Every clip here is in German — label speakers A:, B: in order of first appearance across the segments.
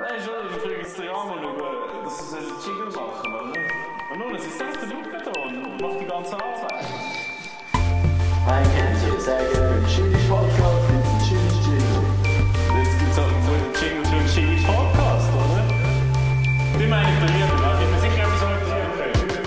A: Nein, schon, ich bringe es dir an und schaue, dass du einen Jingle machen oder? Und nun, es ist selbst der Luke da und macht die ganze Arbeit.
B: Ein Kenntnis, sehr gerne. Schönes Podcast, ein schönes Jingle.
A: Jetzt gibt es halt so einen Jingle für einen Jingle Podcast, oder? Die meine ich bei mir, da bin mir sicher, dass ich so etwas empfehle.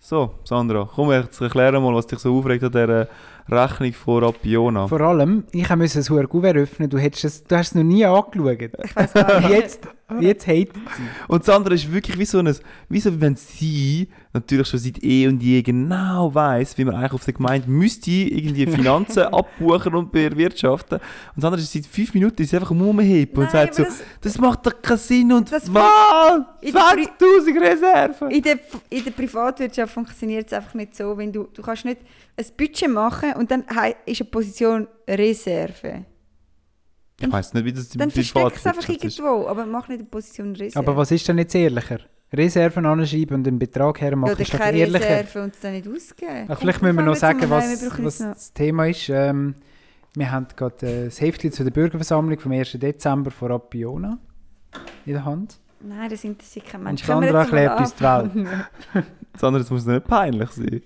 C: So, Sandra, komm, jetzt erklär mal, was dich so aufregt an dieser Rechnung von Rapiona.
D: Vor allem, ich musste ein hohes Gouverne öffnen, du, hättest es, du hast es noch nie angeschaut.
E: Ich weiß gar nicht. Oh.
D: Jetzt, jetzt hatet
C: Und das andere ist wirklich wie so ein, wie so, wenn sie natürlich schon seit eh und je genau weiß, wie man eigentlich auf der Gemeinde müsste irgendwie Finanzen abbuchen und bewirtschaften. Und das andere ist, seit fünf Minuten ist sie einfach am Umheben und
E: Nein,
C: sagt so,
E: aber
C: das,
E: das-
C: macht doch keinen Sinn und
E: Das-
C: mal
E: In der Pri-
C: 20'000 Reserven.
E: In der, in der Privatwirtschaft funktioniert es einfach nicht so, wenn du, du kannst nicht ein Budget machen und dann hei- ist eine Position Reserve.
C: Ich weiss nicht, wie das
E: Dann versteck es einfach
C: Privatwirtschaft ist.
E: irgendwo, aber mach nicht eine Position Reserve.
D: Aber was ist denn jetzt ehrlicher? Reserven anschreiben und einen Betrag hermachen, ja,
E: ja, oder
D: ist doch
E: keine
D: ehrlicher.
E: Reserve und es dann nicht ausgeben.
D: Ach,
E: Kommt
D: vielleicht müssen wir noch
E: drauf
D: sagen,
E: an, jetzt
D: was,
E: haben wir-
D: was
E: Nein, wir brauchen jetzt
D: das Thema ist. Ähm, wir haben gerade äh, das Heftchen zu der Bürgerversammlung vom 1. Dezember von Appiona in der Hand.
E: noch- Nein, das interessiert kein
D: Und
E: Mensch. Können wir
D: Sandra
E: jetzt mal
D: erklärt uns die Welt.
C: Das andere das muss nicht peinlich sein.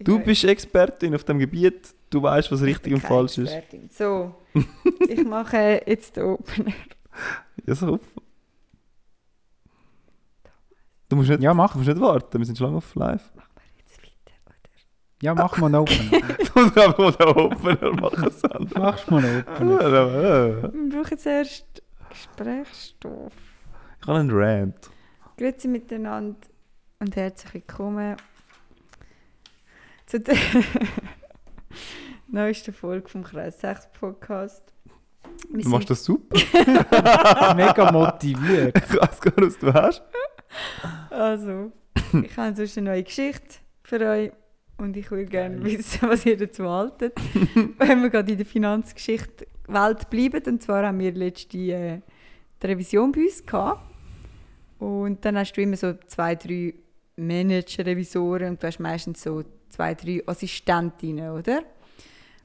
C: Du
E: Ja.
C: bist Expertin auf dem Gebiet, du weißt, was richtig und
E: Keine
C: falsch ist.
E: Expertin. So, ich mache jetzt den Opener.
C: Ja, so. Du musst nicht,
D: Ja, mach.
C: du musst nicht warten, wir sind schon lange auf live.
E: Machen wir jetzt weiter, oder?
D: Ja, mach mal einen Open.
C: Du musst einfach mal den Opener machen,
D: Machst mal einen Open.
C: Sandra.
E: Wir brauchen jetzt erst Gesprächsstoff.
C: Ich habe einen Rant.
E: Grüezi miteinander und herzlich willkommen zu der neuesten Folge vom Kreis 6 Podcast. Wir
C: Du machst
E: sind-
C: das super.
D: Mega motiviert.
C: Ich weiß gar nicht, was du hast.
E: Also, ich habe sonst eine neue Geschichte für euch und ich würde gerne wissen, was ihr dazu haltet. Wenn wir gerade in der Finanzgeschichte Welt bleiben, und zwar haben wir letzte äh, die Revision bei uns gehabt. Und dann hast du immer so zwei, drei Manager, Revisoren und du hast meistens so zwei, drei Assistentinnen, oder?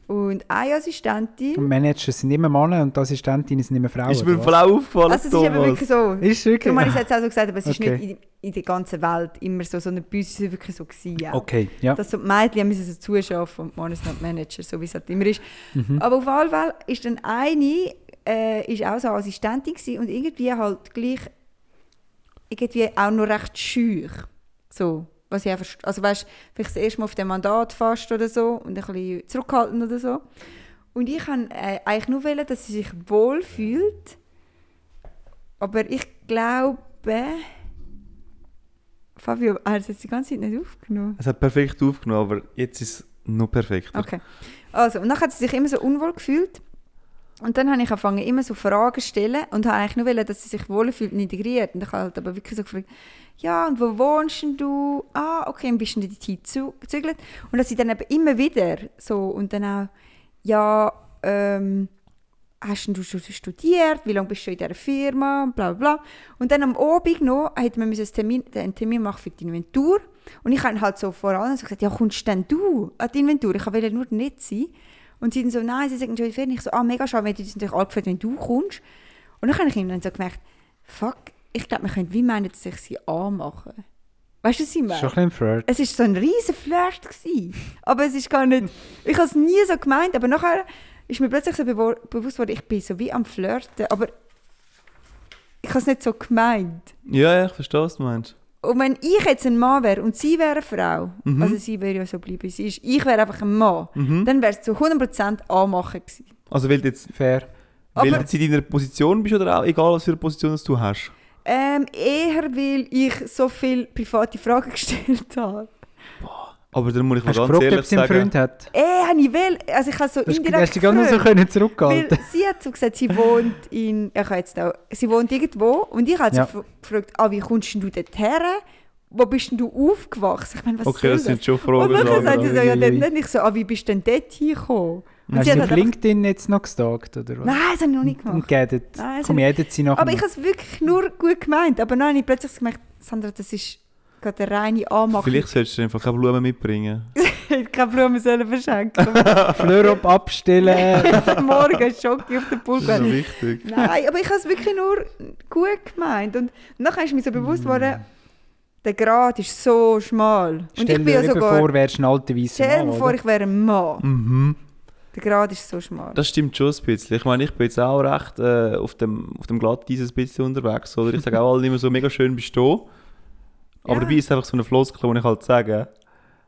E: Und eine Assistentin,
D: Und Manager sind immer Männer und die Assistentinnen sind immer Frauen.
C: ist mir
D: oder
C: voll auch aufgefallen,
E: also es ist eben
C: Thomas.
E: wirklich so,
D: was? Ist wirklich.
E: darum habe ich es jetzt auch so gesagt, aber es
D: Okay.
E: ist nicht in, in der ganzen Welt immer so, sondern bei uns ist es wirklich so gewesen. auch.
D: Ah. Okay, ja.
E: dass so die Mädchen müssen so zuschaffen und die Männer sind halt Manager, so wie es halt immer ist. Aber auf jeden Fall ist dann eine äh, ist auch so eine Assistentin gewesen und irgendwie halt gleich irgendwie auch noch recht schüch. So, was ich auch verst- also weißt, vielleicht das erste Mal auf dem Mandat fast oder so und ein bisschen zurückhaltend oder so. Und ich kann äh, eigentlich nur wollen, dass sie sich wohl fühlt, aber ich glaube Fabio, er hat es jetzt die ganze Zeit nicht aufgenommen.
C: Es hat perfekt aufgenommen, aber jetzt ist es noch perfekt.
E: Okay. Also, und dann hat sie sich immer so unwohl gefühlt. Und dann habe ich angefangen, immer so Fragen zu stellen und habe eigentlich nur wollen, dass sie sich wohlfühlt und integriert. Und ich habe halt aber wirklich so gefragt, ja, und wo wohnst denn du? Ah, okay, und bist du in die Zeit zu- gezügelt? Und dass sie dann eben immer wieder so und dann auch, ja, ähm, hast denn du schon studiert? Wie lange bist du schon in dieser Firma? Und bla, bla, bla. Und dann am Abend noch hätte man müssen einen Termin, äh, einen Termin machen für die Inventur. Und ich habe halt so vor allem so gesagt, ja, kommst denn du an die Inventur? Ich wollte nur nicht sein. Und sie dann so, nein, sie sagen schon in der Ferien. Ich so, ah, mega schade, wir hätten uns natürlich alle gefreut, wenn du kommst. Und dann habe ich ihnen dann so gemerkt, fuck, ich glaube, wir können wie meinen, dass ich sie anmachen. Weißt du, was ich meine?
D: Schon ein bisschen ein Flirt.
E: Es war so ein riesen Flirt. Gewesen. Aber es ist gar nicht... Ich habe es nie so gemeint, aber nachher ist mir plötzlich so bewo- bewusst worden, ich bin so wie am Flirten, aber ich habe es nicht so gemeint.
C: Ja, ja, ich verstehe, was du meinst.
E: Und wenn ich jetzt ein Mann wäre und sie wäre eine Frau,
C: Mhm.
E: also sie wäre ja so bleiben, wie sie ist, ich wäre einfach ein Mann,
C: Mhm.
E: dann wäre es zu 100% anmachen gewesen.
C: Also, weil du jetzt,
D: Fair.
C: weil du
E: Aber-
C: jetzt in deiner Position bist oder auch egal, was für eine Position das du hast.
E: Ähm, eher, weil ich so viele private Fragen gestellt habe.
C: Aber dann muss ich mal
D: Hast du
C: ganz
D: gefragt, ob
C: ehrlich
D: sie einen
C: sagen.
D: Freund hat?
E: Eh, habe ich will, also ich habe so
D: Hast du
E: indirekt
D: hast du die ganze Zeit
E: gefragt.
D: so können
E: Weil
D: zurückhalten
E: sie hat so gesagt, sie wohnt in, ich habe jetzt auch, sie wohnt irgendwo und ich habe
D: Ja.
E: sie gefragt, ah, wie kommst denn du dort her? Wo bist denn du aufgewachsen? Ich meine, was
C: Okay,
E: soll
C: das
E: das?
C: sind schon
E: und
C: Fragen.
E: dann
C: Sandra.
E: sagt sie so, ja,
D: Uiuiui.
E: dann, dann ich so, ah, wie bist denn dort hingekommen?
D: Hast du
E: Und sie hat
D: sie
E: halt
D: auf
E: einfach-
D: LinkedIn jetzt noch gestalkt, oder was?
E: Nein, das habe ich noch nicht
D: Und
E: gemacht.
D: gedet.
E: Nein, also
D: Komm, jedet sie nachher.
E: Aber ich habe es wirklich nur gut gemeint. Aber dann habe ich plötzlich gemerkt, Sandra, das ist gerade eine reine Anmache.
C: Vielleicht solltest du einfach keine Blumen mitbringen.
E: Hätte hätte keine Blumen sollen verschenken sollen.
D: Flörop abstellen.
E: Am Morgen Schocke auf den Pulk.
C: Das ist noch wichtig.
E: Nein, aber ich habe es wirklich nur gut gemeint. Und nachher ist mir so
C: Mm.
E: bewusst worden, der Grat ist so schmal. Und
D: Stell
E: ich
D: dir
E: bin ja
D: lieber
E: sogar.
D: vor, wärst ein alter weißer
E: Stell
D: Mann,
E: dir vor,
D: oder?
E: ich wäre ein Mann.
C: Mhm.
E: Der Grat ist so schmal.
C: Das stimmt schon ein bisschen. Ich meine, ich bin jetzt auch recht äh, auf dem, auf dem Glatteis ein bisschen unterwegs. Oder ich sage auch allen immer so, mega schön bist du. Aber
E: Ja.
C: dabei ist es einfach so eine Floskel, die ich halt sage.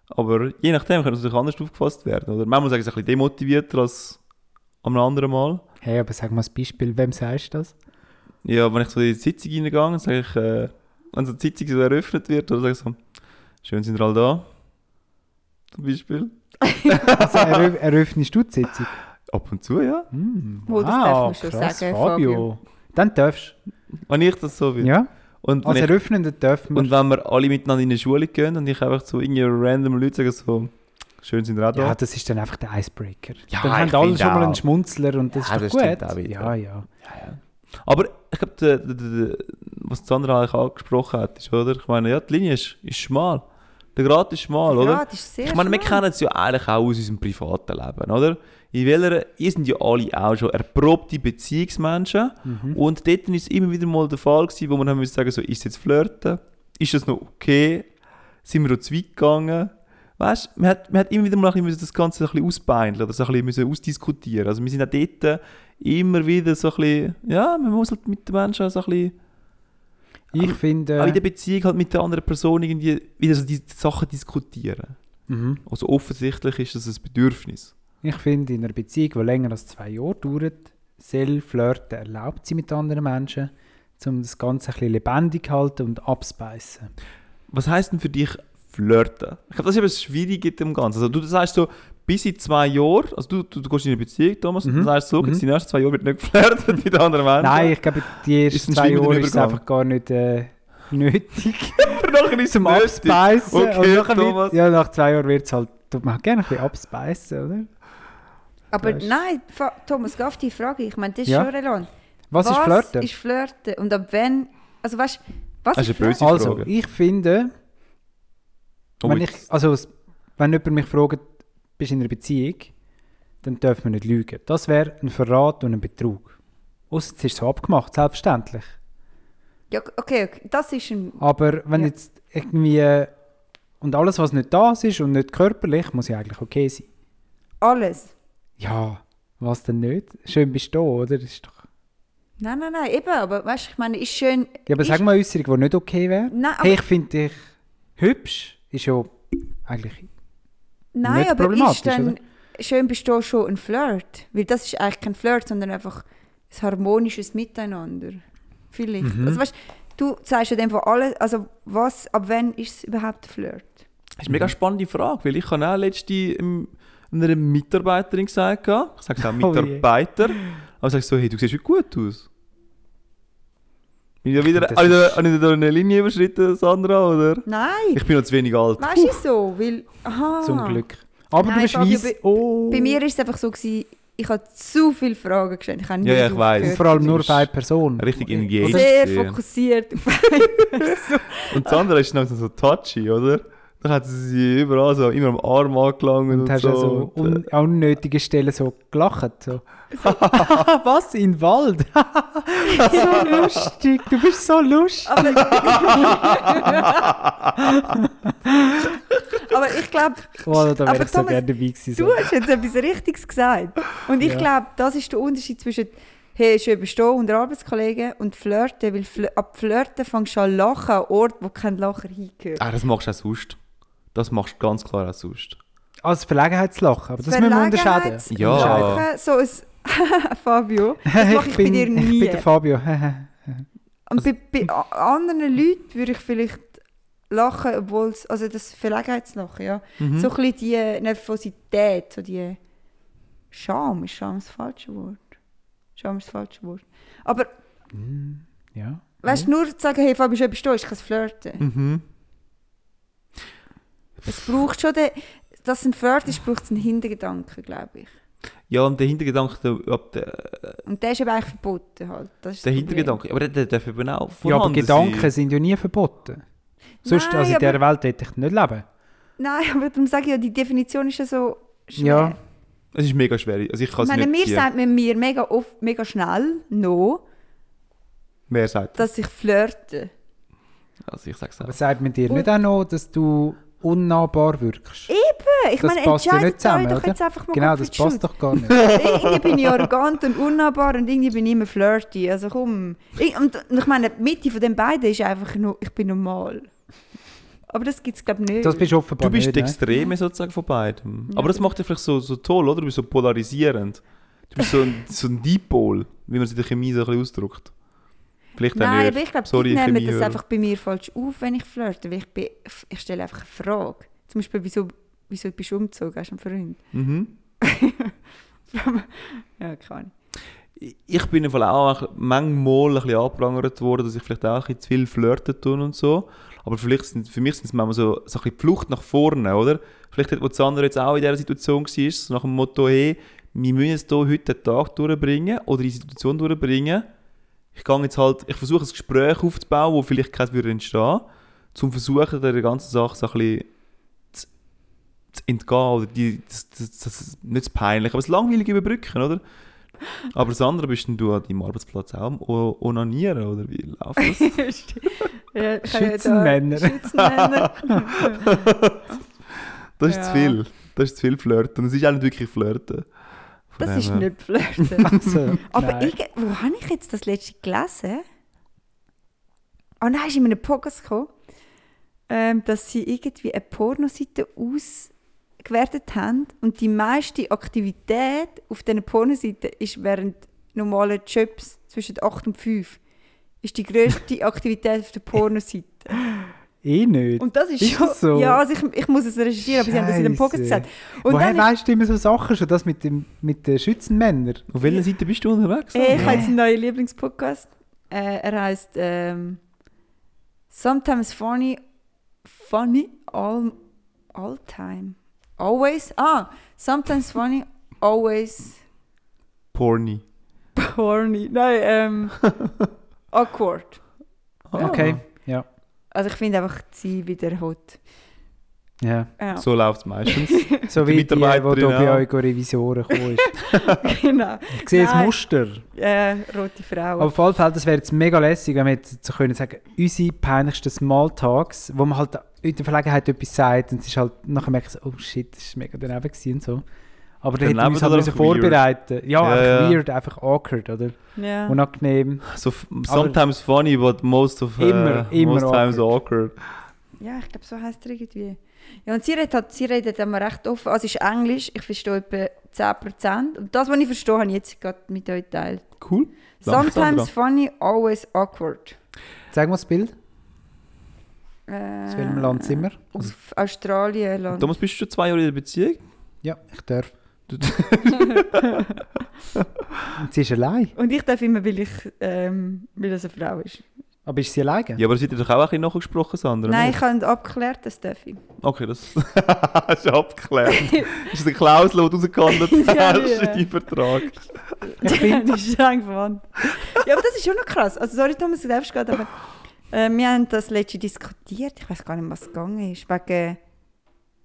C: Aber je nachdem kann es natürlich anders aufgefasst werden. Oder manchmal sage ich es ein bisschen demotivierter als am anderen Mal.
D: Hey, aber sag mal ein Beispiel, wem sagst du das?
C: Ja, wenn ich so in die Sitzung reingehe, dann sage ich, äh, wenn so die Sitzung so eröffnet wird, dann sage ich so, schön sind ihr alle da. Zum Beispiel.
D: Also, erö- eröffnest du die Sitzung?
C: Ab und zu, ja.
D: Hm,
E: Oh, das darf man schon sagen,
D: Fabio. Dann darfst
C: Wenn ich das so
D: du.
C: will.
D: Ja, Also,
C: Und
D: als
C: wenn ich-
D: Eröffnender dürfen wir.
C: Und wenn wir alle miteinander in eine Schule gehen und ich einfach zu irgendwelchen random Leuten sage, so, schön sind ihr auch da.
D: Ja, das ist dann einfach der Icebreaker.
C: Ja,
D: dann
C: ich
D: haben alle
C: finde
D: schon mal einen
C: auch.
D: Schmunzler und das
C: Ja,
D: ist
C: das
D: doch
C: stimmt auch
D: gut.
C: wieder.
D: Ja, ja.
C: Aber ich glaube, der- der- der- der- was Sandra eigentlich angesprochen hat, ist, oder? Ich meine, ja, die Linie ist, ist schmal. Der Grat ist schmal,
E: Der
C: oder?
E: Grat ist sehr
C: Ich meine, wir
E: schmal.
C: kennen es ja eigentlich auch aus unserem privaten Leben, oder? In welcher, ihr sind ja alle auch schon erprobte Beziehungsmenschen. Und dort war es immer wieder mal der Fall, gewesen, wo man haben müssen sagen so, ist es jetzt Flirten? Ist das noch okay? Sind wir noch zu weit gegangen? Weißt du, man hat, man hat immer wieder mal ein bisschen müssen das Ganze ein bisschen ausbeindeln oder so ein bisschen müssen ausdiskutieren. Also wir sind auch dort immer wieder so ein bisschen, ja, man muss halt mit den Menschen auch so ein bisschen
D: Ich
C: auch in der
D: finde,
C: Beziehung halt mit der anderen Person irgendwie wieder so die Sachen diskutieren.
D: mhm.
C: Also offensichtlich ist das ein Bedürfnis.
D: ich finde, in einer Beziehung, die länger als zwei Jahre dauert, soll Flirten erlaubt sein mit anderen Menschen, um das Ganze ein bisschen lebendig zu halten und abspeisen.
C: Was heißt denn für dich Flirten? Ich glaube, das ist eben das Schwierige in dem Ganzen. Also du sagst so, bis in zwei Jahren, also du, du, du gehst in eine Beziehung, Thomas, und
D: Mhm.
C: du sagst so,
D: Mhm.
C: jetzt in den ersten zwei Jahren wird nicht geflirtet mit anderen Menschen.
D: Nein, ich glaube, die
C: Ähm, Ist
D: ersten
C: ein
D: zwei
C: schwimmender
D: Jahre ist es
C: Übergang.
D: einfach gar nicht äh, nötig
C: Aber nachher ist
D: zum
C: nötig.
D: Abspeisen.
C: Okay,
D: und nachher
C: Thomas.
D: Wird, ja, nach zwei Jahren wird es halt, tut man halt gerne ein bisschen abspeisen, oder?
E: Aber
D: Weißt-
E: nein, Fa- Thomas, geh auf die Frage. Ich meine, das ist
D: Ja.
E: schon relevant.
D: Was, ist Flirten?
E: ist Flirten? Und ab wann? Also weißt du, was
C: Das
E: ist
C: ist eine böse
E: Flirten?
D: also,
C: Frage.
D: ich finde,
C: Oh,
D: wenn, ich,
C: jetzt.
D: also, s- wenn jemand mich fragt, bist du in einer Beziehung, dann dürfen wir nicht lügen. Das wäre ein Verrat und ein Betrug. Ausser es ist so abgemacht, selbstverständlich.
E: Ja, okay, okay, das ist ein.
D: Aber wenn
E: Ja.
D: jetzt irgendwie. äh, Und alles, was nicht das ist und nicht körperlich, muss ja eigentlich okay sein.
E: Alles.
D: Ja, was denn nicht? Schön bist du da, oder? Das ist doch...
E: Nein, nein, nein, eben. Aber weißt du, ich meine, ist schön.
D: Ja, aber
E: ist,
D: sag mal eine Äußerung, die nicht okay wäre.
E: Nein, aber-
D: Hey, ich finde dich hübsch, ist ja eigentlich...
E: Nein,
D: Nicht
E: aber
D: problematisch,
E: ist dann
D: oder?
E: schön bist du auch schon ein Flirt, weil das ist eigentlich kein Flirt, sondern einfach ein harmonisches Miteinander. Vielleicht. Also weißt, du sagst ja dem von alles, also was, ab wann ist es überhaupt Flirt?
C: Das ist eine mega spannende Frage, weil ich habe auch letztens ähm, einer Mitarbeiterin gesagt, gehabt, ich sage es auch
D: Oh je.
C: Mitarbeiter, aber ich sage so, hey, du siehst heute gut aus. Bin ich da wieder,
D: das
C: habe ich da-
D: ist-
C: habe ich da eine Linie überschritten, Sandra, oder?
E: Nein,
C: Ich bin noch zu wenig alt.
E: weißt du so, weil aha.
D: Zum Glück. Aber
E: Ah. Nein,
D: du bist
E: Fabio,
D: weiss...
E: bei-
D: Oh.
E: Bei mir ist es einfach so gewesen, ich habe zu viele Fragen gestellt, ich habe
C: Ja,
E: nicht
C: ja, ich weiss.
E: aufgehört.
D: Vor allem
C: Du
D: nur
C: bist
D: für eine Person. Also,
C: Richtig
E: Ich
C: engaged.
E: bin Sehr
C: Ja.
E: fokussiert auf
C: Und Sandra ist langsam so touchy, oder? Dann hat sie sie überall so immer am Arm angelangt und,
D: Und hast
C: so.
D: an so
C: Und,
D: un
E: äh,
D: an unnötigen Stellen so gelacht. So. Was? In den Wald? so lustig. Du bist so lustig.
E: Aber ich glaube,
D: Oh, da
E: Aber
D: wäre ich so
E: Thomas,
D: gerne dabei gewesen.
E: du
D: So.
E: hast jetzt etwas Richtiges gesagt. Und ich
D: Ja.
E: glaube, das ist der Unterschied zwischen «Hey, schön bist du» unter Arbeitskollegen und «Flirten», weil fl ab «Flirten» fängst du an lachen an Ort, wo kein Lacher hingehört.
C: ah, das machst du auch sonst. Das machst du ganz klar auch sonst.
D: Als Verlegenheitslachen. Aber das müssen wir unterscheiden.
E: Verlegenheits-
C: Ja.
E: Lachen, so ein «Fabio, das mache ich, bei dir
D: Ich
E: nie».
D: bin der Fabio.
E: und bei, bei a- anderen Leuten würde ich vielleicht lachen, obwohl es, also das Verlegenheitslachen, ja.
D: Mhm.
E: So ein bisschen die Nervosität, so die Scham, ist Scham das falsche Wort? Scham ist das falsche Wort. Aber
D: ja.
E: Weißt
D: Mhm.
E: du, nur zu sagen, hey, Fabi, schön bist du, da, ist kein Flirten.
C: Mhm.
E: Es braucht schon, den, dass es ein Flirt ist, braucht es einen Hintergedanken, glaube ich.
C: Ja, und der Hintergedanke, der, ob der,
E: Und der ist eben eigentlich verboten halt. Das ist
C: der
E: das
C: Hintergedanke, aber der, der darf eben auch
D: ja, aber
C: vorhanden
D: Gedanken
C: sein.
D: sind ja nie verboten. Sonst,
E: Nein,
D: also in
E: aber-
D: dieser Welt hätte ich nicht leben.
E: Nein, aber darum sage ich ja, die Definition ist ja so schwer.
D: Ja.
C: Es ist mega schwer. Also ich kann
E: Ich
C: es
E: meine,
C: nicht
E: mir
C: ziehen.
E: sagt man mir mega oft, mega schnell, no,
C: Wer sagt das?
E: dass ich flirte.
C: Also ich sag's
D: Aber
C: auch.
D: sagt man dir nicht auch noch, dass du unnahbar wirkst?
E: Eben, ich
D: das
E: meine,
D: passt ja nicht
E: entscheidet euch
D: zusammen,
E: doch
D: oder?
E: jetzt einfach mal
D: genau,
E: Kopf
D: das
E: in den Schuss.
D: passt doch gar nicht.
E: irgendwie bin ich arrogant und unnahbar und irgendwie bin ich immer flirty. Also komm. Ich, und und ich meine, die Mitte von den beiden ist einfach nur, ich bin normal. Aber das gibt es, glaube ich, nicht.
D: Das bist du offenbar
C: Du bist
D: nicht,
C: die
D: ne?
C: Extreme sozusagen von beidem. Aber das macht dich vielleicht so, so toll, oder? Du bist so polarisierend. Du bist so ein, so ein Dipol, wie man es in der Chemie so ein bisschen ausdrückt. Vielleicht auch
E: Nein,
C: nicht.
E: aber ich glaube,
C: Sorry,
E: die nehmen das
C: Chemiehörer.
E: einfach bei mir falsch auf, wenn ich flirte. Weil ich, bin, ich stelle einfach eine Frage. Zum Beispiel, wieso, wieso bist du umgezogen? Hast du einen Freund?
C: Mhm.
E: ja, keine Ahnung.
C: Ich bin im Fall auch ein- manchmal ein bisschen angeprangert worden, dass ich vielleicht auch ein bisschen zu viel flirten tue und so. Aber vielleicht sind, für mich sind es manchmal so, so ein bisschen die Flucht nach vorne, oder? Vielleicht, wo Sandra jetzt auch in dieser Situation war, so nach dem Motto, hey, wir müssen jetzt hier heute den Tag durchbringen oder die Situation durchbringen. Ich gehe jetzt halt, ich versuche ein Gespräch aufzubauen, wo vielleicht keins würde entstehen, zum versuchen, der ganzen Sache so ein bisschen zu, zu entgehen oder die, das, das, das, nicht zu peinlich, aber das langweilige überbrücken, oder? Aber das andere bist denn du an deinem Arbeitsplatz auch am O- Onanieren, oder wie läuft das?
E: Ja, ich kann ja da-
D: Schützenmänner.
E: Schützenmänner.
C: Das ist
E: Ja.
C: zu viel. Das ist zu viel Flirten. Das ist auch nicht wirklich Flirten. Von
E: Das
C: dem
E: ist
C: her.
E: nicht flirten.
D: Also,
E: Aber
D: nein.
E: ich, wo habe ich jetzt das letzte gelesen? Oh nein, ist in einem Podcast gekommen, ähm, dass sie irgendwie eine Pornoseite ausgewertet haben und die meiste Aktivität auf diesen Pornoseiten ist während normalen Jobs zwischen 8 und 5. Ist die grösste Aktivität auf der Pornoseite.
D: Eh nicht.
E: Und das ist,
D: Ist
E: schon.
D: das so?
E: Ja, also ich, ich muss es recherchieren, aber sie haben das in dem Podcast
D: Scheisse.
E: gesagt. Und
D: Woher
E: dann ist,
D: weißt du immer so Sachen schon? Das mit, dem, mit den Schützenmännern?
C: Auf welcher Seite bist du unterwegs?
E: Hey, ich habe jetzt einen neuen Lieblingspodcast. Äh, er heißt ähm, Sometimes Funny, Funny All, all Time. Always? Ah, Sometimes Funny, Always
C: Porny.
E: Horny. Nein, ähm, Awkward.
C: Ah,
D: Okay, ja.
E: Also ich finde einfach sie wieder hot.
D: ja.
E: Ja,
C: So läuft es meistens.
D: So
C: Die
D: wie die, die
C: Mitarbeiterin
D: hier bei
C: auch.
D: euch Revisoren gekommen ist.
E: genau.
D: Ich sehe ein
E: Nein.
D: Muster.
E: Äh, rote Frau.
D: Aber auf alle Fälle, das wäre jetzt mega lässig, wenn wir jetzt so können sagen, unsere peinlichsten Smalltalks, wo man halt in der Verlegenheit etwas sagt und es ist halt, nachher merkt man so, oh shit, das war mega daneben gewesen und so. Aber da hätten wir
C: Daneben
D: uns halt
C: oder
D: müssen
C: einfach weird?
D: vorbereiten. Ja,
C: Ja,
D: einfach
C: ja.
D: weird, einfach awkward, oder?
E: ja.
D: Unangenehm.
C: So, f- sometimes funny, but most of
D: Immer,
C: äh,
D: immer
C: most times awkward.
E: Ja, ich glaube, so heisst er irgendwie. Ja, und sie redet, halt, sie redet immer recht offen. Also es ist Englisch, ich verstehe etwa 10%. Und das, was ich verstehe, habe ich jetzt gerade mit euch geteilt.
C: Cool. Danke, Sandra.
E: Sometimes funny, always awkward.
D: Zeig mal das Bild.
E: Äh,
D: Aus welchem Land sind wir?
E: Auf Australien. Land.
C: Thomas, bist du schon zwei Jahre in der Beziehung?
D: Ja, ich darf.
C: Du-
D: Und sie ist allein.
E: Und ich darf immer, weil ich ähm, weil das eine Frau ist.
D: Aber ist sie allein?
C: Ja, aber seid ihr doch auch ein bisschen nachgesprochen, Sandra?
E: Nein,
C: nicht?
E: ich habe abgeklärt, das darf ich.
C: Okay, das ist abgeklärt. ist das eine Klausel, die du rausgehandelt
E: Ja,
C: hast
E: ja.
C: in deinem Vertrag?
E: Ich bin
C: genau.
E: streng verwandt. Ja, aber das ist schon noch krass. Also sorry, Thomas, du darfst gerade, aber äh, wir haben das letzte diskutiert. Ich weiß gar nicht, um was gegangen ist. Wegen,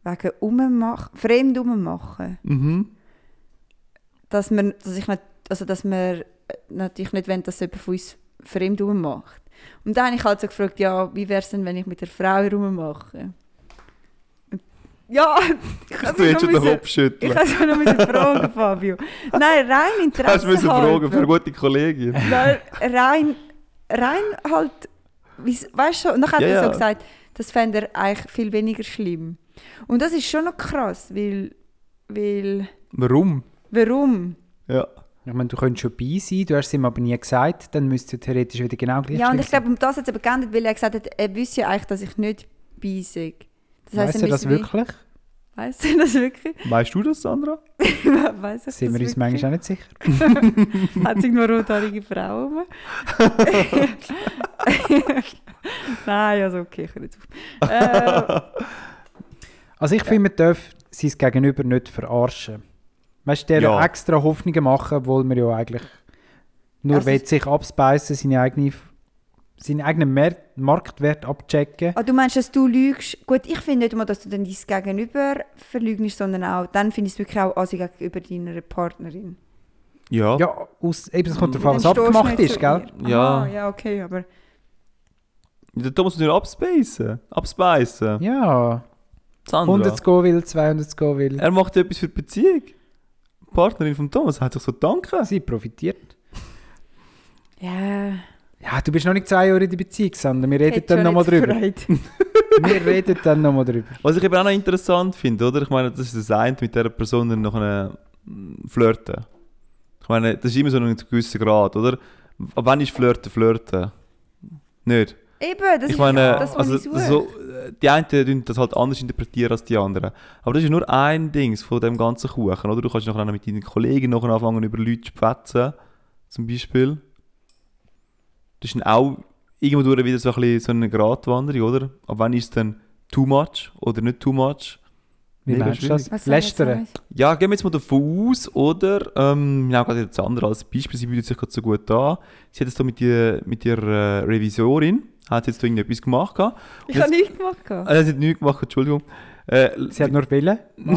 E: wegen Ummachen, fremd ummachen.
C: Mhm.
E: Dass, wir, dass, ich nicht, also dass wir äh, natürlich nicht wollen, dass jemand von uns fremd ummacht. Und dann habe ich halt so gefragt, ja, wie wäre es denn, wenn ich mit der Frau rummache? Und- Ja, ich
C: Du hättest schon den Kopf
E: Ich
C: schütteln.
E: kann es noch mit der Frage, Fabio. Nein, rein Interesse.
C: Hast du müssen fragen für
E: halber.
C: eine gute Kollegin.
E: Nein, rein, rein halt, wie's- weißt du, und dann hat
C: Ja,
E: er so
C: ja.
E: gesagt, das fände er eigentlich viel weniger schlimm. Und das ist schon noch krass, weil, weil,
C: Warum?
E: warum?
C: Ja.
D: Ich meine, du könntest schon bei sein, du hast es ihm aber nie gesagt, dann müsste theoretisch wieder genau gleich
E: ja, und
D: schlimm
E: ich glaube, um das hat es eben geändert, weil er gesagt hat, er wüsste ja eigentlich, dass ich nicht beisig.
D: sein. weißt du das wirklich?
E: Weißt du das wirklich?
C: Weißt du das, Sandra?
E: Weiss ich
D: Sind wir
E: das
D: uns
E: wirklich?
D: manchmal auch nicht sicher.
E: Hat sich nur rothaarige Frau um? rum? Nein, also okay, ich höre jetzt auf. Äh,
D: Also ich finde, man darf sein Gegenüber nicht verarschen. Weißt du, der
C: Ja.
D: extra Hoffnungen machen, obwohl man ja eigentlich nur
E: Also-
D: will, sich abspeisen, seine eigene F- seinen eigenen Mer Marktwert abchecken.
E: Ah, du meinst, dass du lügst? Gut, ich finde nicht mal, dass du dann dein Gegenüber verlügnest, sondern auch, dann finde ich es wirklich auch assig gegenüber deiner Partnerin.
C: Ja.
D: Ja, aus, eben, es kommt darauf an, was
E: Also Dann stehst du
D: abgemacht
E: nicht
D: ist,
E: zu
D: gell?
E: ihr.
C: Ja.
E: Aha, ja, okay, aber...
C: Der Thomas muss ihn abspeisen. Abspeisen.
D: Ja.
C: Sandra.
D: 100 Scoville, 200 Scoville.
C: Er macht etwas für die Beziehung. Die Partnerin von Thomas hat sich so danken.
D: Sie profitiert.
E: Ja...
D: Ja, du bist noch nicht zwei Jahre in der Beziehung, Sandra. Wir reden
E: Hätte
D: dann
E: schon
D: nochmal
E: jetzt
D: drüber.
E: gefreut.
D: Wir reden dann nochmal drüber.
C: Was ich eben auch noch interessant finde, oder? Ich meine, das ist das eine, mit dieser Person dann noch eine flirten. Ich meine, das ist immer so ein gewisser Grad, oder? Ab wann ist flirten flirten? Nicht?
E: Eben, das
C: ich
E: ist
C: meine,
E: das, was
C: also,
E: ich suche.
C: so, äh, die einen tun das halt anders interpretieren als die anderen. Aber das ist ja nur ein Ding von dem ganzen Kuchen, oder? Du kannst nachher auch mit deinen Kollegen nachher anfangen, über Leute zu schwätzen, zum Beispiel. Das ist dann auch irgendwo durch wieder so, ein bisschen so eine Gratwanderung, oder? Aber wann ist es dann too much oder nicht too much?
D: Wie
C: Mega
D: meinst du
C: schwierig.
D: das?
E: Was soll das
D: Lästern.
E: sein?
C: Ja, gehen wir jetzt mal davon aus, oder? Ähm, genau, gerade jetzt andere als Beispiel, sie bietet sich gerade so gut an. Sie hat jetzt da mit, die, mit ihrer äh, Revisorin, hat sie jetzt da irgendetwas gemacht gehabt.
E: Ich
C: Jetzt-
E: habe nichts gemacht. gehabt.
C: Ah, das hat nichts gemacht, Entschuldigung. Äh,
D: Sie hat nur Willen.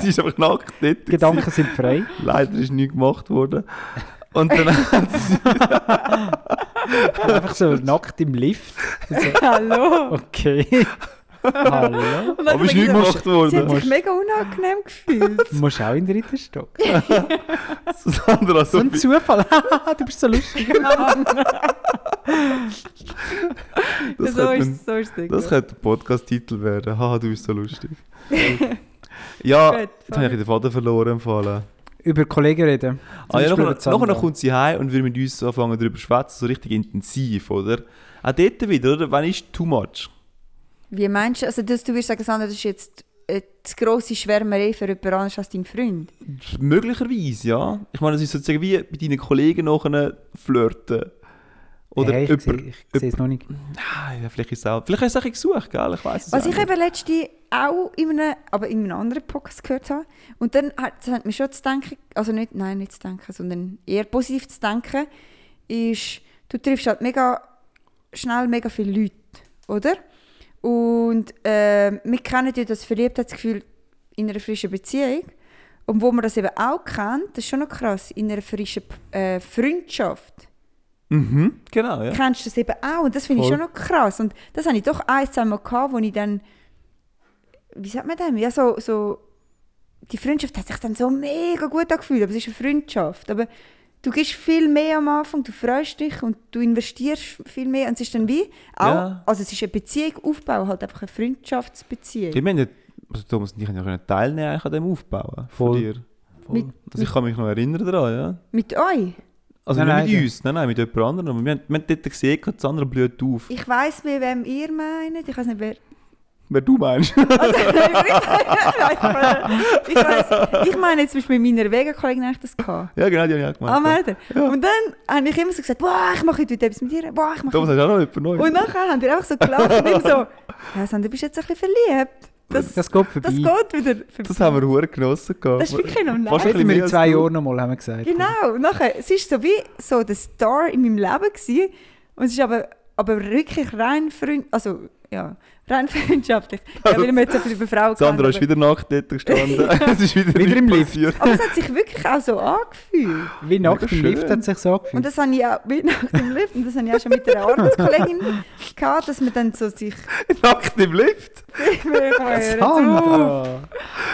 C: sie ist einfach nackt dort. gewesen.
D: Gedanken sind frei.
C: Leider ist nichts gemacht worden. Und dann hat sie,
D: Einfach so nackt im Lift. Und so,
E: Hallo.
D: okay. Hallo.
E: Und dann
C: aber ist
E: habe ich
C: nichts
E: gesagt,
C: gemacht
E: Sie hat
C: worden.
E: sich mega unangenehm gefühlt.
D: Du musst auch in den dritten Stock.
C: Sandra, so
D: So ein
C: viel-
D: Zufall. du bist so lustig.
C: das
E: so
C: könnte
E: ist
C: ein-
E: es, so ist es.
C: das könnte ein Podcast-Titel werden. Haha, du bist so lustig. ja,
E: Gut,
C: jetzt habe ich den Faden verloren empfohlen.
D: Über Kollegen reden. Zum
C: Ah, ja,
D: Beispiel
C: nachher,
D: über Sandra.
C: nachher kommt sie heim und will mit uns anfangen darüber zu schwätzen, so richtig intensiv, oder? Auch dort wieder, oder? Wann ist too much?
E: Wie meinst du, also dass du wirst sagen, Sandra, das ist jetzt äh, die grosse Schwärmerei für jemand anderes als deinen Freund?
C: Möglicherweise, ja. Ich meine, es ist sozusagen wie bei deinen Kollegen nachher flirten. Oder
D: Hey, ich
C: jemand-
D: sehe ich sehe es noch nicht.
C: Ah, ja, vielleicht ist es auch. Vielleicht hast du es auch gesucht, gell? Ich weiß es
E: Was
C: auch
E: ich
C: nicht.
E: eben letzte auch in einem, aber in einem anderen Podcast gehört habe. Und dann hat, das hat mir schon zu denken, also nicht, nein, nicht zu denken, sondern eher positiv zu denken, ist, du triffst halt mega schnell mega viele Leute, oder? Und äh, wir kennen ja das Verliebtheitsgefühl in einer frischen Beziehung. Und wo man das eben auch kennt, das ist schon noch krass, in einer frischen äh, Freundschaft.
C: Mhm, genau, ja.
E: kennst du das eben auch. Und das finde ich
D: Voll.
E: schon noch krass. Und das habe ich doch ein, zwei Mal gehabt, wo ich dann, wie sagt man dem? Ja, so, so, die Freundschaft hat sich dann so mega gut angefühlt, aber es ist eine Freundschaft. Aber du gibst viel mehr am Anfang, du freust dich und du investierst viel mehr. Und es ist dann wie, auch,
C: Ja.
E: also es ist eine Beziehung aufbauen, halt einfach eine Freundschaftsbeziehung.
C: Ich meine, also Thomas und ich haben ja können teilnehmen eigentlich an dem Aufbauen. Von
D: Voll.
C: dir.
E: Mit-
C: also ich kann mich noch erinnern daran, ja.
E: Mit euch?
C: Also
D: Nein,
C: nicht mit
D: nein,
C: uns, nein, nein, mit jemand anderem. Aber Wir haben, wir haben dort gesehen, das andere blüht auf.
E: Ich weiss mehr, wem ihr meint. Ich weiß nicht, wer
C: Wer du meinst.
E: Also, ich, weiss, ich meine jetzt zum Beispiel mit meiner Vega-Kollegin habe ich das gehabt.
C: ja, genau, die habe ich auch
E: Ah,
C: gemacht.
E: meint ihr? Und dann habe ich immer so gesagt, boah, ich mache heute wieder etwas mit dir, boah, ich mache
C: Thomas, hast du auch noch jemand Neues?
E: heute. Und nachher haben wir einfach so gelacht und immer so, ja, Sandra, du bist jetzt ein bisschen verliebt.
D: Das,
E: Das,
D: geht vorbei.
E: das geht wieder.
C: das haben wir hure genossen. Gehabt.
E: Das ist wirklich noch
C: Fast
E: nice.
C: ein bisschen
D: Reden wir
C: mehr
D: in
C: als
D: zwei
C: du.
D: Jahren nochmal, haben wir gesagt.
E: Genau, und nachher, es ist so wie so der Star in meinem Leben gewesen. Und es ist aber, aber wirklich rein freund, also ja, rein freundschaftlich. Ja, weil wir jetzt so viel über Frauen
C: Sandra
E: geredet
C: ist
E: haben,
C: wieder nackt dort gestanden. es ist wieder, nichts
D: Wieder im Lift.
C: passiert.
E: aber, aber es hat sich wirklich auch so angefühlt.
D: Wie nackt
C: Mega
D: im Lift
C: schön.
D: hat sich so
E: Und
D: angefühlt.
E: das habe ich auch wie nach dem Lift, und das habe ich auch schon mit einer Arbeitskollegin gehabt, dass wir dann so sich
C: Nackt im Lift.
E: Ich will hören.
D: Sandra!
E: Komm,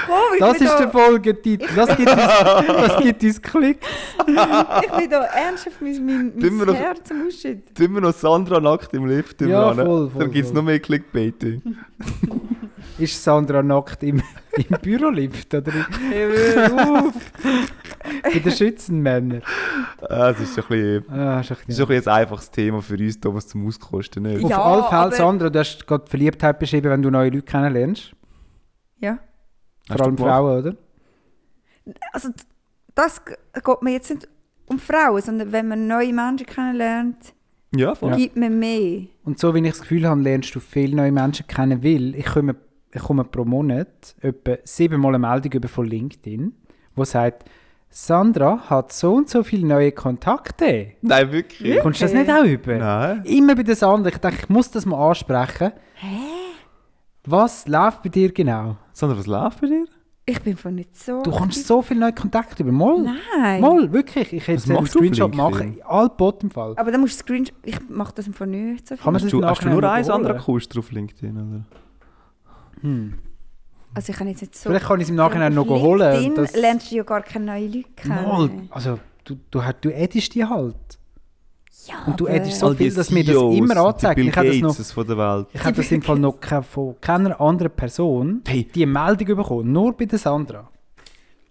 E: Oh, ich
D: Das
E: bin
D: ist
E: da,
D: der Folgetitel. Das gibt uns, das gibt uns Klick.
E: Ich bin da ernsthaft mein, mein,
C: Tun wir
E: mein
C: doch-
E: Herz am Ausschütten.
C: Tun wir noch Sandra nackt im Lift. tun wir
D: Ja,
C: an.
D: voll, voll,
C: Dann gibt es
D: voll.
C: noch mehr Clickbaiting.
D: Ist Sandra nackt im, im Bürolift? Oder in- bei den Schützenmännern?
C: Ah, Es ist so ein bisschen...
D: Ah, ist ein
C: Das ist
D: bisschen-
C: doch jetzt ein einfaches Thema für uns, Thomas, zum Auskosten. Nicht?
D: Auf
E: Ja,
D: alle Fälle,
E: aber-
D: Sandra, du hast gerade die Verliebtheit beschrieben, wenn du neue Leute kennenlernst.
E: Ja.
C: Hast
D: Vor allem
C: du gemacht?
D: Frauen, oder?
E: Also, d- das g- geht mir jetzt nicht um Frauen, sondern wenn man neue Menschen kennenlernt,
C: Ja, voll.
E: gibt man mehr.
D: Und so wie ich das Gefühl habe, lernst du viele neue Menschen kennen, weil ich komme, ich komme pro Monat etwa siebenmal eine Meldung über von LinkedIn, wo sagt, Sandra hat so und so viele neue Kontakte.
C: Nein, wirklich?
D: Kommst du das nicht auch über?
C: Nein.
D: Immer bei der Sandra. Ich denke, ich muss das mal ansprechen. Was läuft bei dir genau?
C: Sondern was läuft bei dir?
E: Ich bin von nicht so.
D: Du kommst so viele neue Kontakte über. Mal.
E: Oh, Nein.
D: Mal, wirklich. Ich
C: Was
D: hätte einen
C: machst du auf
D: Screenshot
C: LinkedIn?
D: machen. All Bot im Fall.
E: Aber dann musst du Screenshot. Ich mache das im Fall nicht so viel.
D: Kann man
C: Hast
D: das
C: du, hast du nur
D: nachher
C: einen
D: noch
C: anderen
D: holen?
C: Kurs drauf LinkedIn, oder?
E: Also ich kann jetzt nicht so.
D: Vielleicht kann ich es im Nachhinein noch holen. und
E: Das
D: Das
E: lernst du ja gar keine neuen Leute kennen.
D: Mal. Also, du, du, hast- du editest die halt.
E: Ja,
D: Und du
E: aber-
D: editest so
C: All die
D: viel, dass mir das
C: CEOs
D: immer
C: und die
D: anzeigt.
C: Bill
D: Ich habe das noch
C: Gateses von der Welt.
D: Ich habe das im Fall noch ke- von keiner anderen Person
C: Hey.
D: die Meldung bekommen, nur bei der Sandra.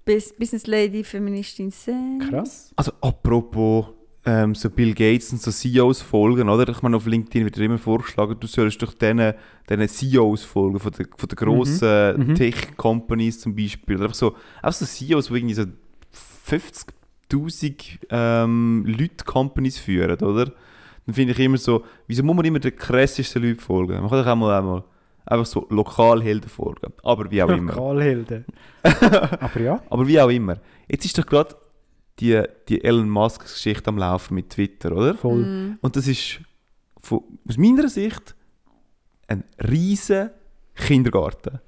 E: Bus- Business Lady, Feministin, Sen.
D: Krass.
C: Also apropos ähm, so Bill Gates und so CEOs folgen, oder? Ich meine, auf LinkedIn wird dir immer vorgeschlagen, du sollst doch diesen, diesen CEOs E folgen, von den, von den grossen Tech-Companies zum Beispiel. Oder Einfach so, einfach so CEOs, die irgendwie so 50'000 ähm, Leute Companies führen, oder? Dann finde ich immer so, wieso muss man immer den krassesten Leuten folgen? Man kann doch auch mal, auch mal einfach so Lokalhelden folgen, aber wie auch immer.
D: Lokalhelden. Aber ja.
C: Aber wie auch immer. Jetzt ist doch gerade die, die Elon Musk-Geschichte am Laufen mit Twitter, oder?
D: Voll.
E: Mhm.
C: Und das ist von, aus meiner Sicht ein riesen Kindergarten.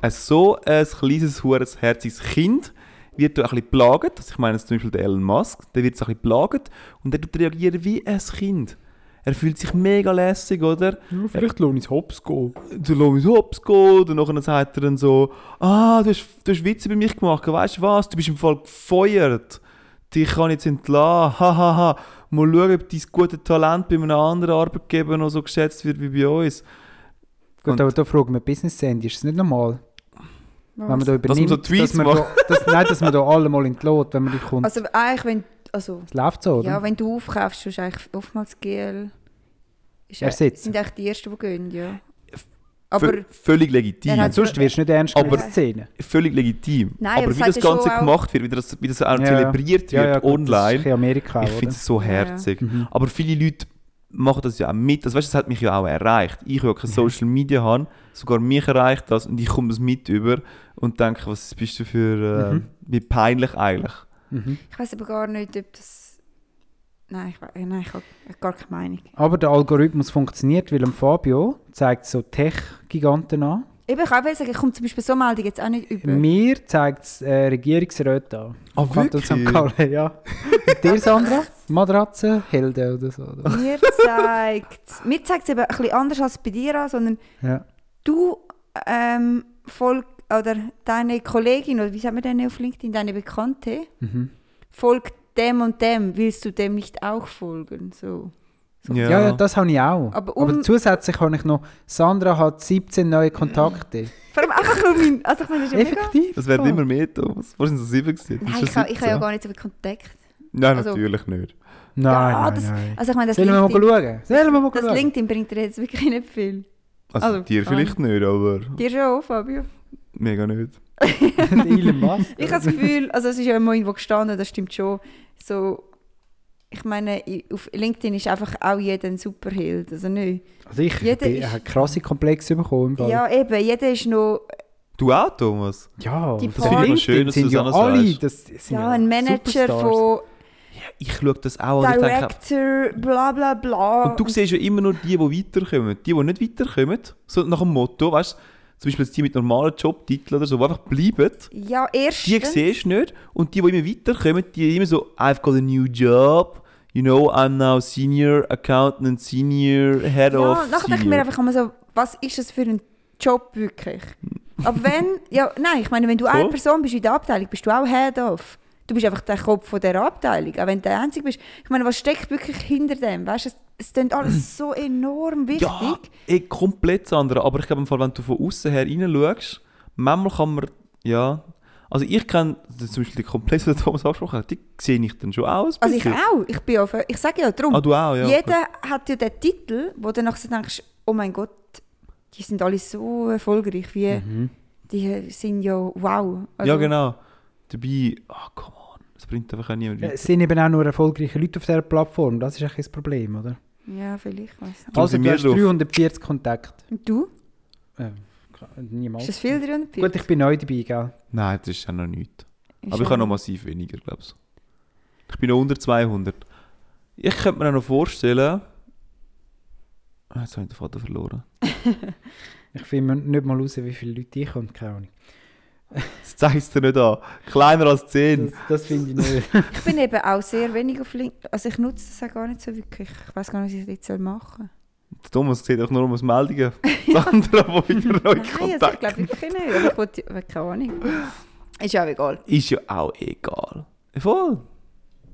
C: Ein so äh, ein kleines, hures, herziges Kind wird da ein bisschen plaget. Also ich meine jetzt zum Beispiel den Elon Musk, der wird so ein bisschen plaget und der tut reagieren wie ein Kind. Er fühlt sich mega lässig, oder?
D: vielleicht lohnt es Hops gehen.
C: der Lomis Hops geht und nachher sagt er dann so, ah, du hast, du hast Witze bei mich gemacht, weißt du was, du bist im Fall gefeuert, dich kann ich jetzt entlassen, hahaha, ha, ha. mal schauen, ob dein gute Talent bei einem anderen Arbeitgeber noch so geschätzt wird wie bei uns.
D: Gut,
C: Und-
D: aber da fragen wir Business Sandy, ist es nicht normal? Wenn man da übernimmt,
C: so Tweets
D: dass man da, dass, nein, dass man da alle mal entlot, wenn man die kommt.
E: Also eigentlich, wenn. Also,
D: es läuft so, oder?
E: ja, wenn du aufkaufst, ist eigentlich oftmals GL. Ist e-
D: Ersetzen.
E: Sind eigentlich die ersten, die gehen, ja. Aber.
C: Vö- völlig
E: Er
C: legitim.
E: hat-
D: Sonst wirst du nicht ernst genommen
C: Aber-
D: in der Szene.
C: Völlig legitim.
E: Nein, aber
C: aber
E: das
C: wie
E: hat
C: das
E: er schon
C: Ganze
E: auch-
C: gemacht wird, wie das, wie das auch zelebriert wird
D: gut, Das ist ein
C: online,
D: bisschen Amerika,
C: ich finde
D: oder?
C: es so herzig. Aber viele Leute machen das ja auch mit. Also, weißt, du, das hat mich ja auch erreicht. Ich, ja keine Social Media habe, sogar mich erreicht das und ich komme das mit über und denke, was bist du für. Äh, Wie peinlich eigentlich.
D: Mhm.
E: Ich weiß aber gar nicht, ob das. Nein, ich, we- äh, nein, ich habe gar keine Meinung.
D: Aber der Algorithmus funktioniert, weil am Fabio zeigt so Tech-Giganten an.
E: Eben, ich auch sagen, ich komme zum Beispiel so Meldung jetzt auch nicht über.
D: Mir zeigt es äh, Regierungsräte an.
C: Ah,
D: Im Kanton
C: wirklich?
D: St. Gallen, ja. Und dir, Sandra? Matratze, Helden oder so. Oder?
E: Mir zeigt mir zeigt es eben ein bisschen anders als bei dir an, sondern
D: Ja.
E: du ähm, folg, oder deine Kollegin oder wie sagen wir denn auf LinkedIn deine Bekannte
D: Mhm.
E: folgt dem und dem willst du dem nicht auch folgen so
D: Ja. ja, das habe ich auch.
E: Aber
D: Aber,
E: um-
D: zusätzlich habe ich noch, Sandra hat 17 neue Kontakte.
E: vor allem einfach nur mein also ich meine das ist ja mega
D: Effektiv.
C: das werden
D: voll.
C: immer mehr, Thomas. Wo sind das sieben gewesen?
E: Ah.
C: Das
E: nein ich
C: ist schon
E: habe ich habe ja
C: 17.
E: gar nicht so viel Kontakt
C: Nein,
E: also-
C: natürlich nicht.
D: Nein,
E: Ah,
D: nein,
E: das-
D: nein.
E: also ich meine das
D: Sollen wir mal
E: LinkedIn,
D: schauen? Sollen wir mal
E: das
D: schauen?
E: LinkedIn bringt dir jetzt wirklich nicht viel
C: Also,
E: Also,
C: dir vielleicht nicht, aber
E: dir schon Fabio
C: mega nicht.
D: Elon Musk.
E: Ich habe das Gefühl, also es ist ja immer irgendwo gestanden, das stimmt schon. So, ich meine, i- auf eh, LinkedIn ist einfach auch jeder ein Superheld, also nicht?
D: Also ich
E: Jeder
D: bin-
E: ist-
D: habe krasse Komplexe bekommen. Im Fall.
E: Ja, eben, dus jeder ist noch
C: Du auch, Thomas?
D: ja
E: Die
D: das
E: Porn-
D: LinkedIn
C: Schön, dass du
D: sind
C: das
D: ja
C: auch
D: alle,
C: sagst.
D: das sind
E: ja, ein Manager
D: Superstars.
E: von
C: Ich schaue das auch an und ich denke,
E: Director, bla bla bla.
C: Und du siehst ja immer nur die, die weiterkommen. Die, die nicht weiterkommen, so nach dem Motto, weißt du, zum Beispiel jetzt die mit normalen Jobtiteln oder so, die einfach bleiben,
E: ja,
C: die
E: erstens.
C: siehst du nicht. Und die, die immer weiterkommen, die immer so, I've got a new job, you know, I'm now senior accountant, senior head of
E: Ja, nachher denke ich mir
C: senior.
E: einfach immer so, was ist das für ein Job wirklich? Aber wenn, ja, nein, ich meine, wenn du eine
C: Voll.
E: Person bist in der Abteilung, bist du auch Head of. Du bist einfach der Kopf von der Abteilung, auch wenn du der Einzige bist. Ich meine, was steckt wirklich hinter dem? Weißt du, es, es klingt alles so enorm wichtig.
C: Ja, eh, komplett das andere. Aber ich glaube, im Fall, wenn du von außen her reinschaust, manchmal kann man, ja... Also ich kenne, das ist zum Beispiel die Komplexe, die Thomas angesprochen hat, die sehe ich dann schon auch ein
E: also ich
C: bisschen.
E: auch, ich bin auf, ich sage ja drum.
C: Ah, du auch, ja.
E: Jeder hat ja den Titel, wo du nachher denkst, oh mein Gott, die sind alle so erfolgreich, wie die sind ja wow. Also,
C: Mhm. ja, genau. Dabei, ah, come on, das bringt einfach auch niemand
D: Ja,
C: weiter.
D: Es sind eben auch nur erfolgreiche Leute auf dieser Plattform. Das ist eigentlich das Problem, oder?
C: genau.
E: Ja, vielleicht. weiss nicht.
C: Darum
D: also
C: sind
D: du
C: wir
D: hast
C: drauf.
D: 340 Kontakte.
E: Und du?
D: Äh, niemals.
E: Ist das viel drin?
D: Gut, ich bin neu dabei, gell?
C: Nein, das ist ja noch nichts.
E: Ist
C: Aber ich
E: ja-
C: habe noch massiv weniger, glaube ich. Ich bin noch unter 200. Ich könnte mir auch noch vorstellen... Ah, Jetzt habe ich den Vater verloren.
D: Ich finde mir nicht mal raus, wie viele Leute ich und keine Ahnung.
C: Das zeigst du dir nicht an. Kleiner als 10.
D: Das, das finde ich nicht.
E: Ich bin eben auch sehr wenig auf LinkedIn. Also ich nutze das auch gar nicht so wirklich. Ich weiß gar nicht, was ich jetzt soll machen
C: Der Thomas sieht auch nur um Meldungen. Sandra, die wieder neue
E: Nein, also ich
C: Kontakt
E: glaube wirklich nicht. Aber ich wollte, aber keine Ahnung. Ist ja auch egal.
C: Ist ja auch egal. Voll.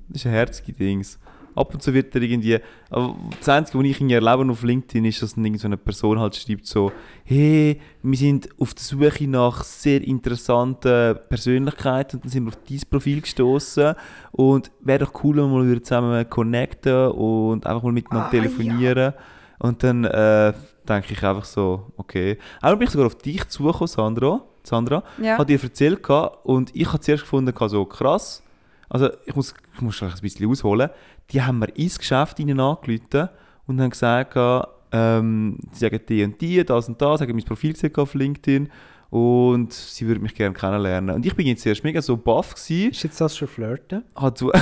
C: Das ist ein herziges Dings. Ab und zu wird er irgendwie. Aber das Einzige, was ich irgendwie erlebe auf LinkedIn, ist, dass dann irgend so eine Person halt schreibt so: Hey, wir sind auf der Suche nach sehr interessanten Persönlichkeiten und dann sind wir auf dein Profil gestoßen. Und wäre doch cool, wenn wir mal wieder zusammen connecten und einfach mal miteinander
E: Ah,
C: telefonieren. Und dann äh, denke ich einfach so: Okay. Auch bin ich sogar auf dich zugekommen, Sandra. Sandra
E: Ja.
C: hat ihr erzählt gehabt und ich habe zuerst gefunden, gehabt, so krass. Also ich muss, ich muss vielleicht ein bisschen ausholen. Die haben mir ins Geschäft ihnen angerufen und haben gesagt, gehabt, ähm, sie sagen die und die, das und das, haben mein Profil gesehen gehabt auf LinkedIn und sie würden mich gerne kennenlernen. Und ich bin jetzt zuerst mega so baff gewesen.
D: Ist jetzt das schon flirten?
C: Hat so,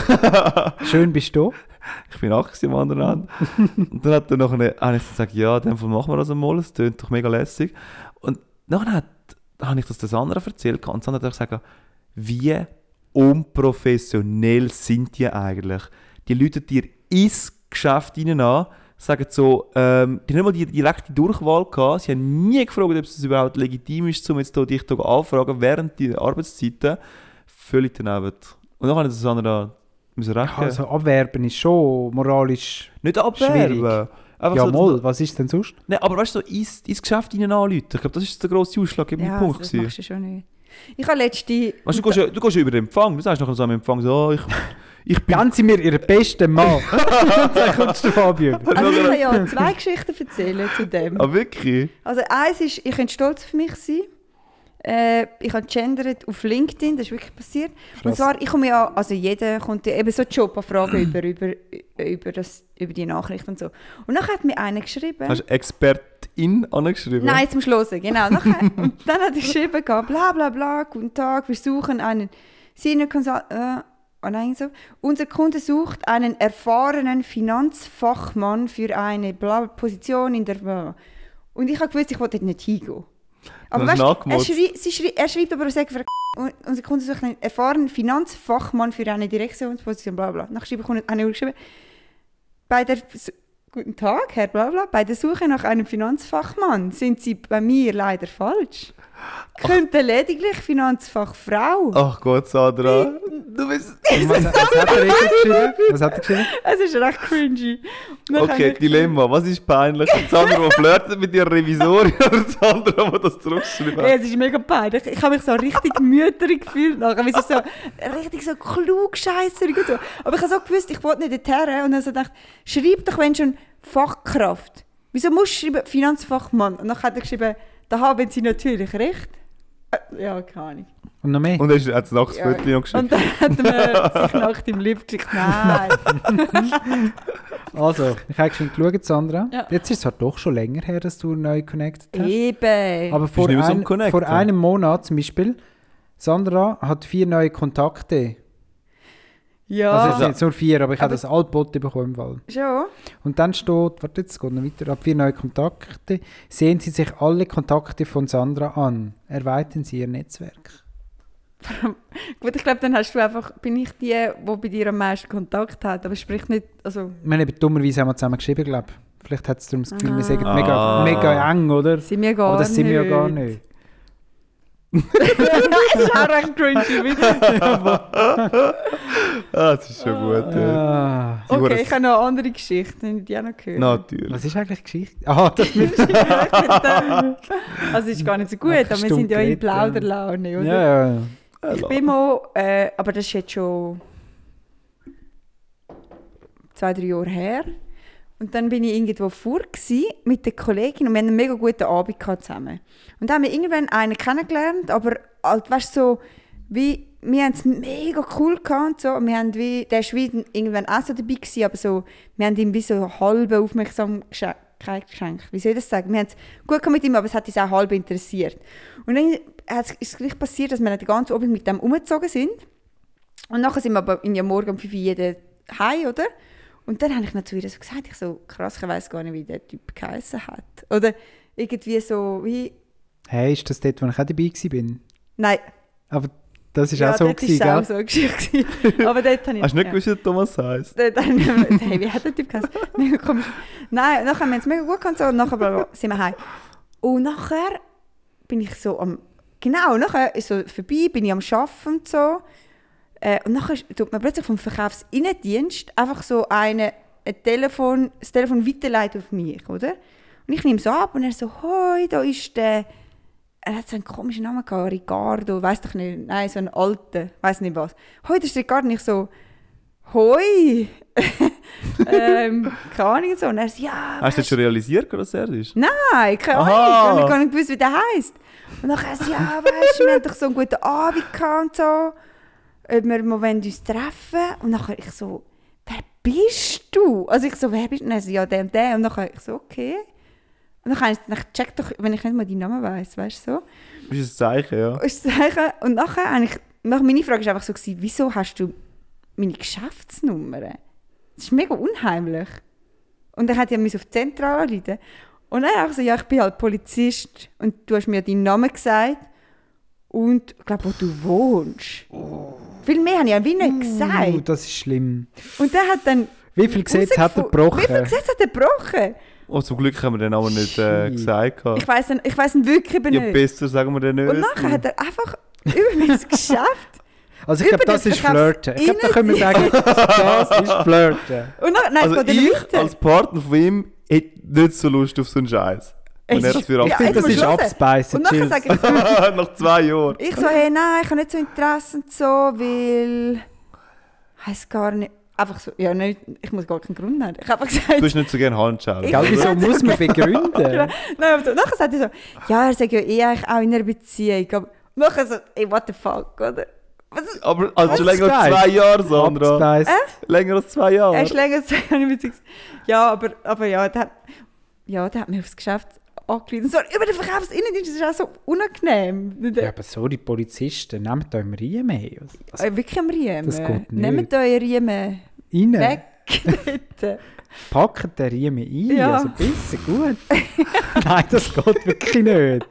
D: Schön bist du.
C: ich bin acht gewesen am anderen Hand. Und dann hat er noch eine, habe ich gesagt, ja, in dem Fall machen wir das einmal, es tönt doch mega lässig. Und dann hat, habe ich das den anderen erzählt gehabt. und Sandra hat auch gesagt, wie unprofessionell sind die eigentlich? Die läuten dir ins Geschäft hinein an, sagen so, ähm, die haben nicht mal die direkte Durchwahl gehabt, sie haben nie gefragt, ob es überhaupt legitim ist, um jetzt hier dich hier anfragen während deiner Arbeitszeiten. Völlig daneben. Und dann habe ich das anderen müssen recht geben.
D: Also abwerben ist schon moralisch.
C: Nicht abwerben.
D: Schwierig.
C: Einfach
D: ja,
C: so,
D: mal. Was ist denn sonst?
C: Nein, aber weißt du, so ins, ins Geschäft hinein anrufen. Ich glaube, das ist der grosse ausschlaggebende
E: Ja, also
C: Punkt.
E: das
C: gewesen.
E: machst du schon nicht. Ich habe letzte...
C: Weißt du, du, gehst, ja- du gehst ja über den Empfang. Du sagst nachher so am Empfang so, oh, ich, ich bin.
D: Geben Sie mir Ihren besten Mann. Und dann kommst du Fabio über.
E: Also ich kann ja zwei Geschichten erzählen zu dem.
C: Ah, wirklich?
E: Also eins ist, ich könnte stolz auf mich sein. Äh, ich habe gendert auf LinkedIn, das ist wirklich passiert. Und
D: Krass.
E: zwar, ich komme ja, also jeder kommt ja eben so Jobanfragen über, über, über, das, über die Nachricht und so. Und dann hat mir einer geschrieben...
C: Hast du Expertin angeschrieben?
E: Nein, jetzt musst du hören, genau. Nachher, und dann hat er geschrieben, gehabt, bla bla bla, guten Tag, wir suchen einen Senior Consult... Äh, oh nein, so. Unser Kunde sucht einen erfahrenen Finanzfachmann für eine bla Position in der... Bla. Und ich habe gewusst, ich wollte dort nicht hingehen. Aber
C: Du hast
E: weißt, du, er,
C: nachgemotzt.
E: schrei sie schrei er schreibt aber, er sagt, ver- und unser Kunde sucht einen erfahrenen Finanzfachmann für eine Direktionsposition, bla bla. Nachher schreibe ich unten- habe ich geschrieben, bei der S- Guten Tag, Herr Blabla. Bei der Suche nach einem Finanzfachmann sind Sie bei mir leider falsch. Könnte lediglich Finanzfachfrau.
C: Ach Gott, Oh, Sandra. Du bist.
D: Was, was hat er jetzt geschrieben? Was hat er geschrieben?
E: Es ist recht cringy. Und dann habe
C: Okay,
E: ich-
C: Dilemma. Was ist peinlich? Die Sandra, die flirtet mit ihrer Revisorin oder die Sandra, die das zurückschreibt?
E: Ja, es ist mega peinlich. Ich habe mich so richtig mütterig gefühlt. Nachher, weil es so richtig so klugscheisserig und so. Aber ich habe so gewusst, ich wollte nicht dorthin. Und dann habe ich so gedacht, schreib doch, wenn schon, Fachkraft. Wieso musst du schreiben, Finanzfachmann? Und dann hat er geschrieben, da haben Sie natürlich recht. Äh, Ja, keine Ahnung.
D: Und noch mehr?
C: Und hast du- hat sie nachts
E: Ja.
C: das Foto noch geschickt?
E: Und dann hat man sich nackt im Lift geschickt. Nein.
D: Also, ich habe schon geschaut, Sandra.
E: Ja.
D: Jetzt ist es halt doch schon länger her, dass du neu connected hast.
E: Eben.
D: Aber vor,
C: nicht mehr so am
D: ein,
C: Connecten.
D: vor einem Monat zum Beispiel, Sandra hat vier neue Kontakte.
E: ja.
D: Also es sind jetzt nur vier, aber ich habe
E: Aber-
D: das Altbote bekommen im Fall.
E: schon.
D: Und dann steht, warte, jetzt geht noch weiter, ab vier neue Kontakte, sehen Sie sich alle Kontakte von Sandra an. Erweitern Sie Ihr Netzwerk.
E: Gut, ich glaube, dann hast du einfach, bin ich die, die bei dir am meisten Kontakt hat. Aber sprich nicht, also,
D: Wir haben dummerweise auch mal zusammen geschrieben, glaube ich. Vielleicht hat es darum das Gefühl, wir sind
C: Ah.
D: mega, mega eng, oder?
E: sind wir gar
D: Aber Oh, das sind wir ja gar nicht.
E: das ist auch recht cringy, wieder.
C: Ah, das ist schon gut. ja.
D: Ah.
C: Die
E: Okay,
C: Hure-
E: ich habe noch eine andere Geschichte, habe ich die auch noch gehört.
C: Natürlich.
D: Was ist eigentlich Geschichte? Aha, das
E: also ist gar nicht so gut,
D: Ach,
E: aber wir sind ja in
D: stumm geredet, ja.
E: Plauderlaune,
D: ja,
E: oder?
D: ja.
E: Ich
C: Also.
E: bin mal, äh, aber das ist jetzt schon zwei, drei Jahre her. Und dann bin ich irgendwo vor gsi mit der Kollegin und wir hatten einen mega guten Abend gehabt zusammen. Und dann haben wir irgendwann einen kennengelernt, aber halt, weißt du, so, wie, wir haben es mega cool gehabt und so. Und wir haben wie, der war wie irgendwann auch so dabei gewesen, aber so, wir haben ihm wie so halbe Aufmerksamkeit geschenkt. Wie soll ich das sagen? Wir haben es gut gehabt mit ihm, aber es hat uns auch halb interessiert. Und dann hat's- ist es gleich passiert, dass wir den ganzen Abend mit dem umgezogen sind. Und nachher sind wir aber in ja morgen um 5 Uhr jeden heim, oder? Und dann habe ich noch zu ihr so gesagt, ich so, krass, ich weiß gar nicht, wie der Typ geheißen hat. Oder irgendwie so, wie,
D: Hey, ist das dort, wo ich auch dabei war?
E: nein,
D: Aber das war auch
E: ja,
D: so,
E: dort
D: gewesen, gell?
E: war es auch so eine Geschichte. gewesen. aber dort habe ich...
C: Hast du nicht
E: ja.
C: gewusst, wie der Thomas heißt?
E: Dort habe ich nicht mehr- hey, wie hat der Typ geheißen? Mega komisch. Nein, und nachher haben wir es mega gut gehabt und so, und nachher bla, bla, sind wir heim. Und nachher bin ich so am... Genau, nachher ist so vorbei, bin ich am Arbeiten und so. Äh, und nachher tut mir plötzlich vom Verkaufsinnendienst einfach so eine, ein Telefon, das Telefon weiterleitet auf mich, oder? Und ich nehme es ab und er so, hoi, da ist der... Er hat so einen komischen Namen gehabt, Ricardo, weiß doch nicht, nein, so einen alten, weiß nicht was. Hoi, das ist Ricardo, und ich so... Hoi! ähm, keine Ahnung und so. Und er so, ja,
C: Hast du das
E: weißt-
C: schon realisiert, dass er ist?
E: Nein, keine Ahnung.
C: Aha.
E: Ich habe gar nicht gewusst, wie der heisst. Und dann er so, ja, weißt du, wir haben doch so einen guten Abend gehabt und so. Ob wir mal wollen uns treffen Und dann ich so, wer bist du? Also ich so, wer bist du? Und er so, ja, der und der. Und dann ich so, okay. Und dann habe ich dann check doch, wenn ich nicht mal deinen Namen weiss, weißt du so.
C: Ist ein Zeichen, ja.
E: Ist das Zeichen. Und nachher habe ich, nach meine Frage war einfach so, gewesen, wieso hast du meine Geschäftsnummer? Das ist mega unheimlich. Und dann hat er mich auf die Zentrale leiden. Und dann habe ich so, ja, ich bin halt Polizist und du hast mir deinen Namen gesagt und ich glaube, wo du wohnst.
C: Oh.
E: Viel mehr habe ich ja wie nicht
D: Uh,
E: gesagt.
D: das ist schlimm.
E: Und der hat dann...
D: Wie viel Gesetze hat er
E: herausgefo- Wie viel
D: gebrochen?
E: Gesetze hat er gebrochen?
C: Oh, zum Glück haben wir den Namen nicht äh,
D: Shit.
C: gesagt.
E: Ich weiss ihn- ich weiss ihn wirklich eben
C: Ja,
E: nicht.
C: besser sagen wir den nicht.
E: Und nachher hat er einfach über mein Geschäft
D: Also ich glaube,
E: Über
D: das
E: den
D: ist Flirten. Ich glaube, da können wir sagen,
E: Verkaufs-
D: das ist Flirten.
E: Und nachher, nein,
C: also
E: es geht
C: ich
E: nicht weiter.
C: als Partner von ihm hätte nicht so Lust auf so einen Scheiß.
E: Es
C: Wenn er das
E: ist-
C: für
E: Ja,
D: Ich
C: ab
D: finde,
E: jetzt
D: das
E: musst
D: ist
E: du hören.
D: abspeisen.
E: Und nachher
D: Chills.
E: sage ich, so-
C: nach zwei Jahren.
E: ich so, hey, nein, ich habe nicht so Interesse und so, weil... Heißt gar nicht... Einfach so, ja, nicht, ich muss gar keinen Grund haben. Ich habe einfach gesagt...
C: Du hast nicht so gerne Handschellen.
E: Ich-
D: Gell,
C: oder?
D: wieso muss man
E: Genau.
D: begründen?
E: Nein, aber so, nachher sagt er so, ja, er sagt ja eh eigentlich auch in einer Beziehung, aber... Nachher so, ey, what the fuck, oder? Was,
C: Aber also schon
D: Abspeist.
C: länger als zwei Jahre, Sandra.
D: Abspeisen.
C: Länger als zwei Jahre.
E: er ist länger als eine Beziehung. Ja, aber, aber ja, der hat... Ja, der hat mich aufs Geschäft angeleitet. Und So, über den Verkaufsinnendienst ist das auch so unangenehm. Nicht?
D: Ja, aber sorry, Polizisten, nehmt da im Riemen her. Also, also,
E: Äh, wirklich am Riemen.
D: Das geht nicht.
E: Nehmt euren Riemen
D: rein,
E: weg. dort.
D: packt den Riemen ein,
E: Ja.
D: also bisschen gut. Nein, das geht wirklich nicht.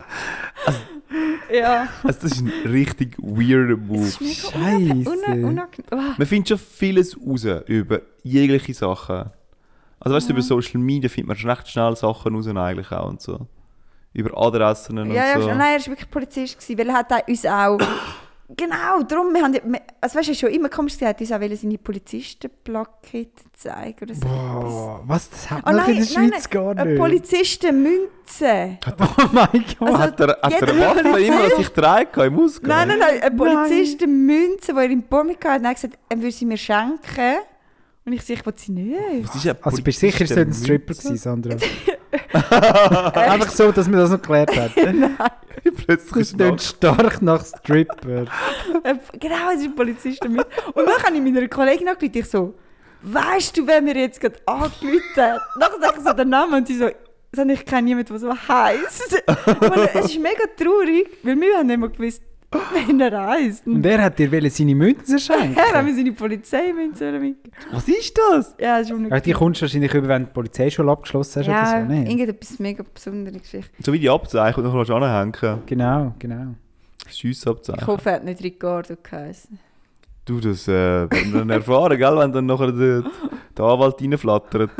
E: ja.
C: Also, das ist ein richtig weirder
E: Es ist
C: Move.
E: mega unange-
D: Scheisse.
E: una- unangenehm. Ah,
C: Man findet schon vieles raus über jegliche Sachen. Also weißt du, über Social Media findet man schon recht schnell Sachen raus eigentlich auch und so. Über Adressen und
E: Ja, ja,
C: so.
E: nein, er war wirklich Polizist, gewesen, weil er hat auch uns auch... genau, darum, wir haben... ja- wir- Also weißt du, es ist schon immer komisch, er hat uns auch wollen seine Polizistenplakette zeigen oder so etwas.
D: Boah, was, das hat
E: Oh
D: man doch
E: nein,
D: in der
E: nein,
D: Schweiz
E: nein, äh,
D: gar
E: eine
D: nicht.
E: Polizistenmünze.
D: oh mein Gott.
E: Also-
C: hat er, hat er eine
E: Jeder-
C: Waffe immer an sich getragen im Ausgang?
E: Nein, nein, nein, eine
D: Nein.
E: Polizistenmünze, die er im Pommes hatte. Und er hat gesagt, er würde sie mir schenken. Und ich sage, ich will sie nicht.
C: Was ist eine
D: also bist du sicher, es sollte ein Stripper
C: Polizistin-
D: sein, Sandra? Einfach so, dass man das noch geklärt hat.
C: Plötzlich
D: Das
C: ist es
D: klingt stark nach Stripper.
E: Äh, genau, es ist ein Polizist damit. Und dann habe ich meiner Kollegin angerufen, ich so, weißt du, wer mir jetzt gerade angerufen hat? Nachher sage ich so den Namen und sie so, sondern ich kenne niemanden, der so heisst. Und es ist mega traurig, weil wir haben nicht mehr gewusst, wen er heisst.
D: Und
E: Und
D: er hat dir wollen seine Münzen schenken?
E: dann haben wir seine Polizeimünze mitgegeben.
C: Was ist das?
E: Ja, das ist
D: Ja, die
E: unangenehm.
D: kommst du wahrscheinlich über, wenn du die Polizeischule abgeschlossen hast
E: Ja,
D: oder so, ne? nicht?
E: irgendetwas mega besonderes Geschichte.
C: So wie die Abzeichen, und dann kannst du anhängen.
D: Genau, genau.
E: Ich
C: Schiessabzeichen.
E: hoffe, er hat nicht Ricardo geheißen.
C: Du, das äh, werden wir dann erfahren, gell, wenn dann nachher der, der Anwalt reinflattert.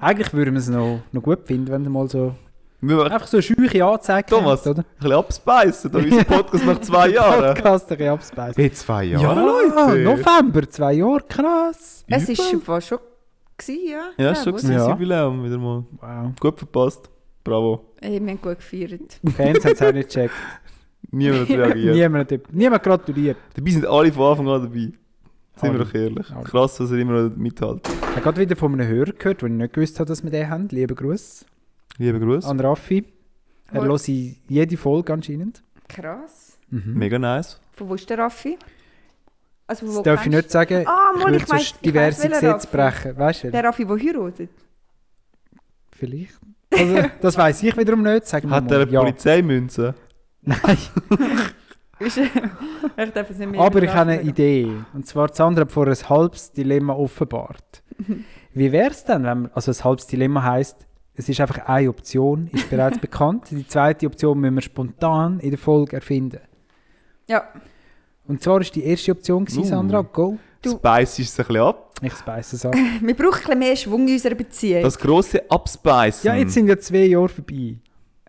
D: Eigentlich würden wir es noch, noch gut finden, wenn du mal so...
C: Wir müssen ein
D: Einfach so eine scheuche Anzeige
C: Thomas,
D: hättest, oder?
C: bisschen abspeisen, da unser Podcast nach zwei Jahren.
D: Podcast ein bisschen abspeisen.
C: Hey, zwei Jahre,
D: Ja,
C: Leute!
D: November, zwei Jahre, krass.
E: Es ist
C: Übel.
E: im Fall schon, gewesen, ja.
C: Ja, ist schon
E: gut.
C: gewesen,
D: Ja.
C: das Jubiläum wieder mal.
D: Wow.
C: Gut verpasst. Bravo.
E: Ey, Wir haben gut gefeiert.
D: Die Fans haben es auch nicht gecheckt.
C: Niemand hat reagiert.
D: Niemand, hat- niemand gratuliert.
C: Dabei sind alle von Anfang an dabei. Sind wir
D: Alle.
C: doch ehrlich.
D: Alle.
C: Krass, was er immer noch mithält.
D: Ich habe gerade wieder von einem Hörer gehört, wo ich nicht gewusst habe, dass wir den haben. Lieber Gruß
C: Lieber Gruß.
D: an Raffi. Er
E: Hoi.
D: hört jede Folge anscheinend.
E: Krass.
D: Mhm.
C: Mega nice.
E: Von wo ist der Raffi? Also, von
D: Das darf ich
E: kennst
D: nicht sagen.
E: du- Ah,
D: Ich
E: mal,
D: würde
E: ich
D: sonst
E: weiß,
D: diverse
E: ich weiss, welcher
D: Gesetze brechen. Weißt
E: Raffi.
D: du,
E: Der Raffi, der heiratet.
D: vielleicht. Also, das weiß ich wiederum nicht. Sagen wir
C: Hat
D: mal.
C: er eine
D: ja.
C: Polizeimünze?
D: Nein.
E: Bist du- ich darf es nicht mehr
D: Aber ich habe eine
E: sagen.
D: Idee. Und zwar, Sandra hat vorher ein halbes Dilemma offenbart. Wie wäre es denn, wenn man, also ein halbes Dilemma heisst, es ist einfach eine Option, ist bereits bekannt. Die zweite Option müssen wir spontan in der Folge erfinden.
E: Ja.
D: Und zwar ist die erste Option, gewesen,
C: Uh.
D: Sandra, go.
E: Du-
C: Spice ist es ein bisschen ab.
D: Ich speise es ab.
E: Wir brauchen ein bisschen mehr Schwung in unserer Beziehung.
C: Das grosse Abspeisen.
D: Ja, jetzt sind ja zwei Jahre vorbei.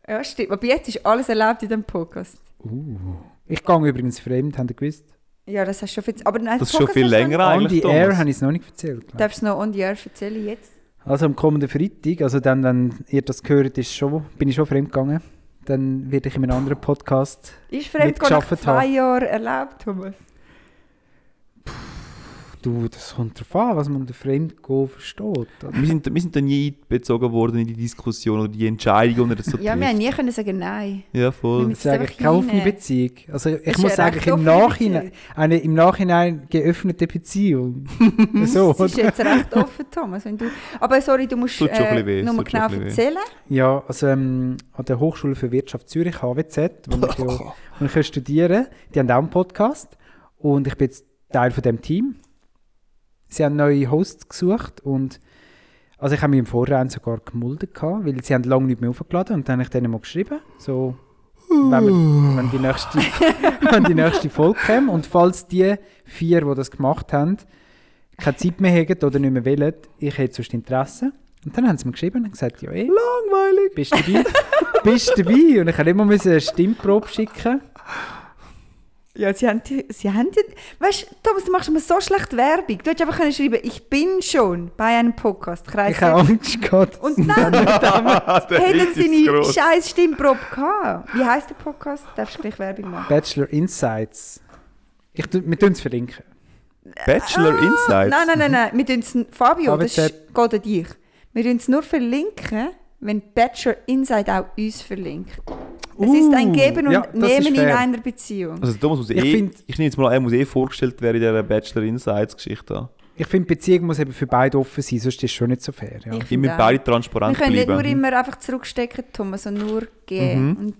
E: ja, stimmt. Aber jetzt ist alles erlaubt in diesem Podcast.
C: Uh.
D: Ich gehe übrigens fremd, habt ihr gewusst?
E: Ja, das hast du schon viel. Aber nein,
C: das ist
E: den
C: schon
E: Podcast
C: viel
E: hast du noch
C: länger
E: nicht-
D: On
C: eigentlich,
D: the Air
C: Thomas.
D: habe ich es noch nicht erzählt. glaub.
E: Darfst du noch on the air erzählen jetzt?
D: Also am kommenden Freitag, also dann, wenn ihr das gehört, ist schon, bin ich schon fremd gegangen. Dann werde ich in einem anderen Podcast
E: Ist
D: Nicht
E: Fremdgehen nach
D: geschafft
E: zwei
D: haben.
E: Jahren erlaubt, Thomas?
D: Du, das kommt drauf an, was man unter Fremdgehen versteht.
C: Wir sind, wir sind da nie einbezogen worden in die Diskussion oder die Entscheidung, die er das so
E: Ja, wir haben
C: trifft.
E: nie können sagen nein.
C: Ja,
E: Wir
C: voll.
E: müssen
D: Das
E: es
D: ist eigentlich
E: einfach
D: keine offene
E: hinein.
D: Beziehung. Also ich
E: ist
D: muss
E: eine
D: sagen,
E: recht
D: im
E: offene
D: Nachhinein, eine im Nachhinein geöffnete Beziehung. so,
E: Das ist
D: oder?
E: jetzt recht offen, Thomas. Wenn du, aber sorry, du musst
C: Tut schon ein bisschen weh,
E: äh, nochmal
C: tut schon
E: genau
C: ein bisschen
E: erzählen.
D: Ja, also ähm, an der Hochschule für Wirtschaft Zürich, HWZ, wo ich, ja, wo ich ja studiere, die haben auch einen Podcast und ich bin jetzt Teil von dem Team. Sie haben neue Hosts gesucht und also ich habe mich im Vorrein sogar gemuldet, gehabt, weil sie haben lange nicht mehr aufgeladen und dann habe ich denen mal geschrieben, so wenn, wir, wenn, die nächste, wenn die nächste Folge kommt und falls die vier, die das gemacht haben, keine Zeit mehr haben oder nicht mehr wollen, ich hätte sonst Interesse. Und dann haben sie mir geschrieben und gesagt, ja eh,
C: Langweilig.
D: bist du dabei? bist du dabei? Und ich habe immer müssen eine Stimmprobe schicken.
E: Ja, sie haben, die- sie haben die, weißt, du, Thomas, du machst mir so schlecht Werbung. Du hättest einfach können schreiben, ich bin schon bei einem Podcast. Kreis
D: Ich habe Angst gehabt.
E: und dann
C: Der
E: hätten
C: Hit ist
E: sie eine
C: gross.
E: scheiß Stimmprobe gehabt. Wie heisst der Podcast? Darfst du gleich Werbung machen?
D: Bachelor Insights. Ich, tu- wir tun es verlinken.
C: Bachelor Insights.
E: Ah, Nein, nein, nein, nein. Wir tun's, Fabio,
D: AWZ.
E: das ist- geht an dich. Wir tun es nur verlinken, wenn Bachelor Inside auch uns verlinkt. Es ist ein
D: Uh,
E: Geben und
D: ja, das ist
E: Nehmen in
D: fair.
E: einer Beziehung.
C: Also Thomas muss
D: Ich
C: eh,
D: find-
C: ich nehme jetzt mal an, er muss eh vorgestellt werden in dieser Bachelor Insights Geschichte. an.
D: Ich finde, Beziehung muss eben für beide offen sein, sonst ist es schon nicht so fair. Ja.
E: Ich
C: Wir
E: finde
C: müssen
E: auch.
C: beide
E: wir
C: transparent
E: können nicht nur
C: bleiben.
E: immer einfach zurückstecken, Thomas, und nur geben.
D: Mhm.
E: Und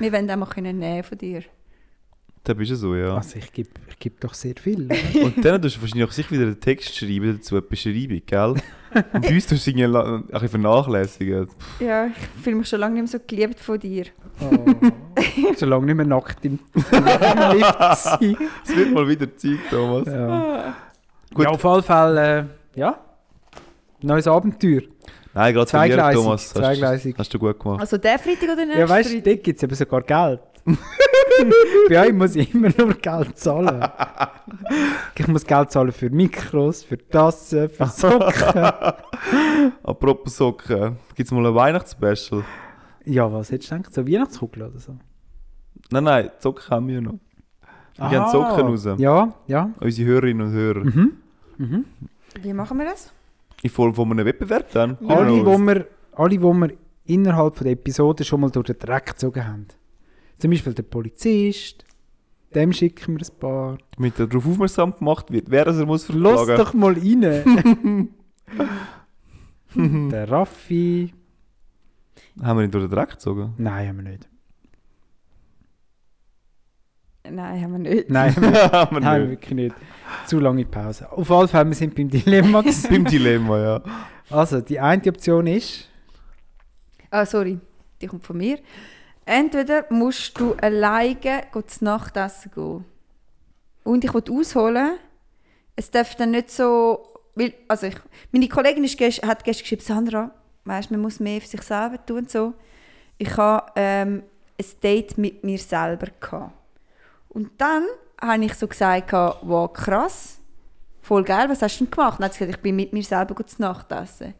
E: wir wollen auch mal können nehmen von dir.
C: Da bist du so, ja.
D: Also ich gebe ich geb doch sehr viel.
C: Und dann tust du wahrscheinlich auch sicher wieder einen Text schreiben dazu, eine Beschreibung, gell? Und bei uns tust du es irgendwie la- ein bisschen vernachlässigen.
E: Ja, ich fühle mich schon lange nicht mehr so geliebt von dir.
D: Oh. Schon lange nicht mehr nackt im, im Lift sein.
C: Es wird mal wieder Zeit, Thomas.
D: Ja.
E: Ah.
C: Gut.
D: ja, auf alle Fälle, äh, ja. Neues Abenteuer.
C: Nein, gerade von dir,
D: Zweigleisig,
C: Thomas. Hast, du-
D: zweigleisig.
C: hast du gut gemacht.
E: Also der Freitag oder nächsten
D: Ja, weißt du,
E: Freitag?
D: dort gibt es eben sogar Geld. Bei euch muss ich immer nur Geld zahlen. Ich muss Geld zahlen für Mikros, für Tassen, für Socken.
C: Apropos Socken, gibt es mal ein Weihnachtsspecial?
D: ja, was hättest du gedacht? So Weihnachtskugel oder so?
C: Nein, nein, die Socken haben wir noch. Wir haben Socken raus.
D: Ah. Ja, Mhm. ja.
C: Unsere Hörerinnen und Hörer.
E: Wie machen wir das?
C: In Form von einem Wettbewerb dann?
D: Alle, wo wir, alle, wo wir innerhalb von der Episode schon mal durch den Dreck gezogen haben. Zum Beispiel der Polizist. Dem schicken wir ein paar.
C: Damit er darauf aufmerksam gemacht wird, wer das er muss
D: Lass
C: verklagen.
D: doch mal rein. der Raffi.
C: Haben wir ihn durch den Dreck gezogen?
D: Nein, haben wir nicht.
E: Nein, haben wir nicht.
D: Nein,
C: haben wir
D: Nein,
C: nicht.
D: wirklich nicht. Zu lange Pause. Auf alle Fälle, wir sind beim Dilemma. gewesen.
C: Beim Dilemma, ja.
D: also, die eine Option ist,
E: Ah, sorry, die kommt von mir. Entweder musst du alleine gehen zu Nacht essen gehen. Und ich wollte ausholen. Es darf dann nicht so. Weil, also ich, meine Kollegin ist gest, hat gestern geschrieben, Sandra, weißt, man muss mehr für sich selber tun und so. Ich habe ähm, ein Date mit mir selber gehabt. Und dann habe ich so gesagt, gehabt, wow, krass, voll geil, was hast du denn gemacht? Dann hat sie gesagt, ich bin mit mir selber gut zu Nacht essen.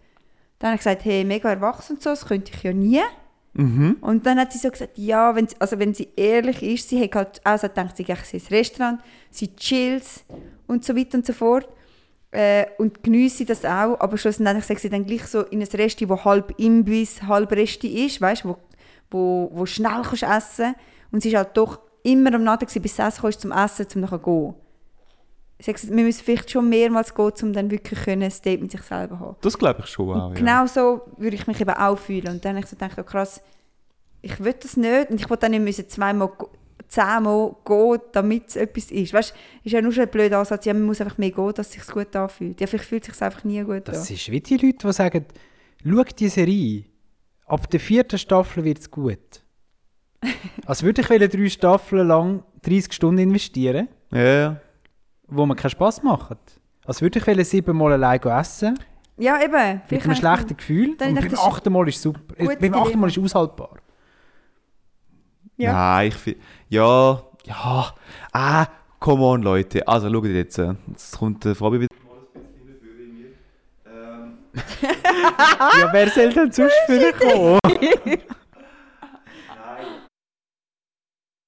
E: Dann habe ich gesagt, hey, mega erwachsen und so, das könnte ich ja nie. Und dann hat sie so gesagt, ja, wenn sie, also wenn sie ehrlich ist, sie hat halt auch also denkt sie geht ins Restaurant, sie chills und so weiter und so fort. Äh, und genieße das auch, aber schlussendlich sagt sie dann gleich so in ein Resti, wo halb Imbiss, halb Resti ist, weißt, wo, wo, wo schnell kannst essen Und sie war halt doch immer am Nachmittag, gewesen, bis sie essen kannst, zum Essen, zum nachher gehen. Sie hat gesagt, wir müssen vielleicht schon mehrmals gehen, um dann wirklich können, ein Date mit sich selber zu haben.
C: Das glaube ich schon auch, ja.
E: Genau so würde ich mich eben auch fühlen. Und dann habe ich so gedacht, oh krass, ich will das nicht und ich will dann nicht müssen zweimal go- zehnmal gehen, damit es etwas ist. Weißt ist ja nur schon ein blöder Ansatz. Ja, man muss einfach mehr gehen, dass es sich gut anfühlt. Ja, vielleicht fühlt es sich einfach nie gut
D: Das
E: an.
D: ist wie die Leute, die sagen, schau die Serie, ab der vierten Staffel wird es gut. Als würde ich wollen, drei Staffeln lang 30 Stunden investieren,
C: Ja, ja.
D: wo mir keinen Spass machen. Als würde ich wollen, siebenmal allein gehen essen,
E: Ja, eben.
D: mit
E: Vielleicht
D: einem
E: habe ich-
D: schlechten Gefühl.
E: Dann
D: Und
E: dachte
D: beim
E: ich, das ist
D: achten Mal ist es super. Äh,
E: gutes
D: Beim achten Mal
E: Dilemma.
D: ist es aushaltbar.
E: Ja.
C: Nein, ich finde. Ja, ja. Ah, come on, Leute. Also, schaut jetzt. äh, Jetzt kommt der Fabi wieder.
D: Ja, Ah! wer soll denn sonst für mich kommen?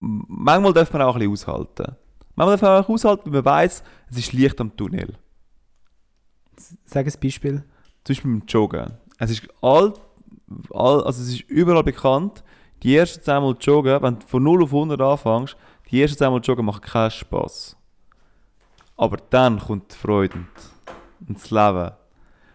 C: M- Manchmal darf man auch ein bisschen aushalten. Manchmal darf man auch aushalten, weil man weiß, es ist Licht am Tunnel.
D: Sag ein Beispiel.
C: zum Beispiel beim Joggen. Es ist, all, all, also es ist überall bekannt, die ersten 10 Mal Joggen, wenn du von 0 auf 100 anfängst, die ersten 10 Mal Joggen machen keinen Spass. Aber dann kommt die Freude und, und das Leben.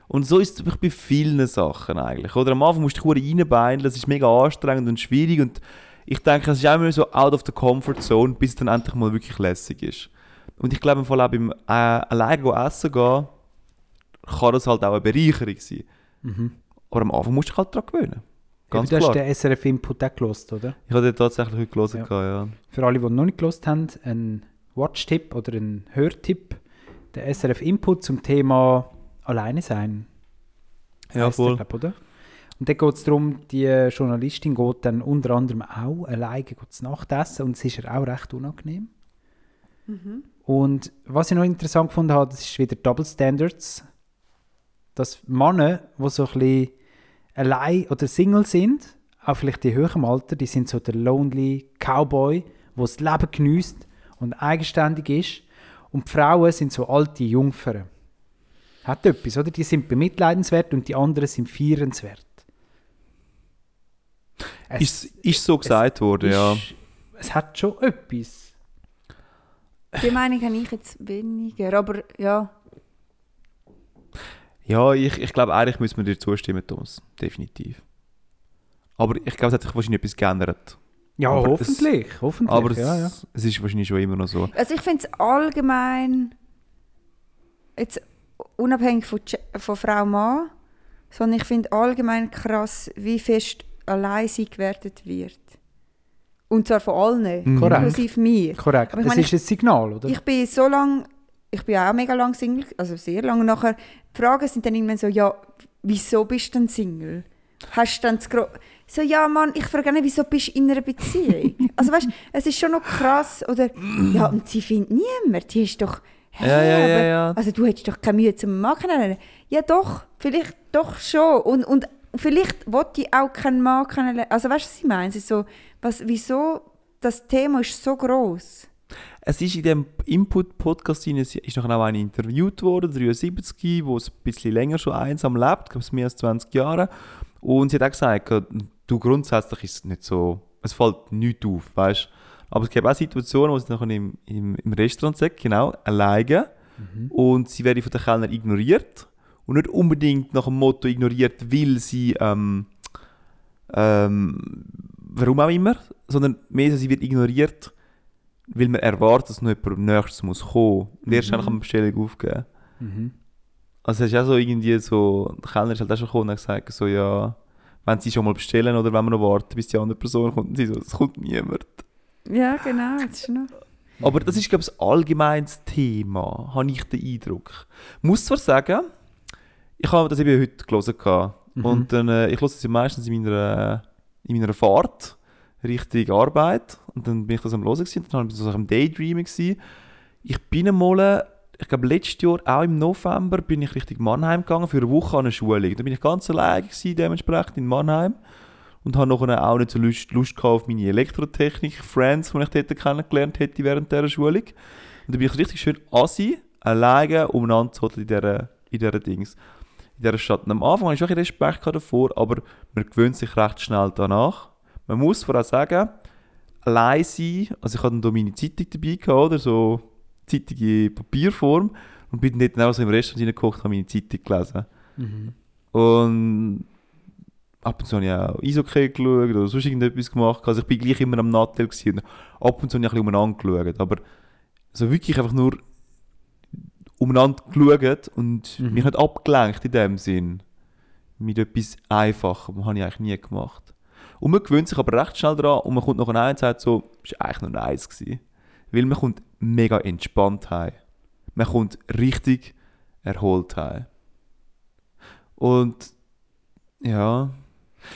C: Und so ist es wirklich bei vielen Sachen eigentlich. Oder am Anfang musst du dich verdammt reinbeindeln, es ist mega anstrengend und schwierig und ich denke, es ist auch immer so out of the comfort zone, bis es dann endlich mal wirklich lässig ist. Und ich glaube, im Fall auch beim äh, alleine essen gehen, kann das halt auch eine Bereicherung sein. Aber am Anfang musst du dich halt daran gewöhnen. Ganz
D: du
C: klar.
D: hast den SRF-Input auch gehört, oder?
C: Ich habe den tatsächlich heute gelesen, ja. ja.
D: Für alle, die noch nicht gelost haben, ein Watch-Tipp oder ein Hörtipp. Der SRF-Input zum Thema Alleine sein.
C: Ja,
D: heisst der,
C: voll.
D: glaub, oder? Und dann geht es darum, die Journalistin geht dann unter anderem auch alleine zu Nacht essen und es ist ihr auch recht unangenehm. Und was ich noch interessant gefunden habe, das ist wieder Double Standards. Dass Männer, die so ein bisschen allein oder Single sind, auch vielleicht in höherem Alter, die sind so der lonely Cowboy, der das Leben genießt und eigenständig ist. Und die Frauen sind so alte Jungfern. Hat etwas, oder? Die sind bemitleidenswert und die anderen sind feierenswert. Es
C: Ist, ist so gesagt worden, ja.
D: ist- Es hat schon etwas.
E: Die Meinung habe ich jetzt weniger. Aber ja,
C: Ja, ich, ich glaube, eigentlich müssen wir dir zustimmen, Thomas. Definitiv. Aber ich glaube, es hat sich wahrscheinlich etwas geändert.
D: Ja,
C: Aber
D: hoffentlich. hoffentlich
C: Aber
D: ja, ja.
C: es, es ist wahrscheinlich schon immer noch so.
E: Also ich finde es allgemein, jetzt unabhängig von, Ge- von Frau Mann, sondern ich finde allgemein krass, wie fest allein sie gewertet wird. Und zwar von allen,
D: Korrekt.
E: inklusive mir.
D: Korrekt.
E: Aber ich
D: es
E: meine,
D: ist ein Signal, oder?
E: Ich bin so lange, ich bin auch mega lang Single, also sehr lange. Und nachher, die Fragen sind dann irgendwann so, ja, wieso bist du denn Single? Hast du dann das Gro So, ja Mann, ich frage nicht, wieso bist du in einer Beziehung? also weißt, es ist schon noch krass, oder, ja, und sie findet niemanden, die ist doch, hä,
C: Ja, ja, ja,
E: aber-
C: ja.
E: also du hättest doch keine Mühe zum Mann kennenlernen. Ja doch, vielleicht doch schon. Und, und vielleicht wollte ich auch keinen Mann kennenlernen. Also weißt du, was ich meine? Es ist so, was, wieso, das Thema ist so groß.
C: Es ist in dem Input-Podcast hinein, es ist nachher auch eine interviewt worden, 73, wo es ein bisschen länger schon einsam lebt, ich glaube es mehr als 20 Jahre. Und sie hat auch gesagt, äh, du grundsätzlich ist es nicht so, es fällt nichts auf, weißt Aber es gibt auch Situationen, wo sie nachher im, im, im Restaurant sagt, genau, alleine. Und sie werden von den Kellner ignoriert. Und nicht unbedingt nach dem Motto ignoriert, weil sie, ähm, ähm, warum auch immer, sondern mehr so, sie wird ignoriert, weil man erwartet, dass noch jemand nächstes muss kommen. Und erst dann kann man die Bestellung aufgeben. Also es ist auch so irgendwie so, der Kellner ist halt auch schon gekommen und hat gesagt so, ja, wenn sie schon mal bestellen oder wenn wir noch warten, bis die andere Person kommt, und sie so, es kommt niemand.
E: Ja, genau. Das ist noch.
C: Aber das ist, glaube ich, das allgemeines Thema, habe ich den Eindruck. Ich muss zwar sagen, ich habe das eben heute gelesen. gehabt. Und dann, äh, ich höre es ja meistens in meiner, äh, in meiner Fahrt, Richtung Arbeit. Und dann bin ich das am Hören gewesen, und dann war ich so am Daydreaming. Gewesen. Ich bin einmal, ich glaube, letztes Jahr, auch im November, bin ich Richtung Mannheim gegangen für eine Woche an eine Schulung. Da bin ich ganz allein gewesen, dementsprechend in Mannheim. Und habe nachher auch nicht so Lust, Lust gehabt auf meine Elektrotechnik-Friends, die ich dort kennengelernt hätte während dieser Schulung. Und da bin ich richtig schön assi, alleine umeinander gezogen in dieser, in dieser Dings, in dieser Stadt. Und am Anfang hatte ich schon ein bisschen Respekt gehabt davor, aber man gewöhnt sich recht schnell danach. Man muss vor allem sagen, allein sein, also ich hatte dann meine Zeitung dabei, gehabt, oder so Zeitung in Papierform, und bin dann auch so im Restaurant reingekocht und habe meine Zeitung gelesen. Und ab und zu habe ich auch Eishockey geschaut oder sonst irgendetwas gemacht. Also ich bin gleich immer am Nattel gewesen. und ab und zu habe ich ein bisschen umeinander geschaut. Aber so wirklich einfach nur umeinander geschaut und
D: Mhm.
C: mich nicht abgelenkt in dem Sinn. Mit etwas Einfachem habe ich eigentlich nie gemacht. Und man gewöhnt sich aber recht schnell daran und man kommt nachher heim und sagt so, es war eigentlich nur nice. Gewesen. Weil man kommt mega entspannt heim. Man kommt richtig erholt heim. Und ja,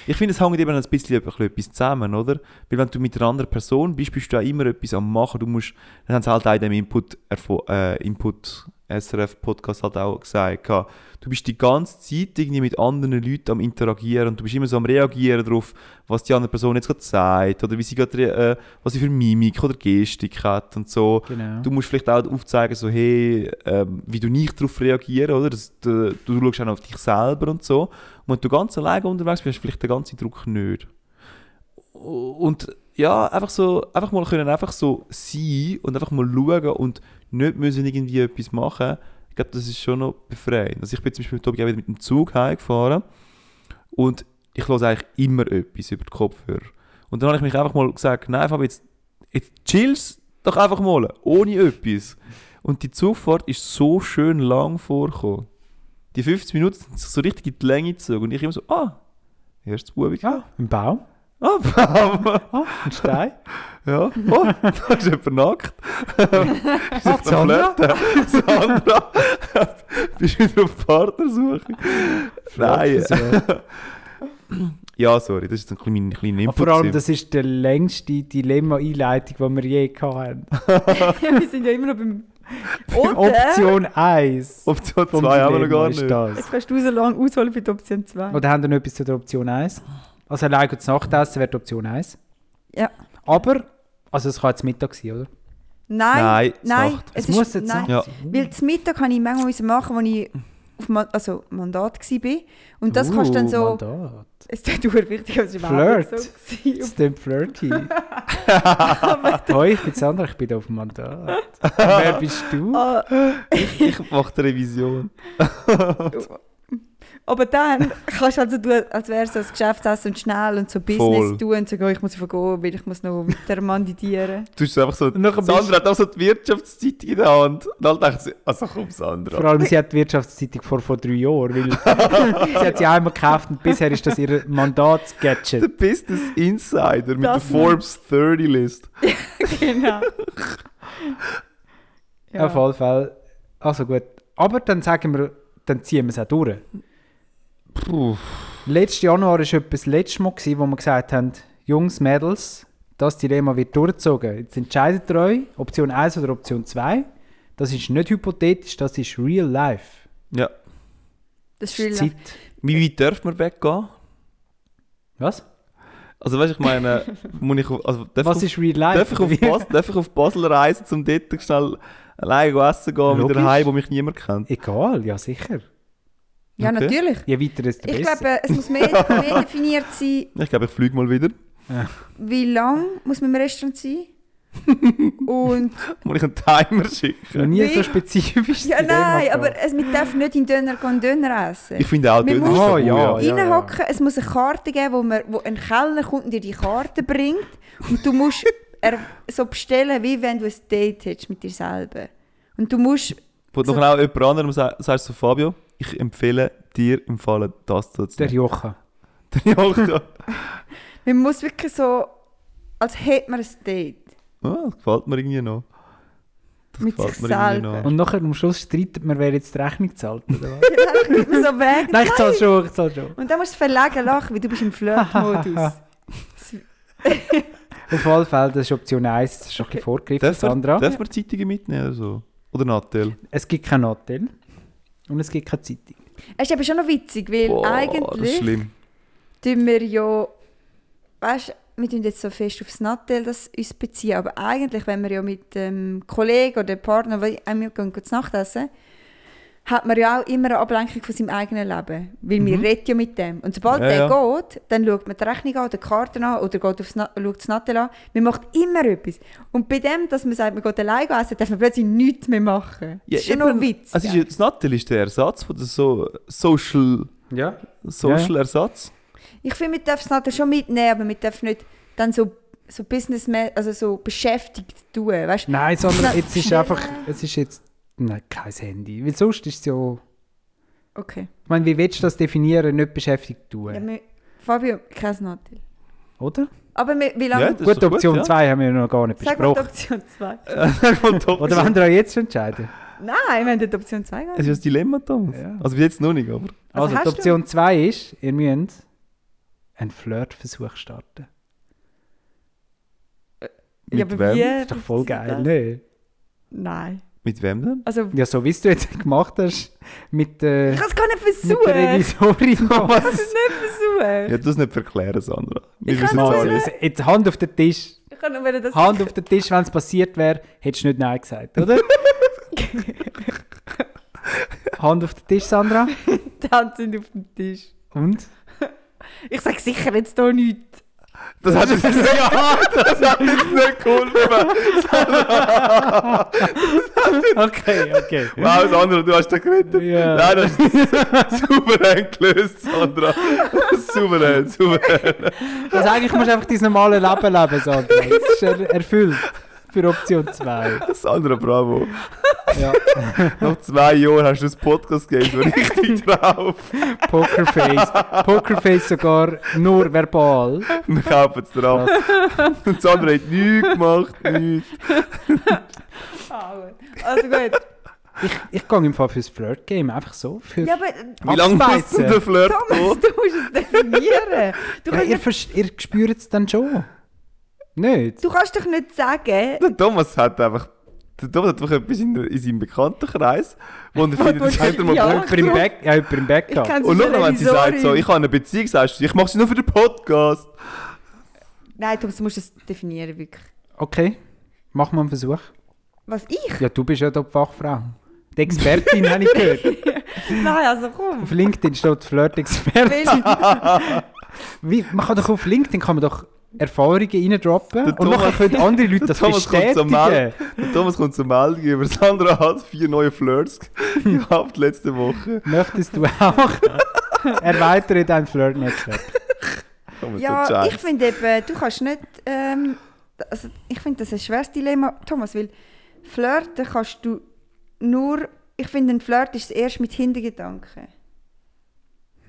C: ich finde, es hängt eben ein bisschen ein bisschen etwas zusammen, oder? Weil wenn du mit einer anderen Person bist, bist du auch immer etwas am machen. Du musst, dann haben sie halt auch in dem Input, erfo- äh, Input SRF-Podcast halt auch gesagt, gehabt, du bist die ganze Zeit irgendwie mit anderen Leuten am Interagieren und du bist immer so am Reagieren darauf, was die andere Person jetzt gerade sagt oder wie sie gerade, re- äh, was sie für Mimik oder Gestik hat und so.
D: Genau.
C: Du musst vielleicht auch aufzeigen, so, hey, ähm, wie du nicht darauf reagierst, oder? Das, du, du schaust auch noch auf dich selber und so. Und wenn du ganz alleine unterwegs bist, hast du vielleicht den ganzen Druck nicht. Und ja, einfach so, einfach mal können einfach so sein und einfach mal schauen und nicht müssen irgendwie etwas machen. Ich glaube, das ist schon noch befreiend. Also ich bin zum Beispiel mit Tobi auch wieder mit dem Zug heimgefahren und ich höre eigentlich immer etwas über die Kopfhörer. Und dann habe ich mich einfach mal gesagt, nein, Fabi, jetzt, jetzt chillst doch einfach mal, ohne etwas. Und die Zugfahrt ist so schön lang vorgekommen. Die 50 Minuten sind so richtig in die Länge gezogen und ich immer so, ah, erst Bubig.
D: Ah, ein Baum,
C: Ah, Bam.
D: ein Stein.
C: Ja, oh, da ist jemand nackt. ist
D: Ah,
C: auf der
D: Sandra?
C: Flirten. Sandra, bist du wieder auf Partnersuche? Nein. Ja, sorry, das ist jetzt ein kleiner, kleiner
D: Und
C: Input.
D: vor allem,
C: gewesen.
D: das ist die längste Dilemma-Einleitung, die wir je hatten.
E: Wir sind ja immer noch beim. Oder?
D: Option 1.
C: Option 2 Um haben wir noch gar nicht.
D: Das.
E: Jetzt kannst du so lange ausholen für die Option 2.
D: Oder haben wir noch etwas zu der Option 1? Also allein gut zu Nachtessen wäre die Option 1.
E: Ja.
D: Aber, also es kann jetzt Mittag sein, oder?
C: Nein,
E: Nein,
C: zu
E: nein.
C: Nacht.
D: Es muss jetzt
E: nein.
D: Nacht
C: Ja.
D: sein.
E: Weil zum Mittag habe ich manchmal müssen machen, als ich auf Ma also Mandat war. Und das kannst du dann
D: Uh,
E: so.
D: Mandat.
E: Es ist total wichtig, aber es war
D: Flirt.
E: auch so. gewesen.
D: Das klingt flirty. Hoi, ich bin Sandra, ich bin auf dem Mandat. Wer bist du?
E: Ah,
C: Ich mache die Revision.
E: aber dann kannst du also tun, als wäre es so ein Geschäftsessen und schnell und so Business
C: Voll.
E: tun und sagen, oh, ich muss vergehen, weil ich muss noch weiter mandidieren.
C: Du bist einfach so.
D: Und nachher bist-
C: Sandra hat auch so die Wirtschaftszeitung in der Hand. Und dann denkt sie, also komm,
D: Vor
C: Sandra.
D: allem, sie hat die Wirtschaftszeitung vor, vor drei Jahren, weil sie hat sie einmal gekauft und bisher ist das ihr
C: Der
D: Mandatsgadget.
C: Business Insider mit der
E: Das-
C: Forbes 30 List.
E: genau.
D: Auf jeden Fall. Also gut. Aber dann sagen wir, dann ziehen wir es auch durch.
C: Puh.
D: Letztes Januar war etwas das letzte Mal, gewesen, wo wir gesagt haben, Jungs, Mädels, das Dilemma wird durchgezogen. Jetzt entscheidet ihr euch, Option 1 oder Option 2. Das ist nicht hypothetisch, das ist real life.
C: Ja.
E: Das
D: Das ist
E: ist real life.
D: Zeit.
C: Wie weit darf man weggehen?
D: Was?
C: Also, weißt du, ich meine, muss ich. auf- Also, darf
D: Was
C: ich
D: ist real life?
C: Darf ich, auf Basel, darf ich auf Basel reisen, um dort schnell alleine essen gehen, wieder
D: Logisch.
C: heim, wo mich niemand kennt?
D: Egal, ja sicher.
E: Ja,
C: Okay.
E: natürlich.
D: Je weiter, desto
E: Ich
D: besser.
E: glaube, es muss mehr, mehr definiert sein,
C: Ich glaube, ich fliege mal wieder.
E: wie lang muss man im Restaurant sein. Und
C: Muss ich einen Timer schicken?
D: noch nie
E: Wie?
D: so spezifisch.
E: ja,
D: Dilemma
E: nein,
D: gehabt.
E: aber es, man darf nicht in Döner gehen, Döner essen.
C: Ich finde auch,
E: Wir
C: dort ist
E: müssen-
C: tabu,
D: Oh, ja. ja.
E: reinhocken. Es muss eine Karte geben, wo, man, wo ein Kellner kommt und dir die Karte bringt. Und du musst er, so bestellen, wie wenn du ein Date hättest mit dir selber. Und du musst,
C: Wo du
E: So-
C: nachher auch jemand anderem sa- sagst, so Fabio, ich empfehle dir im Falle das zu
D: Der
C: nehmen.
D: Jochen.
C: Der Joch.
E: man muss wirklich so, als hätte man ein Date
C: Ah, das gefällt mir irgendwie noch. Das
E: mit sich
C: gefällt mir irgendwie
E: selber.
C: noch.
D: Und nachher am Schluss streitet man, wer jetzt die Rechnung zahlt, oder was?
E: Dann kommt man so weg.
D: nein, ich zahle schon, ich zahle schon.
E: Und dann musst du es verlegen lachen, weil du bist im Flirtmodus.
D: Auf alle Fälle, das ist Option 1, das ist schon ein bisschen vorgegriffen,
C: Darf man,
D: Sandra.
C: darf man Zeitungen mitnehmen oder so? Oder Nattel?
D: Es gibt kein Hotel und es gibt keine Zeitung.
E: Es ist aber schon noch witzig, weil
C: das ist
E: eigentlich
C: schlimm.
E: tun wir ja, weißt, wir tun jetzt so fest aufs Nattel, das uns beziehen, aber eigentlich, wenn wir ja mit dem Kollegen oder Partner, weil wir gehen kurz Nachtessen, hat man ja auch immer eine Ablenkung von seinem eigenen Leben, weil wir reden ja mit dem. Und sobald
C: Mhm. Ja,
E: der
C: ja.
E: geht, dann schaut man die Rechnung an, die Karte an oder geht aufs Na schaut das Nattel an. Man macht immer etwas. Und bei dem, dass man sagt, man geht alleine essen, darf man plötzlich nichts mehr machen.
C: Ja,
E: das ist schon
C: eben.
E: noch witzig.
C: Also ist, ja- das Nattel ist der Ersatz von der so Social,
D: Ja.
C: Social Ersatz.
E: Ich finde, man darf es nachher schon mitnehmen, aber man darf nicht dann so, so businessman, also so beschäftigt tun, weißt
D: Nein, sondern jetzt ist
E: Schnell.
D: einfach, es ist jetzt nein, kein Handy. Weil sonst ist es ja.
E: Okay.
D: Ich meine, wie willst du das definieren, nicht beschäftigt tun?
E: Ja, wir, Fabio, kein Nachteil.
D: Oder?
E: Aber wir, wie
C: Ja,
E: lange?
C: das ist
D: Gut,
C: doch
D: Option
C: ja.
D: 2 haben wir noch gar nicht
E: Sag mal die
D: besprochen.
E: Option 2.
C: Von Top
D: Oder wollen wir euch jetzt schon entscheiden?
E: Nein, wir haben die Option 2 gar
C: Es ist ja ein Dilemma, Thomas.
D: Ja.
C: Also bis jetzt noch nicht, aber.
D: Also,
E: Also
D: die
E: hast du-
D: Option 2 ist, ihr müsst einen Flirtversuch starten.
E: Ja,
C: Mit
E: aber
C: wem?
E: wie
D: Das ist doch voll geil,
E: funktioniert
D: ne?
E: das? Nein.
C: Mit wem denn?
E: Also,
D: Ja, so wie es du jetzt gemacht hast, mit, äh,
E: ich kann es gar nicht
D: mit der
E: versuchen. Ich
D: Revisorin.
E: kann es nicht versuchen.
C: Ja, du es nicht verklären, Sandra. Wir
E: Ich
C: wissen
E: kann
C: es
E: auch
C: alle.
D: Also, jetzt Hand auf den Tisch.
E: Ich kann nur wollen, dass
D: Hand auf den Tisch, wenn es passiert wäre, hättest du nicht Nein gesagt, oder? Hand auf den Tisch, Sandra.
E: die Hand sind auf dem Tisch.
D: Und?
E: Ich sage sicher jetzt hier nichts.
C: Das hat jetzt nicht gehabt, das hat jetzt nicht geholfen.
D: Okay, okay.
C: Wow, Sandra, du hast dich gerettet.
D: Ja.
C: Nein, das ist souverän gelöst, Sandra. Souverän, souverän.
D: Also eigentlich musst du einfach dein normales Leben leben, Sandra. Das ist er erfüllt für Option 2.
C: Sandra, bravo.
D: Ja.
C: Nach zwei Jahren hast du das Podcast-Game so richtig drauf.
D: Pokerface. Pokerface sogar nur verbal.
C: Wir kaufen es drauf. Und Sandra hat nichts gemacht, nichts.
E: Ah, gut. Also gut.
D: Ich gehe im Fall fürs Flirt-Game einfach so. Für
E: Ja, aber äh,
C: Wie lange bist du
D: Abspeisen.
C: der Flirt?
E: Thomas, du musst es definieren. Du
D: ja,
E: kannst,
D: ihr,
E: nicht,
D: vers- ihr spürt es dann schon. Nicht?
E: du kannst doch nicht sagen,
C: Der Thomas hat einfach. Der Thomas hat einfach etwas in, in seinem Bekanntenkreis. Und er findet, das
E: Ja,
C: könnte man
E: ja.
C: ja.
D: Jemand im Back, ja, jemand im
E: ich
D: Backup.
E: kann es
C: Und
E: nicht
C: schau, wenn sie sagt, so,
E: Revisorin.
C: ich habe eine Beziehung, sagst du, ich mache sie nur für den Podcast.
E: Nein, Thomas, du musst es definieren, wirklich.
D: Okay, machen wir einen Versuch.
E: Was, ich?
D: Ja, du bist ja die Fachfrau. Die Expertin habe ich gehört.
E: Nein, also komm.
D: Auf LinkedIn steht Flirt-Expertin.
E: Weil,
D: Wie, Man kann doch auf LinkedIn kann man doch Erfahrungen reindroppen
C: Der
D: und nachher
C: Thomas-
D: können andere Leute das bestätigen.
C: Meldung. Der Thomas kommt zur Meldung über Sandra hat vier neue Flirts gehabt letzte Woche.
D: Möchtest du auch? Erweitere dein Flirt-Netzwerk.
C: Komm, jetzt so
E: ja,
C: Oh, Scheiß.
E: ich finde eben, du kannst nicht, ähm, also ich finde das ein schweres Dilemma, Thomas, weil flirten kannst du nur, ich finde ein Flirt ist erst mit Hintergedanken.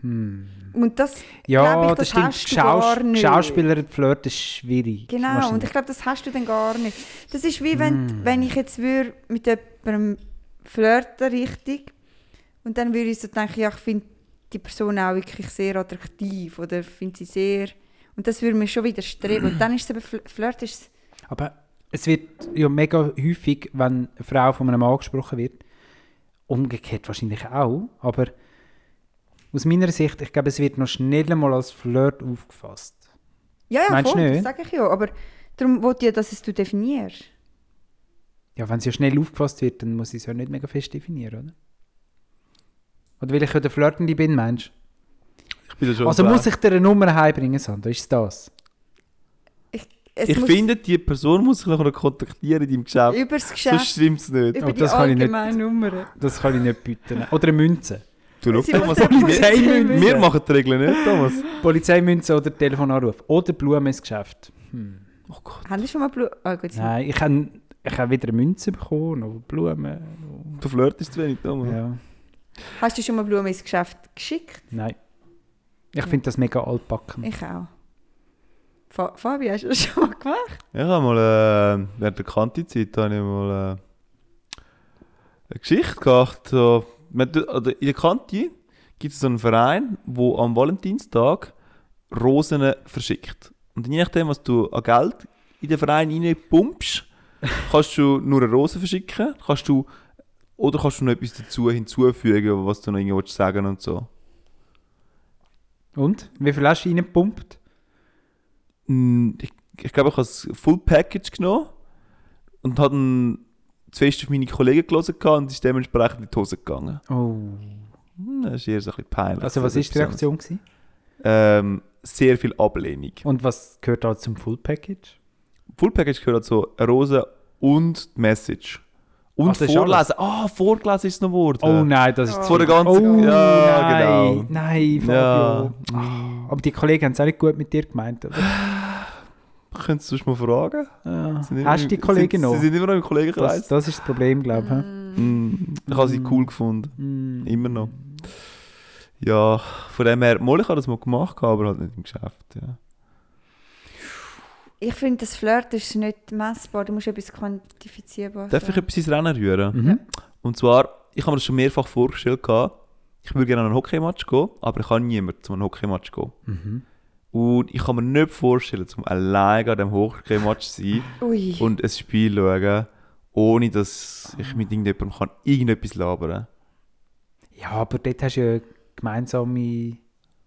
C: Hm.
E: Und das,
D: Ja,
E: glaube ich,
D: das,
E: das,
D: stimmt.
E: hast du gar nicht.
D: Schauspieler und Flirt ist schwierig.
E: Genau, und
D: wahrscheinlich. Mm.
E: ich glaube, das hast du dann gar nicht. Das ist wie wenn, wenn ich jetzt würde mit jemandem flirten richtig und dann würde ich so denken, ja, ich finde die Person auch wirklich sehr attraktiv oder finde sie sehr... Und das würde mir schon widerstreben. Und dann ist es eben, Fl- Flirt ist...
D: Aber es wird ja mega häufig, wenn eine Frau von einem Mann angesprochen wird, umgekehrt wahrscheinlich auch, aber aus meiner Sicht, ich glaube, es wird noch schneller mal als Flirt aufgefasst.
E: Ja, ja,
D: Meinst du
E: voll, das
D: nicht?
E: sage ich ja. Aber darum wollte ich ja, dass es du definierst.
D: Ja, wenn es ja schnell aufgefasst wird, dann muss ich es ja nicht mega fest definieren, oder? Oder weil ich ja der Flirtende bin, Mensch.
C: Ich bin da schon
D: Also
C: dran.
D: muss ich dir eine Nummer heimbringen, Sandra, ist das?
E: Es
C: ich
E: muss
C: finde, die Person muss ich noch kontaktieren in deinem Geschäft.
E: über das
C: Sonst
E: Geschäft,
C: stimmt es nicht.
E: über
D: Oh,
E: die
D: das kann ich nicht.
E: allgemeinen Nummern.
D: Das kann ich nicht bieten. Oder eine Münze.
C: Du
E: Sie
C: schau, Thomas,
E: muss-
C: wir,
E: Polizeimünze.
C: wir machen die Regeln nicht, Thomas.
D: Polizeimünze oder Telefonanruf. Oder Blumen ins Geschäft. Hm.
C: Oh Gott.
E: Haben Sie schon mal... Blu ah, gut,
D: Nein, ich habe ich hab weder Münzen bekommen, noch Blumen.
C: Du flirtest zu wenig,
D: Noch,
C: Thomas.
D: ja,
E: Hast du schon mal Blumen ins Geschäft geschickt?
D: nein. Ich finde das mega
C: Hm.
D: altbacken.
E: Ich auch. Fa Fabi, hast du das schon mal gemacht?
C: Ich habe mal äh, während der Kanti-Zeit habe ich mal äh, eine Geschichte gehabt. So, man tut- oder in der Kanti gibt es so einen Verein, wo am Valentinstag Rosen verschickt. Und je nachdem, was du an Geld in den Verein reinpumpst, kannst du nur eine Rose verschicken, kannst du oder kannst du noch etwas dazu hinzufügen, was du noch irgendwo willst sagen und so.
D: Und? Wie viel hast du reingepumpt?
C: Mm, ich, ich glaube, ich habe das Full Package genommen und habe dann zuerst auf meine Kollegen gelesen gehabt und ist dementsprechend in die Hose gegangen.
D: Oh.
C: Hm, Das ist eher so ein bisschen peinlich.
D: Also was
C: So
D: ist die
C: etwas.
D: Reaktion? Gewesen?
C: Ähm, sehr viel Ablehnung.
D: Und was gehört da zum Full Package?
C: Full Package gehört also eine Rose und die Message. Und
D: Ah, das ist
C: vorlesen. Ah, vorgelesen ist noch Wort.
D: Oh nein, das ist
E: Oh.
D: zu
C: Vor der ganzen.
D: Oh,
C: Äh, ja,
D: nein,
C: genau.
D: nein, Fabio. Ah, Aber die Kollegen haben es auch nicht gut mit dir gemeint, oder?
C: Könntest du sonst mal fragen?
D: Ja.
C: Sie sind immer
D: Hast du
C: im-
D: die Kollegen
C: sind,
D: noch?
C: Sie sind immer noch im
D: Das,
C: Kollegenkreis.
D: das ist das Problem, glaube
C: Mm, Ich habe sie
D: Mm.
C: cool gefunden.
D: ich. Mm.
C: Immer noch. Ja, von dem her, mal, ich habe das mal gemacht, aber halt nicht im Geschäft. Ja.
E: Ich finde, das Flirt ist nicht messbar. Du musst etwas quantifizierbar
C: Darf ich etwas ins Rennen rühren?
D: Mhm.
C: Und zwar, ich habe mir das schon mehrfach vorgestellt, gehabt, ich würde gerne an einen Hockeymatch gehen, aber ich kann niemand zu einem Hockeymatch gehen.
D: Mhm.
C: Und ich kann mir nicht vorstellen, zum alleine an diesem Hockeymatch zu sein
E: Ui.
C: und ein Spiel schauen, ohne dass ich mit irgendjemandem kann irgendetwas labern kann.
D: Ja, aber dort hast du ja gemeinsame,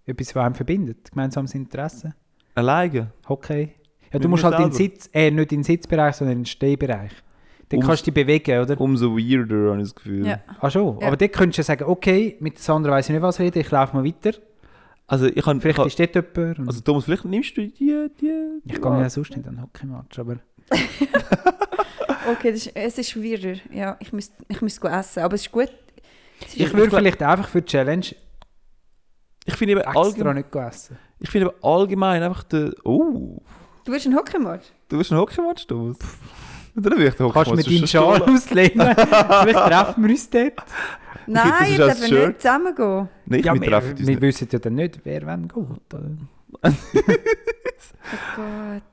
D: etwas, was einem verbindet, gemeinsames Interesse.
C: Alleine?
D: Hockey. Ja,
C: Mit
D: du musst
C: mir
D: halt in den
C: selber.
D: Sitz, äh, nicht in den Sitzbereich, sondern in den Stehbereich. Dann
C: Um-
D: kannst du dich bewegen, oder?
C: Umso weirder, habe ich das Gefühl.
E: Ja.
D: Ah schon,
E: Ja.
D: aber dort könntest du sagen, okay, mit Sandra weiß ich nicht, was reden, ich laufe mal weiter.
C: Also, ich kann, ich
D: Vielleicht
C: kann,
D: ist dort jemand. Und
C: also Thomas, vielleicht nimmst du die... die
D: ich gehe ja sonst nicht an den Hockeymatch, aber...
E: Okay, das ist, es ist schwieriger. Ja, ich müsste ich müsst essen, aber es ist gut. Es ist-
D: Ich würde vielleicht einfach für die Challenge
C: Ich finde eben,
D: extra
C: Äh, allgemein,
D: nicht essen.
C: ich finde eben allgemein einfach der... Oh,
E: du willst einen Hockeymatch?
C: du bist ein Hockeymatch, Thomas? Dann will ich den
D: Kannst du mir
C: Hockeymatch
D: deinen
C: sonst schon
D: Schal auslehnen? Vielleicht treffen wir uns dort.
C: das
E: Nein,
C: ist
E: ich
C: als
E: darf
C: Shirt.
E: nicht zusammengehen.
C: Nein, ich
D: ja,
C: wir
D: wir,
C: treffen uns
D: wir
C: nicht.
D: wissen ja dann nicht, wer wann geht. Oder?
E: Oh Gott.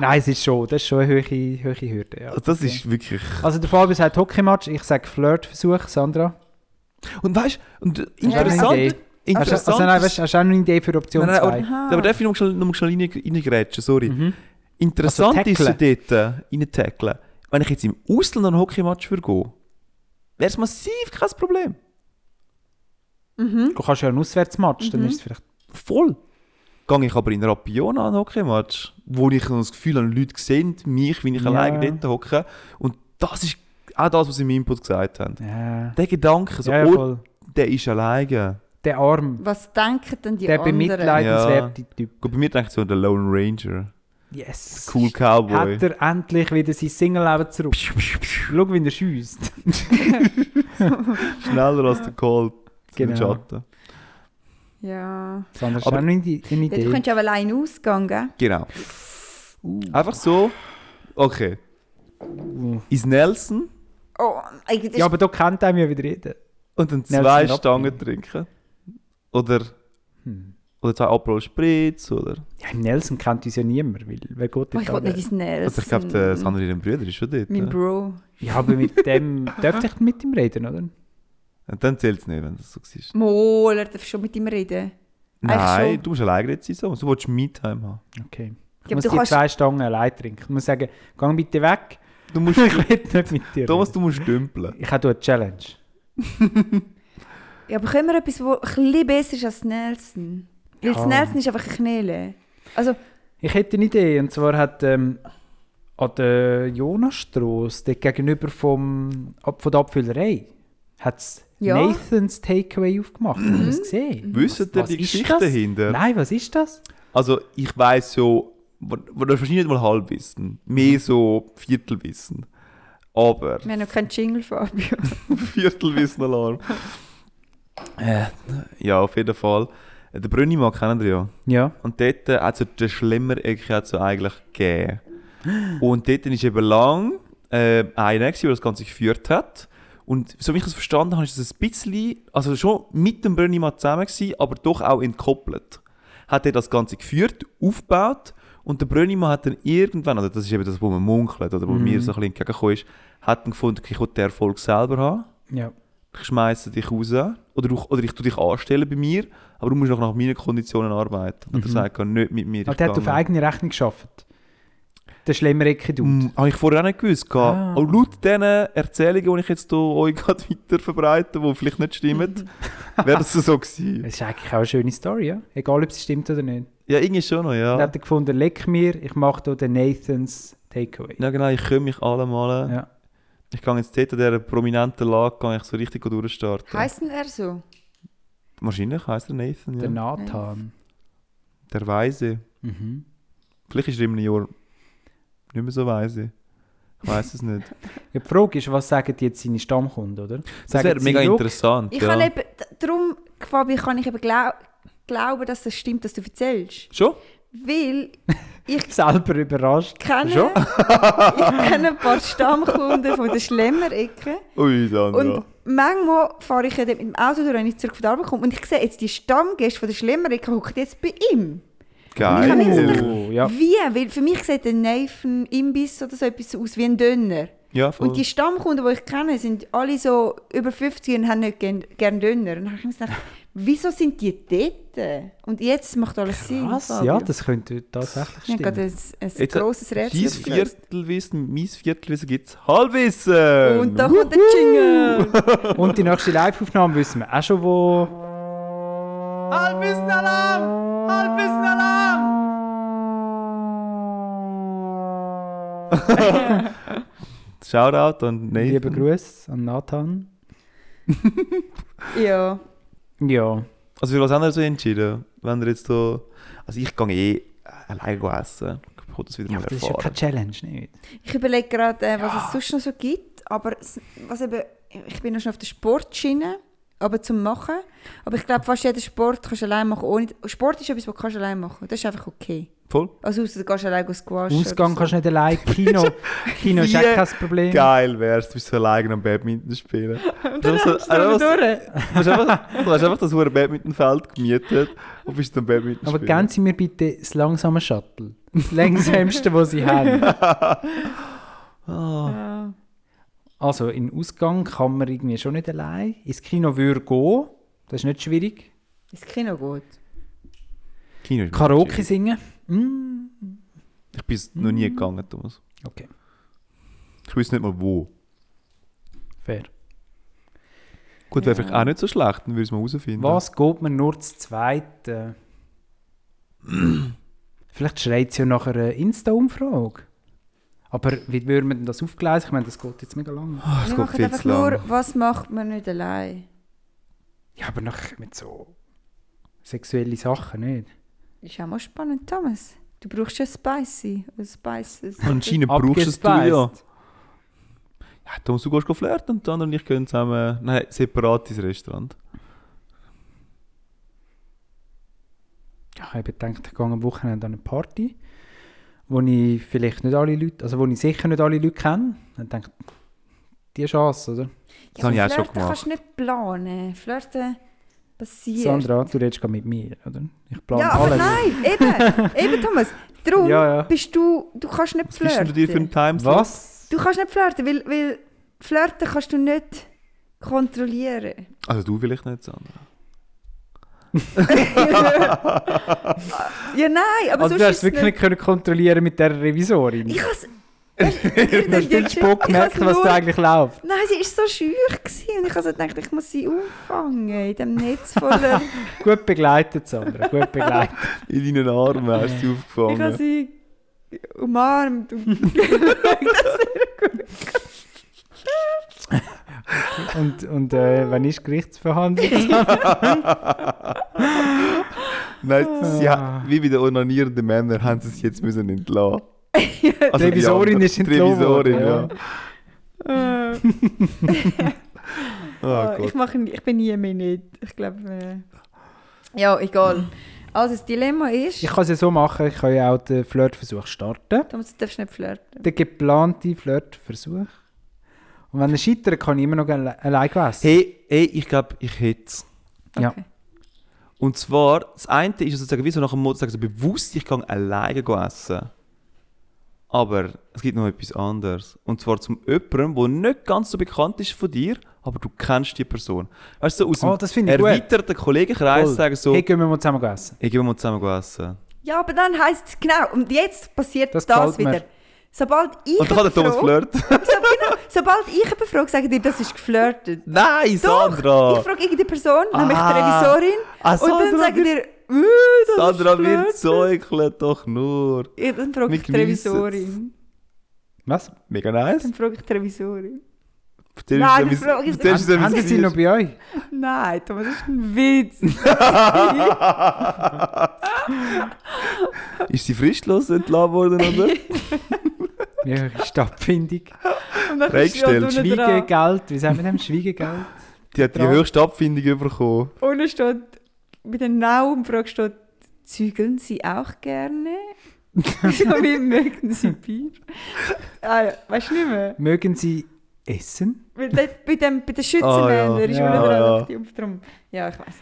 D: Nein, es ist schon, das ist schon eine hohe, hohe Hürde. Ja.
C: Also das ist wirklich...
D: Also der Fabio sagt Hockeymatch, ich sage Flirtversuch, Sandra.
C: Und weißt du, und
D: Hast du
C: interessant...
D: eine Idee?
C: interessant
D: Also, also nein,
C: ist-
D: weißt, du, hast du auch noch eine Idee für Option
C: Nein, nein, aber-
D: 2?
E: Aha.
C: Aber darf ich noch schnell, noch schnell rein, reingrätschen, sorry.
D: Mhm.
C: Interessant
D: Also
C: ist ja
D: tacklen.
C: dort, äh, rein tacklen. Wenn ich jetzt im Ausland an einen Hockeymatch würde gehen, wäre es massiv kein Problem.
E: Mhm.
D: Du kannst ja einen Auswärtsmatch, dann ist es vielleicht...
C: Voll. Gehe ich aber in Rapiona an einen Hockeymatch, wo ich noch das Gefühl habe, Leute sehen mich, wenn ich
D: Ja.
C: alleine dort hocke. Und das ist auch das, was sie im Input gesagt haben.
D: Ja,
C: Der Gedanke, so,
D: ja, ja,
C: oh,
D: voll.
C: der ist alleine.
D: Der Arm,
E: Was denken denn die
D: der
E: anderen?
D: bemitleidenswerte Typ.
C: Gut, bei mir denkt so der Lone Ranger,
D: Yes.
C: cool Cowboy.
D: Hat er endlich wieder sein Single-Leben zurück. Schau, wie er schiesst.
C: Schneller als der Colt im
D: Genau.
C: Schatten.
E: Ja.
D: Sandra, hast du
C: Aber-
D: auch noch eine eine
E: Ja, Du
D: Idee?
E: könntest ja allein ausgehen, gell?
C: Genau.
D: Uh.
C: Einfach so. Okay. Ist Nelson
E: Oh, ey, das ist
D: Ja, aber da kennt einem ja wieder jeder.
C: und dann
D: Nelson
C: zwei
D: Rappi.
C: Stangen trinken. Oder,
D: Hm.
C: oder zwei Aperol Spritz. Oder.
D: Ja, im Nelson kennt uns ja niemand, weil wer geht
E: oh, ich
D: dort
E: wollte nicht
D: hin?
E: ins Nelson.
C: Also ich glaube, der Sandra, ihren Bruder, ist schon dort.
E: Mein
C: ne?
E: Bro.
D: Ja, aber mit dem dürfte ich mit ihm reden, oder?
C: Und dann zählt es nicht, wenn das so ist.
E: Mol, er darf schon mit ihm reden. Eigentlich
C: Nein,
E: schon.
C: du musst alleine jetzt sein. So. Du willst Meetime haben.
D: Okay. Ich
E: Ja, aber
D: muss
E: du
D: die
E: kannst-
D: zwei Stangen allein trinken. Ich muss sagen, geh bitte weg,
C: Du musst,
D: ich will nicht mit dir
C: Thomas,
D: reden.
C: du musst dümpeln.
D: Ich habe eine Challenge.
E: Ja, aber können wir etwas, wo ein bisschen besser ist als Nelson? Weil das
D: Ja.
E: Nelson ist einfach ein Knäle. Also,
D: Ich hätte eine Idee, und zwar hat ähm, an der Jonasstrasse, dort gegenüber vom, ab, von der Abfüllerei, hat
E: Ja. Mhm.
D: Nathans Takeaway aufgemacht. Haben wir es gesehen?
C: Wisst ihr
D: was
C: die
D: ist
C: Geschichte
D: das?
C: dahinter?
D: Nein, was ist das?
C: Also ich weiß so, wo- wo das wahrscheinlich nicht mal Halbwissen, mehr so Viertelwissen. Aber
E: wir haben noch keinen Jingle, Fabio.
C: Viertelwissen-Alarm. äh, ja, auf jeden Fall. Äh, Den Brünnimann kennen wir ja.
D: Ja.
C: Und dort äh, hat es den Schlemmer-Ecke hat's ja eigentlich gegeben. Und dort ist eben lang äh, einer, gewesen, der das Ganze geführt hat. Und so wie ich es verstanden habe, ist es ein bisschen, also schon mit dem Brönnimann zusammen gewesen, aber doch auch entkoppelt. Hat er das Ganze geführt, aufgebaut und der Brönnimann hat dann irgendwann, also das ist eben das, wo man munkelt oder wo mir so ein bisschen entgegengekommen ist, hat dann gefunden, okay, ich will den Erfolg selber haben
D: ja.
C: ich schmeiße dich raus oder, du, oder ich tu dich anstellen bei mir, aber du musst noch nach meinen Konditionen arbeiten. Und er sagt, geh nicht mit mir.
D: Mhm. Aber der hat auf eigene Rechnung geschafft. Der Schlemmerecke du.
C: Dude. Hm, Habe ich vorher auch nicht gewusst. gell?
D: Ah.
C: Auch laut diesen Erzählungen, die ich jetzt hier euch gerade weiter verbreite, die vielleicht nicht stimmen,
D: Mhm.
C: wäre das so gewesen.
D: Das ist eigentlich auch eine schöne Story, ja? Egal ob sie stimmt oder nicht.
C: Ja, irgendwie schon noch,
D: Dann
C: ja.
D: hat er gefunden, leck mir, ich mache da den Nathans Takeaway.
C: Ja genau, ich kümmere mich allemal.
D: Ja.
C: Ich gehe jetzt dort an dieser prominenten Lage gehe ich so richtig durchstarten.
E: Heißt denn er so?
C: Wahrscheinlich heisst er Nathan,
D: Der
C: ja.
D: Nathan.
C: Der Weise.
D: Mhm.
C: Vielleicht ist er in einem Jahr nicht mehr so weise. Ich weiß es nicht.
D: Ja, die Frage ist, was sagen jetzt seine Stammkunden, oder?
C: Das
D: Sagen
C: wäre
D: sie,
C: mega
D: «Schau,
C: interessant.
E: Ich
C: ja.
E: kann eben, d- darum, Fabi, kann ich eben glau glauben, dass das stimmt, dass du erzählst.
C: Schon?
E: Weil ich
D: Selber überrascht.
E: kenne,
C: Schon?
E: ich kenne ein paar Stammkunden von der Schlemmerecke.
C: Ui,
E: Und
C: Sandra.
E: manchmal fahre ich ja dort mit dem Auto durch, wenn ich zurück von der Arbeit komme. Und ich sehe jetzt, die Stammgäste von der Schlemmerecke hocken jetzt bei ihm.
C: Geil.
E: ich kann mir so denken-
D: Oh, ja.
E: Wie? Weil für mich sieht ein Neifen Imbiss oder so etwas aus wie ein Döner.
C: ja, voll.
E: Und die Stammkunden, die ich kenne, sind alle so über 50 und haben nicht gern, gern Döner. Und dann habe ich mir gedacht, wieso sind die dort? Und jetzt macht alles Sinn.
D: Was?
E: Fabio.
D: Ja, das könnte tatsächlich
E: Ich habe gerade
D: stimmen.
E: ein, ein
C: Jetzt, äh,
E: grosses Rätsel
C: Dein
E: aufgelöst.
C: Viertelwissen, mein Viertelwissen gibt es Halbwissen.
E: Und da kommt der Jingle.
D: Und die nächste Live-Aufnahme wissen wir auch schon, wo...
C: Halbwissen-Alarm! Halbwissen-Alarm! Shoutout und Nathan.
D: Liebe Grüße an Nathan.
E: ja.
D: Ja.
C: Also für was haben wir so entschieden? Wenn ihr jetzt so... Also ich gehe eh alleine go essen. Ich hoffe, das wieder
D: ja
C: mal
D: aber das ist ja
C: erfahren.
D: keine Challenge, nicht?
E: Ich überlege gerade, äh, was es sonst noch so gibt. Aber es- was eben, ich bin noch schon auf der Sportschiene, aber zum Machen. Aber ich glaube, fast jeden Sport kannst du allein machen. Ohne, Sport ist etwas, was kannst du allein machen. Das ist einfach okay.
C: Voll.
E: Also außer du gehst allein squash.
D: Ausgang kannst du nicht allein. Kino, Kino ist auch
C: Wie
D: kein Problem.
C: Geil wär's, du bist so alleine am Badminton spielen. Also, und dann hast du einfach, so- hast einfach, du hast einfach das hure Badmintonfeld gemietet und bist dann Badminton
D: Aber
C: spielen.
D: geben Sie mir bitte das langsame Shuttle. Das langsamste, was Sie haben.
E: Ja.
D: Also, in den Ausgang kann man irgendwie schon nicht allein. Ins Kino würde gehen. Das ist nicht schwierig.
E: Ist Kino gut.
C: Kino ist mir
D: Karaoke
C: schwierig.
D: singen. Mm.
C: Ich bin noch nie
D: Mhm.
C: gegangen, Thomas.
D: Okay,
C: Ich weiß nicht mal wo.
D: fair.
C: Gut, wäre vielleicht auch nicht so schlecht, dann würde ich es mal herausfinden.
D: Was geht man nur zu zweit? äh? Vielleicht schreit sie ja nach einer Insta-Umfrage. Aber wie würden wir denn das aufgleisen? Ich meine, das geht jetzt mega lang.
C: Ach,
E: Wir
C: Ah, es
E: machen
C: geht viel
E: einfach
C: zu lang.
E: nur, was macht man nicht allein.
D: Ja, aber nachher mit so sexuelle Sachen, nicht?
E: Ist auch mal spannend, Thomas. Du brauchst ja Spicy oder Spices.
C: Anscheinend brauchst du es du
D: Abgespeist.
C: ja. Ja, Thomas, du gehst flirten und dann und ich gehen zusammen... Nein, separat ins Restaurant.
D: Ja, ich bedenke, ich gehe am Wochenende an eine Party, wo ich vielleicht nicht alle Leute, also wo ich sicher nicht alle Leute kenne. Dann denke ich, die Chance, oder?
E: Ja,
C: habe ich
E: aber
C: auch schon
E: Flirten kannst du nicht planen. Flirten passiert.
D: Sandra, du redest gerade mit mir, oder? Ich plane
E: ja, aber
D: alles.
E: nein, eben, eben Thomas. Darum
D: Ja, ja.
E: bist du, du kannst nicht
C: Was bist denn
E: flirten.
C: du dir für einen Timeslot?
D: Was?
E: du kannst nicht flirten, weil, weil flirten kannst du nicht kontrollieren.
C: Also du vielleicht nicht, Sandra.
E: ja, nein, aber
D: also
E: sonst
D: du hast
E: ist
D: es
E: es
D: wirklich nicht können kontrollieren mit dieser Revisorin.
E: Ich has,
D: Du hast viel Spock gemerkt, was da eigentlich läuft.
E: Nein, sie war so schüch gewesen und ich also gedacht, ich muss sie auffangen in diesem Netz voller...
D: Gut begleitet, Sandra, gut begleitet.
C: In deinen Armen hast du sie
E: ich habe
C: aufgefangen.
E: sie umarmt und...
D: Und, und äh, wenn ist die Gerichtsverhandlung?
C: Nein, sie
D: Ah.
C: hat, wie bei den onanierenden Männern haben sie es jetzt müssen entlassen. Also die
D: Revisorin
C: andere-
D: ist
C: die
D: entlassen worden,
C: Revisorin, ja.
E: Äh,
C: Oh
E: Oh, ich,
C: Ah, Gott.
E: mache, ich bin nie mehr nicht. Ich glaube. Äh, ja, egal. Also, das Dilemma ist.
D: Ich kann es ja so machen, ich kann ja auch den Flirtversuch starten.
E: Thomas, du darfst nicht flirten.
D: Der geplante Flirtversuch. Und wenn er scheitert, kann ich immer noch alle- allein essen.
C: Hey, hey, ich glaube, ich hätte es.
D: Ja.
E: Okay.
C: Und zwar, das eine ist ja sozusagen wie so nach dem Motto, sagen, so bewusst, ich kann alleine gehen essen. Aber es gibt noch etwas anderes. Und zwar zum jemandem, der nicht ganz so bekannt ist von dir, aber du kennst die Person. Weißt du, so aus
D: Oh, das
C: dem
D: finde ich gut.
C: erweiterten Kollegenkreis
D: Voll.
C: sagen so,
D: Hey,
C: ich
D: gehen wir mal zusammen essen.
C: hey, gehen wir mal zusammen gehen essen.
E: Ja, aber dann heisst es genau. Und jetzt passiert
D: Das
E: das,
D: gefällt
E: wieder.
D: mir.
E: Sobald ich.
C: Und dann kann der Thomas
E: frage-
C: flirten.
E: so, genau, sobald ich jemanden frage, sagen die, das ist geflirtet.
C: Nein,
E: Doch,
C: Sandra!
E: Ich frage irgendeine Person, nämlich die
C: Ah.
E: Revisorin.
C: Ah,
E: und dann
C: Sandra
E: sagen die, uh, das
C: Sandra
E: ist
C: wir
E: geflirtet.
C: säugeln doch nur.
E: Ja, dann frage
C: Wir
E: ich die
C: geniessen es.
E: Revisorin.
D: Was?
C: Mega nice.
E: Dann frage ich die Revisorin.
C: Erzähl
E: Nein,
C: uns,
E: die
C: wie-
E: Frage ist-
C: erzähl uns, wie
D: Haben
C: es
D: Sie
C: ist.
D: noch bei euch?
E: Nein, Thomas, das ist ein Witz.
C: Ist sie fristlos entlassen worden, oder?
D: mehrere Stattfindung.
E: Und dann ist
C: Freigestellt.
E: steht unten dran,
D: Schwiegegeld, wie sagen wir dem? Schwiegegeld?
C: Die hat die
D: Dran.
C: höchste Abfindung bekommen.
E: unten steht, bei der Nau-Umfrage steht, zügeln Sie auch gerne? so wie mögen Sie Bier? Ah, ja, weißt du nicht mehr?
D: Mögen Sie essen?
E: Weil dort bei, dem, bei den Schützenmännern
C: Ah, ja.
E: ist
D: Ja,
E: unten dran,
C: ja.
E: auf die Umfrage. Ja, ich weiß.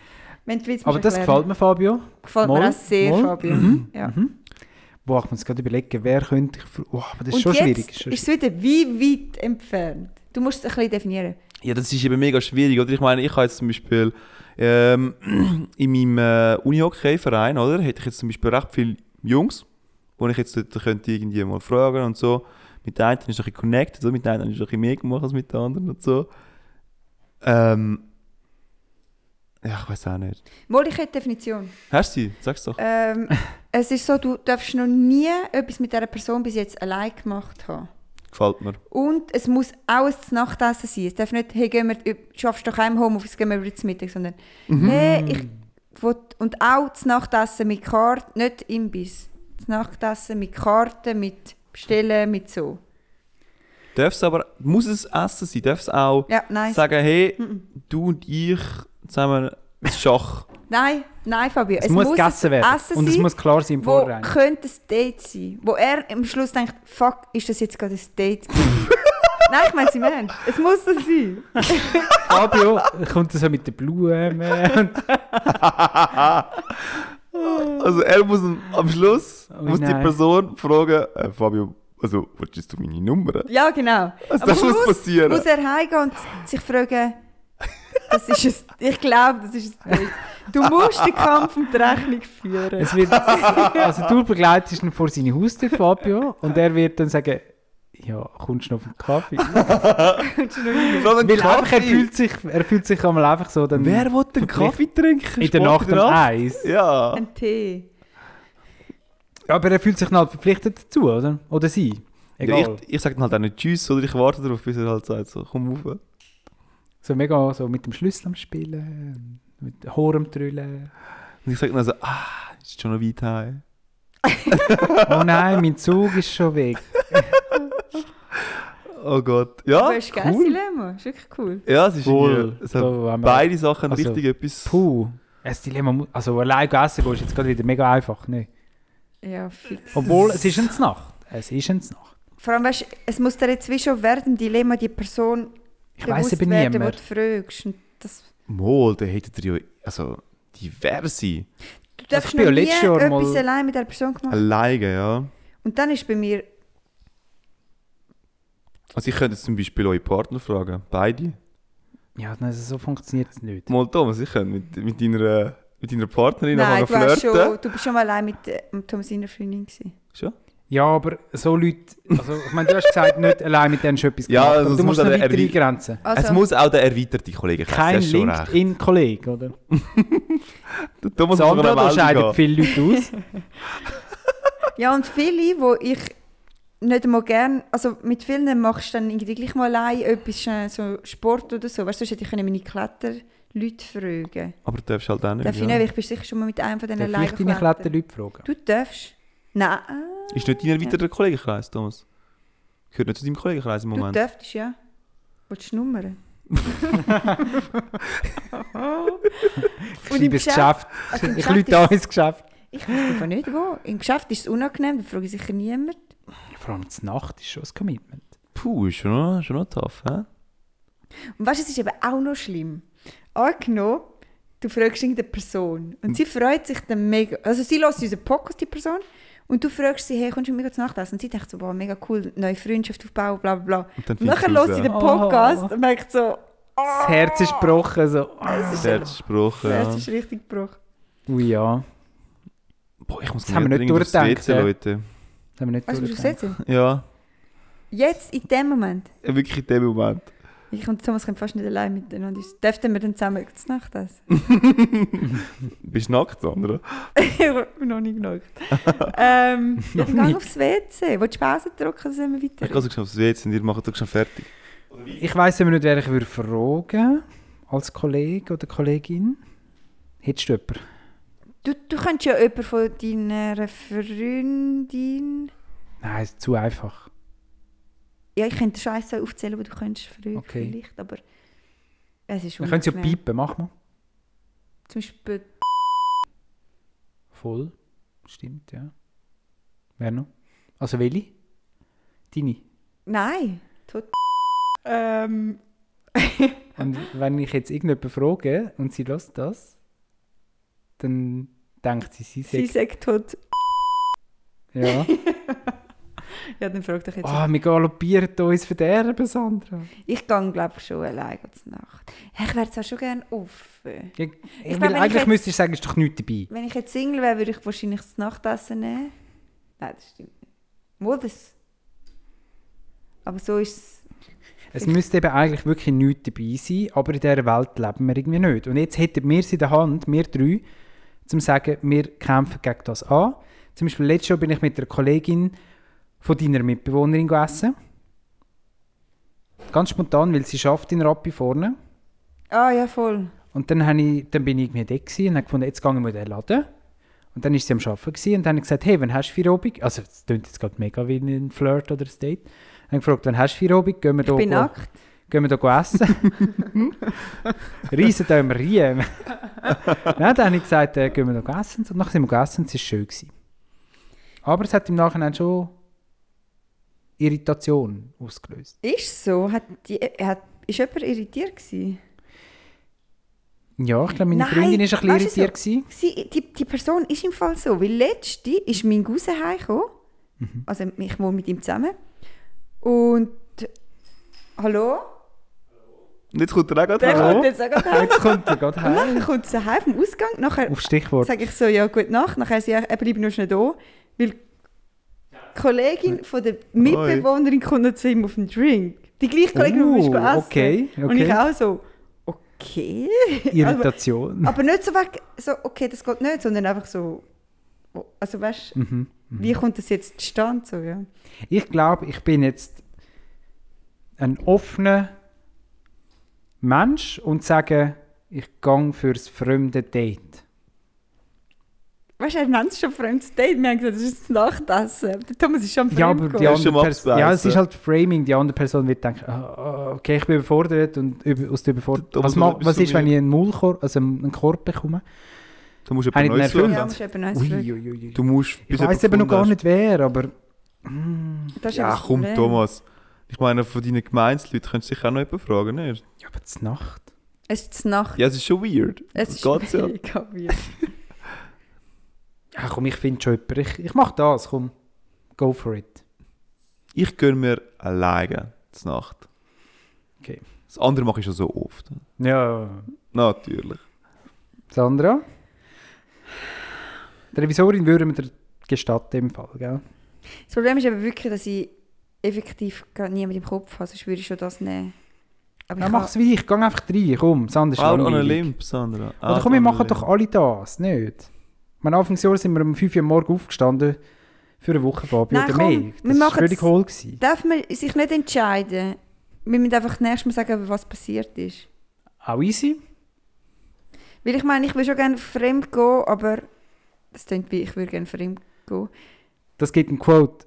E: Wenn du Witz
D: Aber
E: musst
D: das gefällt
E: erklären.
D: mir, Mhm. Fabio.
E: gefällt
D: Moll,
E: mir auch sehr,
D: moll.
E: Fabio. Ja.
D: Boah, ich muss gerade überlegen, wer könnte ich... ver- Oh, aber das ist
E: Und
D: schon
E: jetzt
D: schwierig. ist schon
E: ist es wieder wie weit entfernt. Du musst es ein bisschen definieren.
C: Ja, das ist eben mega schwierig, oder? Ich meine, ich habe jetzt zum Beispiel ähm, in meinem äh, Unihockey-Verein, oder? Hätte ich jetzt zum Beispiel recht viele Jungs, wo ich jetzt dort könnte irgendwie mal fragen und so. Mit den einen ist es ein bisschen connected, oder? mit den einen ist es ein bisschen mehr gemacht als mit den anderen und so. Ähm, ja, ich weiß auch nicht.
E: Wohl, ich hätte die Definition.
C: Hast du sie? Sag's doch.
E: Ähm, es ist so, du darfst noch nie etwas mit dieser Person bis jetzt allein gemacht haben.
C: Gefällt mir.
E: Und es muss auch ein Nachtessen sein. Es darf nicht, hey, gehen wir, du schaffst doch im Homeoffice, gehen wir über zum Mittag, sondern,
C: Mhm.
D: Mhm.
E: hey, äh, ich will, und auch das Nachtessen mit Karte, nicht Imbiss. Das Nachtessen mit Karten, mit Bestellen, mit so.
C: Darf es aber, muss es Essen sein? Darf es auch
E: Ja, nein.
C: sagen, hey, du und ich zusammen ins Schach?
E: Nein, nein, Fabio.
D: Es, muss gegessen
E: ein
D: werden.
E: Essen
D: Und es
E: sein,
D: muss klar sein im
E: wo
D: Vorrein.
E: könnte ein Date sein? Wo er am Schluss denkt, fuck, ist das jetzt gerade ein Date? gewesen? Nein, ich meine es im Ernst. Es muss das sein.
D: Fabio kommt so mit den Blumen. und-
C: Also er muss am- am Schluss
D: Oh
C: muss die
D: nein.
C: Person fragen, äh, Fabio, also willst du meine Nummer?
E: Ja, genau.
C: Also das
E: Aber
C: muss passieren.
E: Muss er heimgehen und sich fragen, das ist ein, ich glaube, das ist ein Date. Du musst den Kampf um die Rechnung führen.
D: Es wird, also du begleitest ihn vor seine Haustür, Fabio, und er wird dann sagen, ja, kommst du noch auf den Kaffee? Weil einfach, er fühlt sich, er fühlt sich einmal einfach so, dann
C: Wer will den Kaffee trinken?
D: in der
C: Sport
D: Nacht um eins.
C: Ja.
E: Ein Tee.
D: Aber er fühlt sich dann halt verpflichtet dazu, oder? Oder sie. Egal.
C: Ja, ich ich sage dann halt auch nicht Tschüss, oder ich warte darauf, bis er halt sagt, so, komm rauf.
D: so mega so mit dem Schlüssel am Spielen, mit Horem trüllen.
C: Und ich sage dann so, ah, ist schon noch weit heim.
D: Oh nein, mein Zug ist schon weg.
C: Oh Gott.
D: Ah,
C: Ja,
E: du hast gegessen,
C: cool.
E: Lemo. ist wirklich cool.
C: Ja, es ist
D: Wohl.
C: cool. Es
D: Da
C: hat
D: haben wir-
C: beide Sachen
D: Also,
C: richtig etwas...
D: Puh. Das Dilemma, mu- also allein essen gehst, ist jetzt gerade wieder mega einfach. Ne?
E: Ja, fix.
D: Obwohl, es ist eine Nacht. Es ist eine Nacht.
E: Vor allem, weißt, du, es muss dir jetzt wie schon während dem Dilemma die Person
D: Ich weiss
E: bewusst
D: eben
E: werden, die
D: niemand.
E: du fragst. Und das,
C: Mol, dann hättet ihr ja also, diverse.
E: du
D: Also
E: darfst
D: ich bin
E: noch
D: ja
E: nie
D: letztes Jahr
E: etwas
D: mal-
E: allein mit dieser Person gemacht.
C: Alleine, ja.
E: Und dann ist bei mir
C: Also ich könnte jetzt zum Beispiel eure Partner fragen, beide.
D: Ja, nein, also so funktioniert es nicht.
C: Mal Thomas, ich könnte mit, mit, deiner, mit deiner Partnerin
E: Nein,
C: anfangen
E: du, hast
C: zu
E: schon,
C: flirten.
E: du bist schon mal allein mit, äh, mit Tom seiner Freundin. Gewesen.
C: Schon?
D: Ja, aber so Leute, also ich meine, du hast gesagt, nicht allein mit denen schon etwas
C: Ja,
D: gemacht.
C: also
D: aber
C: es
D: du musst
C: muss
D: noch
C: aber
D: weiter
C: erwi-
D: eingrenzen.
E: Also,
C: es muss auch der erweiterte Kollege sein,
D: Kein
C: das ist schon recht.
D: LinkedIn-Kollege, oder?
C: Der Thomas muss
D: Sandra,
C: noch
D: da
C: eine
D: scheiden
C: Meldung gehen.
D: viele Leute aus.
E: ja, und viele, wo ich nicht mal gerne, also mit vielen machst du dann irgendwie gleich mal allein etwas, äh, so Sport oder so. Weißt du, sonst hätte ich können meine Kletterleute fragen
C: Aber du darfst halt auch nicht.
E: Darf ich
C: ja.
E: nicht, weil ich bin sicher schon mal mit einem von diesen
D: Darf ich
E: allein
D: deine
E: geklettert.
D: Kletterleute fragen?
E: Du darfst? Nein,
C: Ist nicht dein erweiterter Kollegenkreis, Thomas? Gehört nicht zu deinem Kollegenkreis im
E: du
C: Moment.
E: darfst, ja. Willst du Nummern?
D: Ich schreibe ins Geschäft.
E: also im
D: ich
E: Geschäft
D: Leute da
E: ist-
D: ins Geschäft.
E: Ich weiß einfach nicht wo. Im Geschäft ist es unangenehm, da frage ich sicher niemand.
D: Vor allem zur Nacht ist schon ein Commitment.
C: Puh, ist schon noch, schon noch tough, hä?
E: Und weißt du, es ist eben auch noch schlimm. Angenommen, du fragst irgendeine Person
D: Hm.
E: und sie freut sich dann mega. Also sie hört unseren Podcast, die Person, und du fragst sie, hey, kommst du mit mir zu Nacht essen? Und sie denkt so, boah, mega cool, neue Freundschaft aufbauen, bla bla bla.
C: Und dann
E: Und nachher
C: findest du's
E: hört sie
C: raus.
E: den Podcast und merkt so,
D: Das Herz ist gebrochen. So.
E: das ist,
C: Herzsprache,
E: das
C: ja.
E: ist richtig gebrochen.
D: Ui Oh ja,
C: Boah, ich muss
D: Das haben wir
C: dringend
D: nicht
C: aufs WC,
D: durchgedacht,
C: Leute.
D: das haben wir nicht
E: Weißt du, was ich
D: durchgedacht.
E: jetzt?
C: Ja,
E: Jetzt, in dem Moment.
C: wirklich in dem Moment.
E: Ich und Thomas können fast nicht allein miteinander. Dürften wir dann zusammen zu Nacht essen?
C: Bist du nackt, Sandra?
E: ich bin noch nicht genug. ähm, ja, dann geh aufs WC. Willst du Pause drücken, dann sind wir
C: Ich
E: weiter?
C: gehe so schnell aufs WC und ihr macht doch schon fertig.
D: Ich weiss immer nicht, wer ich würde fragen als Kollege oder Kollegin. Hättest du jemanden?
E: Du, du könntest ja jemanden von deiner Freundin.
D: Nein, ist zu einfach.
E: Ja, ich könnte Scheiße aufzählen, aber du könntest früher
D: Okay.
E: vielleicht, aber es ist
D: Wir können es ja
E: unangenehm.
D: piepen, mach mal.
E: Zum Beispiel
D: Voll. Stimmt, ja. Wer noch? Also welche? Deine.
E: Nein. Tot. Ähm.
D: Und wenn ich jetzt irgendjemanden frage und sie lässt das, dann denkt sie, sie
E: Sie
D: sagt...
E: sagt tot.
D: Ja.
E: Ja, dann frag dich jetzt.
D: Oh, wir galoppieren uns verderben, Sandra.
E: Ich gehe, glaube ich, schon allein zur Nacht. Ja, Ich wäre zwar schon gerne offen.
D: Ich, ich will,
E: glaub, wenn ich
D: eigentlich
E: jetzt-
D: müsstest du sagen, ist doch nichts dabei.
E: Wenn ich jetzt Single wäre, würde ich wahrscheinlich das Nachtessen nehmen. Nein, das stimmt nicht. Wo das? Aber so ist es.
D: Es müsste eben eigentlich wirklich nichts dabei sein, aber in dieser Welt leben wir irgendwie nicht. Und jetzt hätten wir es in der Hand, wir drei, zum sagen, wir kämpfen gegen das an. Zum Beispiel letztes Jahr bin ich mit einer Kollegin von deiner Mitbewohnerin gegessen. Ganz spontan, weil sie schafft in Rappi vorne.
E: Ah, ja, voll.
D: Und dann, habe ich, dann bin ich irgendwie da gewesen und habe gefunden, jetzt gehe ich mal in den Laden. Und dann war sie am Arbeiten gewesen und dann habe ich gesagt, hey, wann hast du Feierabend? Also das klingt jetzt gerade mega wie ein Flirt oder ein Date. Dann habe ich gefragt, wann hast du Feierabend? Gehen wir
E: Ich bin
D: da
E: nackt.
D: gehen wir hier essen. Riesen da immer rein. Nein, dann habe ich gesagt, äh, gehen wir hier essen. Und nachher sind wir gegessen und es war schön. Gewesen. Aber es hat im Nachhinein schon Irritation ausgelöst.
E: Ist so? Hat die, äh, hat, ist jemand irritiert gewesen?
D: Ja, ich glaube, meine
E: Nein,
D: Freundin war ein bisschen
E: weißt du
D: irritiert.
E: so,
D: gewesen.
E: Sie, die, die Person ist im Fall so, weil letzte ist mein Guse heimgekommen.
D: Mhm.
E: Also ich wohne mit ihm zusammen. Und hallo?
C: Und jetzt kommt er auch
E: Der
C: gerade
D: Hallo?
E: kommt jetzt auch gerade heim.
D: Jetzt kommt er gerade
E: Und
D: heim.
E: nachher kommt sie heim vom Ausgang. Nachher
D: Auf Stichwort.
E: sage ich so, ja, gute Nacht. Nachher sie, er bleibt nur schnell da, weil die Kollegin von der Mitbewohnerin kommt noch zu ihm auf den Drink. Die gleiche Kollegin, die
D: Oh,
E: wir essen.
D: okay,
E: Und ich
D: okay.
E: auch so, okay. Aber-
D: Irritation.
E: Aber nicht so weg, so, okay, das geht nicht, sondern einfach so, oh, also weißt
D: Mhm.
E: wie kommt das jetzt zustande? So, ja.
D: Ich glaube, ich bin jetzt ein offener Mensch und sage, ich gehe fürs fremde Date.
E: Weißt du, er nennt es schon fremdes Date, wir haben gesagt, das ist das Nachtessen. Der Thomas ist schon fremd
D: Ja, aber die
E: gegangen.
C: Hast du
D: andere
C: schon
D: Person, ja, es
C: abgespeist,
D: ist
C: ja.
D: halt Framing. Die andere Person wird denken, ah, ah, okay, ich bin überfordert und über, aus der Überforderung.
C: Da- da
D: Was,
C: muss man
D: ma-
C: etwas
D: was ist, wenn
C: suggerieren.
D: ich einen Maulkorb, also einen Korb bekomme?
C: Du musst
D: Habe ich
C: jemanden Neues
D: den Erfolg?
E: ja,
C: suchen.
E: musst eben noch eins
D: Ui,
E: fragen.
D: ui, ui, ui.
C: Du musst...
D: Ich
C: bis
D: weiß
C: jemanden
D: eben noch gar
C: gefunden
D: nicht wer, aber mm,
E: Das ist eben
C: Ja,
E: das
C: komm,
E: Problem.
C: Thomas. Ich meine, von deinen Gemeinsleuten könntest du sicher auch noch jemanden fragen, nicht?
D: ja, aber zur Nacht.
E: Es ist die Nacht.
C: Ja, es ist schon weird.
E: es
C: das
E: ist
C: geht's ja.
E: mega weird.
D: Ja, komm, ich finde schon jemanden. Ich, ich mache das, komm. Go for it.
C: Ich gönne mir alleine zur Nacht.
D: Okay.
C: Das andere mache ich schon so oft.
D: Ja.
C: Natürlich.
D: Sandra? Die Revisorin würde mir dir gestatten im Fall, gell?
E: Das Problem ist eben wirklich, dass ich effektiv gar niemand im Kopf habe, sonst würde ich schon das nehmen. Aber
D: Ja,
E: ich
D: mach's wie ich, geh einfach rein, komm, Sandra ist
C: Out on a
D: langweilig.
C: limb, Sandra.
D: Oder
C: Out
D: komm, wir
C: on a
D: machen
C: limb.
D: doch alle das, nicht? Am Anfangsjahr sind wir um 5 Uhr am Morgen aufgestanden für eine Woche Fabio
E: Nein,
D: oder
E: komm,
D: mehr.
E: wir
D: Das war
E: machen's.
D: völlig hohl. Gewesen.
E: darf man sich nicht entscheiden. Wir müssen einfach nächstes Mal sagen, was passiert ist.
D: Auch easy.
E: Weil ich meine, ich würde schon gerne fremd gehen, aber das klingt wie, ich würde gerne fremd gehen.
D: Das gibt ein Quote.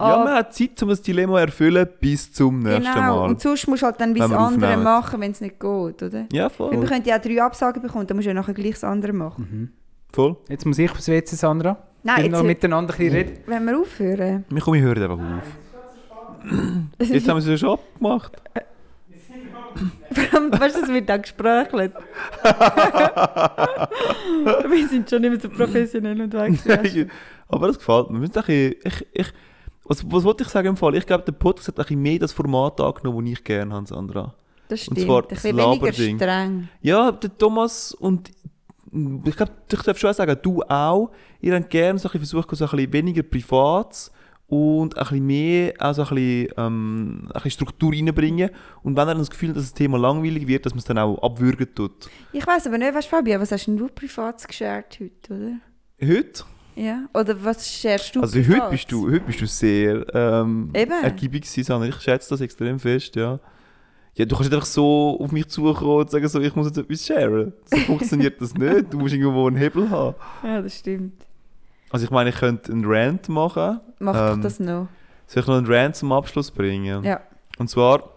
C: Ja, man hat Zeit, um das Dilemma zu erfüllen, bis zum nächsten
E: Ah, genau.
C: Mal.
E: Und sonst musst du halt dann wie
C: Wenn
E: das
C: wir
E: andere
C: aufnehmen.
E: machen, wenn es nicht geht, oder?
C: Ja,
E: Weil man
C: voll.
E: könnte ja auch drei Absagen bekommen, dann musst du ja nachher gleich das andere machen.
C: voll.
D: Mhm. Jetzt muss ich aufs WC, Sandra.
C: Genau,
E: Nein,
D: Wenn wir noch
E: Ah, jetzt
D: miteinander ein bisschen reden.
E: wenn wir aufhören.
C: Wir kommen, wir hören einfach auf. Jetzt haben wir es schon abgemacht.
E: Vor allem, weißt du, es wird dann gesprochelt. wir sind schon nicht mehr so professionell unterwegs. weißt du.
C: Aber das gefällt mir. Wir müssen ein bisschen- Ich, ich, was, was wollte ich sagen im Fall? Ich glaube, der Podcast hat ein bisschen mehr das Format angenommen, das ich gerne habe, Sandra.
E: Das
C: Und
E: stimmt.
C: zwar
E: ein
C: das
E: bisschen weniger
C: Laberding.
E: streng.
C: Ja, der Thomas und ich glaube, ich darf schon auch sagen, du auch. Ihr habt gerne so ein bisschen versucht, so ein bisschen weniger Privats und ein bisschen mehr auch so ein bisschen, ähm, ein bisschen Struktur reinbringen. Und wenn ihr dann das Gefühl habt, dass das Thema langweilig wird, dass man es dann auch abwürgen tut.
E: Ich weiß aber nicht, weißt du, Fabian, was hast denn du privat geshared heute, oder?
C: Heute?
E: Ja, oder was scherst du
C: Also heute
E: privat?
C: bist du, heute bist du sehr ähm,
E: Eben.
C: ergiebig gewesen, Sandra. Ich schätze das extrem fest, ja. Ja, du kannst nicht einfach so auf mich zukommen und sagen, so, ich muss jetzt etwas sharen. So funktioniert das nicht. Du musst irgendwo einen Hebel haben.
E: Ja, das stimmt.
C: Also ich meine, ich könnte einen Rant machen.
E: Mach
C: Ähm,
E: doch das noch.
C: Soll ich noch einen Rant zum Abschluss bringen?
E: Ja.
C: Und zwar,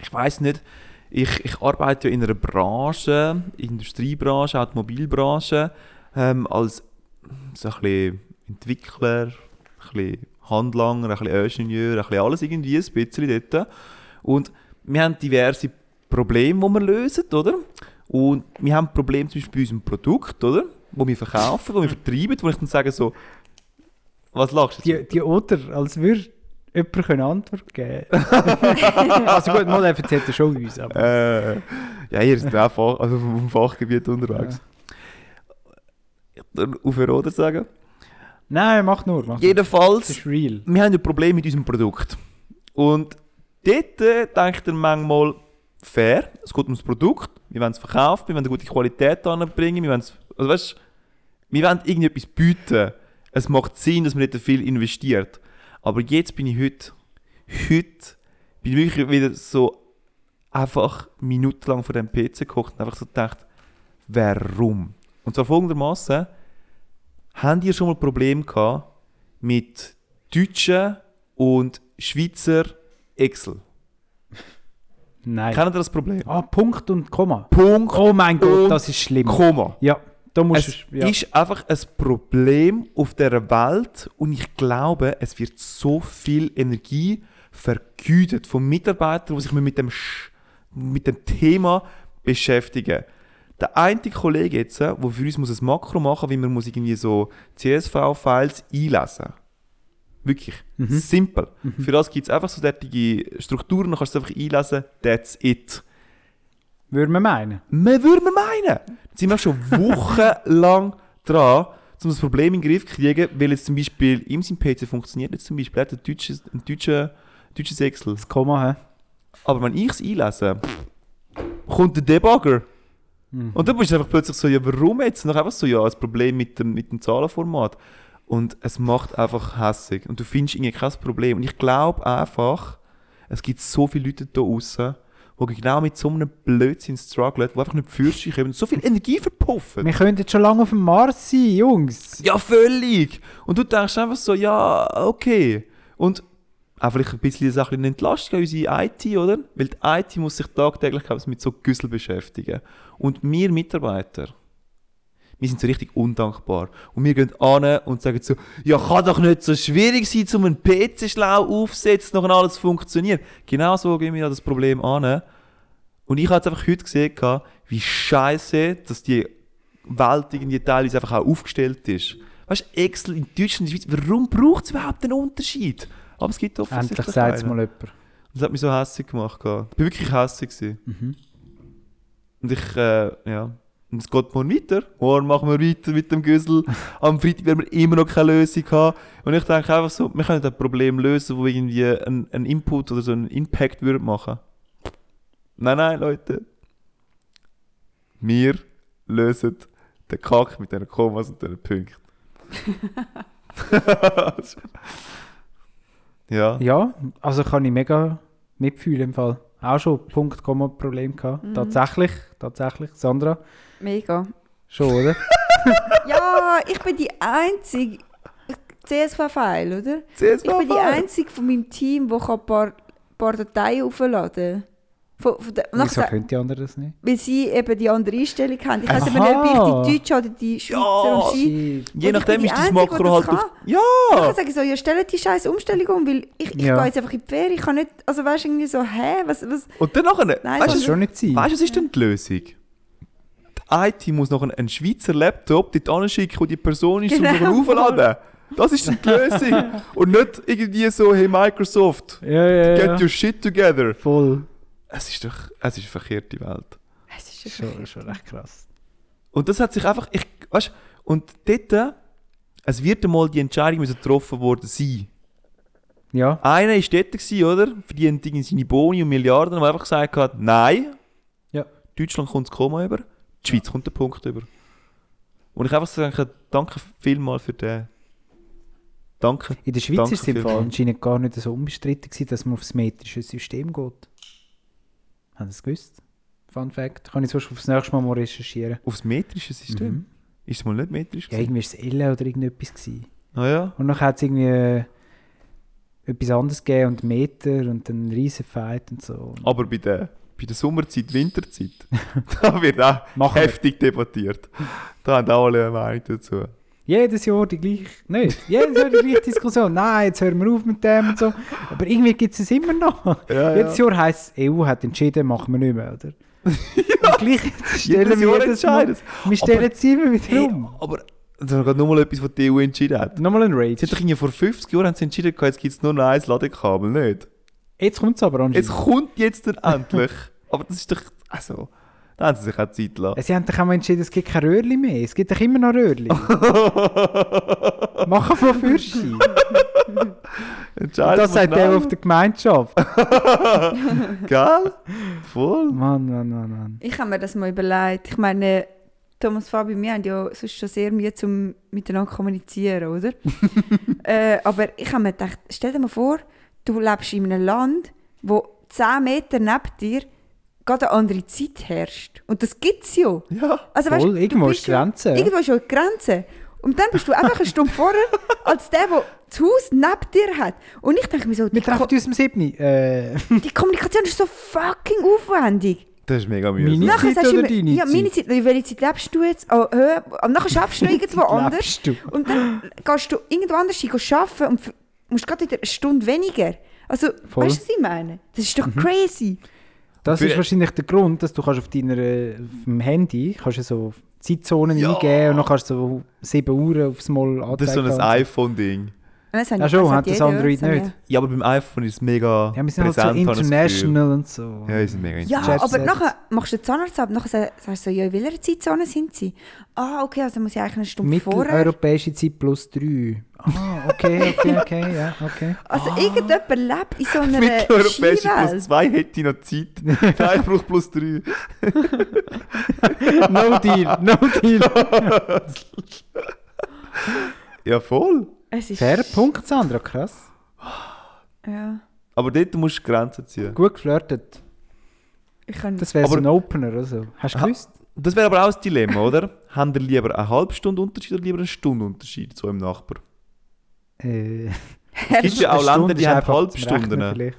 C: ich weiß nicht, ich, ich arbeite ja in einer Branche, Industriebranche, Automobilbranche, ähm, als so ein bisschen Entwickler, ein bisschen Handlanger, ein bisschen Ingenieur, ein bisschen alles irgendwie, ein bisschen dort. Und wir haben diverse Probleme, die wir lösen, oder? Und wir haben Probleme zum Beispiel bei unserem Produkt, oder? Wo wir verkaufen, wo wir vertreiben, wo ich dann sage so, was lachst du? jetzt?
D: Die, die Oder, als würde jemand können Antwort geben Also gut, mal erzählt er schon uns, aber...
C: Äh, ja, hier ist auch Fach, also vom Fachgebiet unterwegs. Ja. Auf ein Oder sagen.
D: Nein, mach nur, mach nur. Das
C: Jedenfalls,
D: ist real.
C: wir haben ein Problem mit unserem Produkt. Und dort äh, denkt er manchmal, fair, es geht ums Produkt, wir wollen es verkaufen, wir wollen eine gute Qualität anbringen, wir wollen es, also weißt, wir wollen irgendetwas bieten. Es macht Sinn, dass man nicht viel investiert. Aber jetzt bin ich heute, heute bin ich wirklich wieder so einfach minutenlang vor dem PC gekocht und einfach so gedacht, warum? Und zwar folgendermaßen: Habt ihr schon mal Probleme gehabt mit deutschen und Schweizer Excel?
D: Nein.
C: Kennt ihr das Problem?
D: Ah, Punkt und Komma.
C: Punkt,
D: Oh mein Gott,
C: Und
D: das ist schlimm.
C: Komma.
D: Ja, da musst
C: Es
D: du... Ja.
C: ist einfach ein Problem auf der Welt und ich glaube, es wird so viel Energie vergeudet von Mitarbeitern, die sich mit dem, Sch mit dem Thema beschäftigen. Der einzige Kollege jetzt, äh, der für uns muss ein Makro machen muss, wie man muss irgendwie so CSV-Files einlesen Wirklich. Simpel. Für das gibt es einfach so derartige Strukturen, dann kannst du es einfach einlesen, that's it.
D: Würde man meinen.
C: Man würde man meinen. Jetzt sind wir schon wochenlang dran, um das Problem in den Griff zu kriegen, weil jetzt zum Beispiel im seinem PC funktioniert jetzt zum Beispiel hat ein deutsches, ein deutscher, deutsches Excel.
D: Das Komma, hä?
C: Aber wenn ich es einlese, kommt der Debugger. Und dann bist du einfach plötzlich so, ja warum jetzt? Noch einfach so, ja, ein Problem mit dem, mit dem Zahlenformat. Und es macht einfach hässig. Und du findest irgendwie kein Problem. Und ich glaube einfach, es gibt so viele Leute da draussen, die genau mit so einem Blödsinn strugglen, die einfach nicht für sich kommen und so viel Energie verpuffen.
D: Wir können jetzt schon lange auf dem Mars sein, Jungs.
C: Ja, völlig! Und du denkst einfach so, ja, okay. Und auch vielleicht ein bisschen das auch ein bisschen entlasten, unsere IT, oder? Weil die IT muss sich tagtäglich glaub ich, mit so Güssel beschäftigen. Und wir Mitarbeiter, wir sind so richtig undankbar. Und wir gehen an und sagen so, ja, kann doch nicht so schwierig sein, um einen PC schlau aufzusetzen, noch alles funktioniert. Genau so gehen wir an das Problem an. Und ich habe jetzt einfach heute gesehen, gehabt, wie scheiße, dass die Welt irgendwie teilweise einfach auch aufgestellt ist. Weißt du, Excel in Deutschland, in der Schweiz, warum braucht es überhaupt einen Unterschied? Aber es gibt offensichtlich
D: Endlich sagt es
C: einen.
D: mal jemand.
C: Das hat mich so hässlich gemacht. gehabt. Ich war wirklich hässlich. gewesen. Und ich, äh, ja. Und es geht morgen weiter. Morgen machen wir weiter mit dem Güssel. Am Freitag werden wir immer noch keine Lösung haben. Und ich denke einfach so, wir können das Problem lösen, wo irgendwie einen, einen Input oder so einen Impact würde machen. Nein, nein, Leute. Wir lösen den Kack mit diesen Kommas und diesen Punkten. ja.
D: Ja, also kann ich mega mitfühlen im Fall. Auch schon Punkt, Komma, Problem gehabt. Tatsächlich, tatsächlich. Sandra,
E: Mega.
D: schon, oder?
E: Ja, ich bin die einzige. CSV-File, oder?
C: CSV
E: Ich bin die
C: fahren.
E: einzige von meinem Team, die ein paar, paar Dateien aufladen kann. Von, von der, und
D: Wieso
E: nachher-
D: können die anderen das nicht?
E: weil sie eben die andere Einstellung haben. Ich weiß aber nicht,
D: Aha.
E: ob ich die Deutsche oder die Schweizer
C: Ja.
E: und Schweizer.
C: Je
E: Und ich
C: nachdem
E: bin die
C: ist das
E: Einzige, die
C: Makro
E: das
C: halt auf.
E: kann.
C: Ja!
E: Ich sage so, ja, stellt die scheiß Umstellung um, weil ich, ich
D: Ja.
E: gehe jetzt einfach in die Ferien. Ich kann nicht, also weißt du, irgendwie so, hä, was, was,
C: Und dann nachher.
E: Nein,
D: Das
C: weißt
D: kann
C: du,
D: schon nicht sein.
C: weißt, du, was ist denn die Lösung? Die IT muss noch einen Schweizer Laptop dort anschicken, wo die Person ist, um
E: Genau.
C: ihn aufzuladen. Das ist dann die Lösung. Und nicht irgendwie so, hey Microsoft,
D: Ja, ja,
C: get
D: ja.
C: your shit together.
D: Voll.
C: Es ist doch, es ist eine verkehrte Welt.
E: es ist schon
D: Schon, schon recht krass.
C: Und das hat sich einfach, ich, weißt, und dort, äh, es wird einmal die Entscheidung müssen getroffen worden sein.
D: Ja,
C: Einer war dort, gewesen, oder? Verdient irgendwie seine Boni und Milliarden, der einfach gesagt hat, nein.
D: Ja.
C: Deutschland kommt das Komma über, die Schweiz kommt der Punkt über. Und ich einfach sagen, danke vielmals für den. Danke.
D: in der Schweiz
C: Danke
D: ist es im
C: vielmals.
D: Fall anscheinend gar nicht so unbestritten gewesen, dass man aufs metrische System geht. Haben Sie es gewusst? Fun Fact. Kann ich sonst aufs nächste Mal mal recherchieren.
C: Aufs metrische System?
D: Mhm.
C: Ist es mal nicht metrisch? Ah
D: Ja,
C: gewesen?
D: irgendwie war es Elle oder irgendetwas. Gewesen.
C: Ah ja.
D: Und dann hat es irgendwie äh, etwas anderes gegeben und Meter und einen riesen Fight und so.
C: Aber bei der, bei der Sommerzeit, Winterzeit, da wird auch
D: Machen wir.
C: heftig debattiert. Da haben auch alle eine Meinung dazu.
D: Jedes Jahr die gleiche, nicht, jedes Jahr die gleiche Diskussion. Nein, jetzt hören wir auf mit dem und so. Aber irgendwie gibt es es immer noch.
C: Ja,
D: Jedes Jahr heisst es, EU hat entschieden, machen wir nicht mehr, oder? ja, gleich
C: jedes
D: stellen wir
C: Jahr
D: jedes Mal,
C: entscheiden's.
D: wir stellen es immer wieder
C: Hey,
D: um.
C: aber das ist gerade nochmal etwas, was die EU entschieden hat.
D: Nochmal ein
C: Sie
D: Rage.
C: hat doch irgendwie vor 50 Jahren haben sie entschieden, gehabt, jetzt gibt es nur noch ein Ladekabel, nicht?
D: Mhm. Jetzt kommt es aber
C: Es
D: anscheinend.
C: kommt jetzt dann endlich. aber das ist doch. Also, da haben sie sich auch Zeit
D: Ja,
C: lassen.
D: Sie haben doch auch mal entschieden, es gibt kein Röhrli mehr. Es gibt doch immer noch Röhrli. Machen wir Fürschi.
C: Entscheidend.
D: Das sagt der auf der Gemeinschaft.
C: Gell? Voll.
D: Mann, Mann, Mann, Mann.
E: Ich habe mir das mal überlegt. Ich meine, Thomas, Fabi, wir haben ja sonst schon sehr Mühe, um miteinander zu kommunizieren, oder? äh, aber ich habe mir gedacht, stell dir mal vor, du lebst in einem Land, wo 10 Meter neben dir gerade eine andere Zeit herrscht. Und das gibt es ja.
C: Ja.
E: Also,
D: Voll,
E: du
D: irgendwo
E: bist
D: ist
E: schon-
D: Grenze, ja.
E: Irgendwo ist schon die Grenze. Und dann bist du einfach eine Stunde vorher als der, der das Haus neben dir hat. Und ich denke mir so, die,
D: Wir treffen
E: Ko
D: uns am 7. Äh,
E: die Kommunikation ist so fucking aufwendig.
C: Das ist mega mühsam.
D: Meine-
E: Nachher
D: Zeit
E: sagst du
D: oder
E: immer,
D: deine
E: ja, nou, meine Zeit, in welcher Zeit lebst du jetzt? Oh, hä? Und nachher schaffst du noch irgendwo
D: Zeit
E: anders.
D: lebst du.
E: Und dann gehst du irgendwo anders hin, gehst arbeiten und f- musst gerade wieder eine Stunde weniger. Also,
D: Voll.
E: weißt du, was ich meine? Das ist doch
D: Mhm.
E: crazy.
D: das
C: Für-
D: ist wahrscheinlich der Grund, dass du kannst auf, deiner, äh, auf dem Handy kannst du so Zeitzonen
C: Ja.
D: eingeben und dann kannst du so 7 Uhr aufs Mal anzeigen.
C: Das ist so ein
D: lassen.
C: iPhone-Ding.
E: Nein, das haben-
D: Ja, schon, hat das
E: jeder,
D: Android
E: haben ja-
D: nicht.
C: Ja, aber beim iPhone ist es mega.
D: Ja, wir sind halt so
C: präsent, habe ich das
D: international und so.
C: Gefühl. Ja, wir sind mega
E: Ja,
D: Jet
E: aber
D: Set.
E: nachher machst du den Zahnarzt ab, nachher sa- sagst du so, ja, in welcher Zeitzone sind sie? Ah, okay, also muss ich eigentlich eine Stunde vorher.
D: Mitteleuropäische Zeit plus 3. Ah, okay, okay, okay, ja, okay.
E: Also irgendjemand lebt in so
D: äh,
E: einer
C: Mitteleuropäische plus
E: Skiwelt.
C: 2 hätte ich noch Zeit. Nein, ich brauche plus 3.
D: No deal, no deal.
C: Ja, voll.
E: Es ist...
D: Fair Punkt, Sandra, krass.
E: Ja,
C: Aber dort musst du Grenzen ziehen.
D: Gut geflirtet.
E: ich kann...
D: Das wäre so
C: Aber-
D: ein Opener oder so. Hast du
C: Aha.
D: gewusst?
C: Das wäre aber auch ein Dilemma, oder? Haben wir lieber eine halbe Stunde Unterschied oder lieber eine Stunde Unterschied zu einem Nachbar?
D: Äh,
C: Es gibt ja auch
D: eine Stunde
C: Länder, die
D: ist
C: haben
D: einfach zum Rechnen
C: Halbstunden.
D: vielleicht.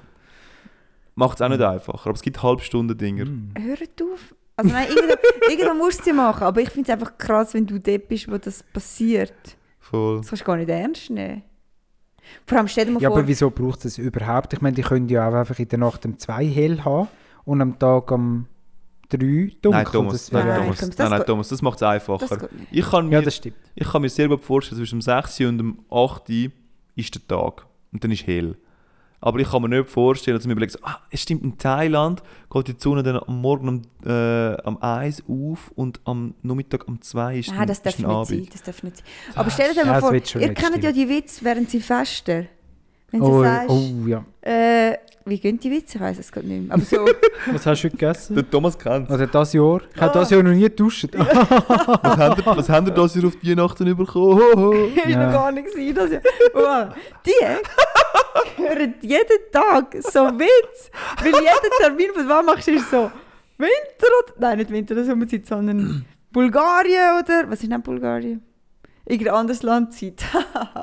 C: Macht es auch nicht einfacher, aber es gibt Halbstunden-Dinger.
D: Hm.
E: Hört auf. Also nein, irgendwo, irgendwo musst du sie machen, aber ich finde es einfach krass, wenn du dort bist, wo das passiert.
C: Voll.
E: Das kannst du gar nicht ernst nehmen. Vor allem stell dir mal
D: Ja,
E: vor,
D: aber wieso braucht es das überhaupt? Ich meine, die können ja auch einfach in der Nacht um 2 hell haben und am Tag um 3 dunkel.
C: Nein, Thomas,
D: Das
C: nein,
D: wäre-
E: Nein,
C: Thomas,
E: Thomas, das
C: nein, nein,
E: geht-
C: Thomas, das macht es
E: das
C: einfacher.
E: geht nicht.
C: Ich kann,
D: Ja,
C: mir,
D: das stimmt.
C: ich kann mir sehr gut vorstellen, zwischen dem 6 und dem 8 Uhr ist der Tag und dann ist hell. Aber ich kann mir nicht vorstellen, dass ich mir überlege, so, ah, es stimmt, in Thailand geht die Sonne dann am Morgen um, äh, am 1 auf und am Nachmittag um 2 ist
E: Nein,
C: ein-
E: Ah, das
C: ist
E: darf
C: ein
E: nicht sein,
C: Abend.
E: das darf nicht sein. Aber stell dir
D: Ja,
E: mal
D: das
E: vor, ihr
D: wird schon
E: kennt
D: nicht
E: ja die Witze, während sie fester. Wenn du
D: Oh,
E: sagst,
D: oh, ja.
E: äh, wie gehen die Witze? Ich weiß es gerade nicht mehr. Aber so,
D: Was hast du heute gegessen?
C: Der Thomas kennt
D: Oder Also das Jahr? Ich habe das Jahr noch nie geduscht.
C: Was habt ihr, was habt ihr das hier auf die Weihnachten bekommen? Hoho.
E: das ist
D: Ja.
E: noch gar nicht sein. Das ja. wow. Die hören jeden Tag so Witz. Weil jeden Termin, den du machst, ist so Winter oder... Nein, nicht Winter oder Sommerzeit, sondern Bulgarien oder... Was ist denn Bulgarien? Irgendein anderes Landzeit.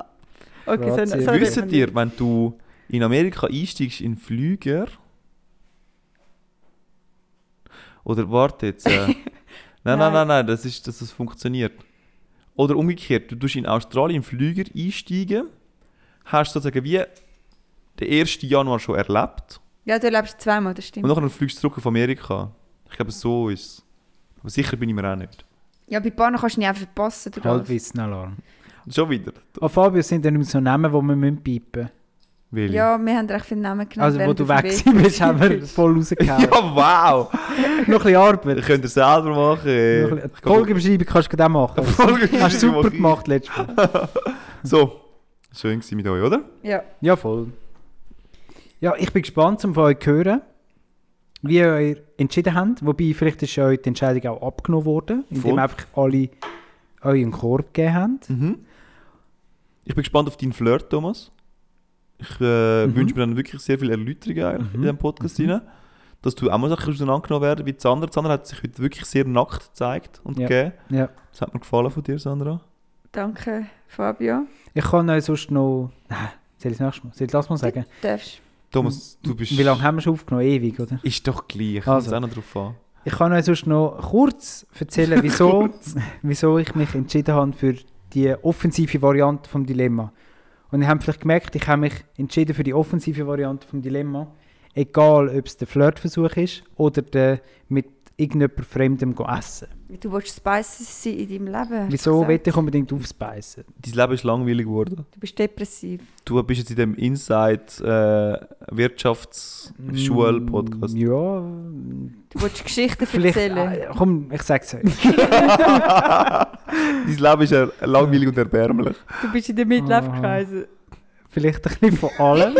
E: okay, so,
D: Kroatien.
E: so
C: Wisst ihr, wenn du in Amerika einsteigst in Flüger. Oder warte jetzt. Äh. nein, nein, nein,
E: Nein.
C: nein, das ist, dass das funktioniert. Oder umgekehrt, du tust in Australien in Flüger einsteigen, hast sozusagen wie den 1. Januar schon erlebt
E: Ja, du lebst zweimal, das
C: und
E: stimmt.
C: nachher fliegst du zurück auf Amerika. Ich glaube, so ist es. Aber sicher bin ich mir auch nicht.
E: Ja, bei Bahnen kannst du nicht einfach verpassen. Du darfst.
D: Halbwissen-Alarm.
C: Schon wieder.
D: Oh, Fabio, es sind dann so Namen, die wir müssen piepen müssen.
C: Willi.
E: Ja, wir haben recht viele Namen genannt.
D: Also, wo
E: während
D: du weg
E: auf dem Weg
D: bist, haben wir voll rausgehauen.
C: ja wow!
D: Noch ein bisschen Arbeit.
C: Das könnt ihr selber machen.
D: Noch
C: ey.
D: ein bisschen- Die Folgebeschreibung kannst du gerade auch machen.
C: äh, Folgebeschreibung
D: Hast du
C: mache
D: super
C: ich.
D: gemacht letztes Mal.
C: So, schön gewesen mit euch, oder?
E: Ja.
D: Ja, voll. Ja, ich bin gespannt, um von euch zu hören, wie ihr euch entschieden habt. Wobei, vielleicht ist euch die Entscheidung auch abgenommen worden, indem
C: Voll.
D: einfach alle euren Korb gegeben haben.
C: Ich bin gespannt auf deinen Flirt, Thomas. Ich äh,
D: Mhm.
C: wünsche mir dann wirklich sehr viel Erläuterung eigentlich in
D: Mhm.
C: diesem Podcast rein. Dass du auch mal Sachen auseinandergenommen werden wie die Sandra. Die Sandra hat sich heute wirklich sehr nackt gezeigt und
D: Ja.
C: gegeben.
D: Ja.
C: Das hat mir gefallen von dir, Sandra.
E: Danke, Fabio.
D: Ich kann euch sonst noch... Nein, Soll ich das nächste Mal? Soll ich das mal sagen?
E: Du darfst.
C: Thomas, du bist...
D: Wie lange haben wir schon aufgenommen? Ewig, oder?
C: Ist doch gleich, kommt
D: Also.
C: es auch noch drauf an.
D: Ich kann euch sonst noch kurz erzählen, wieso, wieso ich mich entschieden habe für die offensive Variante vom Dilemma. Und ihr habt vielleicht gemerkt, ich habe mich entschieden für die offensive Variante vom Dilemma. Egal, ob es der Flirtversuch ist oder der mit irgendjemand Fremdem go essen.
E: Du willst Spices sein in deinem Leben. hast du
D: Wieso
E: gesagt.
D: will ich unbedingt aufspeisen?
C: Dein Leben ist langweilig geworden.
E: Du bist depressiv.
C: Du bist jetzt in dem äh, Inside-Wirtschaftsschul-Podcast.
D: Mm, Ja, mm,
E: Du willst Geschichten
D: vielleicht.
E: erzählen.
D: Ah, komm, ich sag's euch.
C: Dein Leben ist er- langweilig und erbärmlich.
E: Du bist in der
D: Ah.
E: Midlife-Kreise.
D: Vielleicht ein bisschen von allem.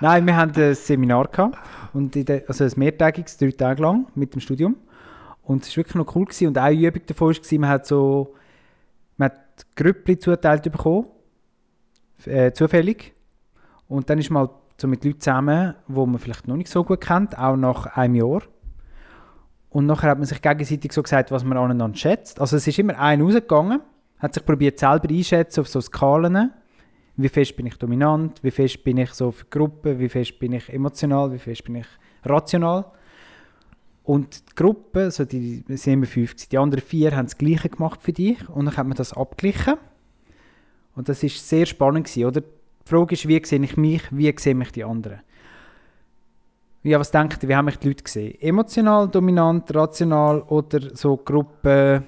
D: Nein, wir hatten ein Seminar gehabt, und in der, also ein mehrtägiges, drei Tage lang mit dem Studium. Und es war wirklich noch cool. Gewesen. Und eine Übung davon war, man hat so man hat Grüppli zugeteilt bekommen, f- äh, zufällig. Und dann ist man halt so mit Leuten zusammen, die man vielleicht noch nicht so gut kennt, auch nach einem Jahr. Und nachher hat man sich gegenseitig so gesagt, was man aneinander schätzt. Also es ist immer einer rausgegangen, hat sich probiert selber einschätzen auf so Skalen wie fest bin ich dominant, wie fest bin ich so für die Gruppe, wie fest bin ich emotional, wie fest bin ich rational. Und die Gruppe, so die es sind immer fünf, gewesen, die anderen vier haben das Gleiche gemacht für dich und dann hat man das abgeglichen. Und das ist sehr spannend gewesen, oder? Die Frage ist, wie sehe ich mich, wie sehen mich die anderen? Ja, was denkt ihr, wie haben mich die Leute gesehen? Emotional, dominant, rational oder so Gruppe...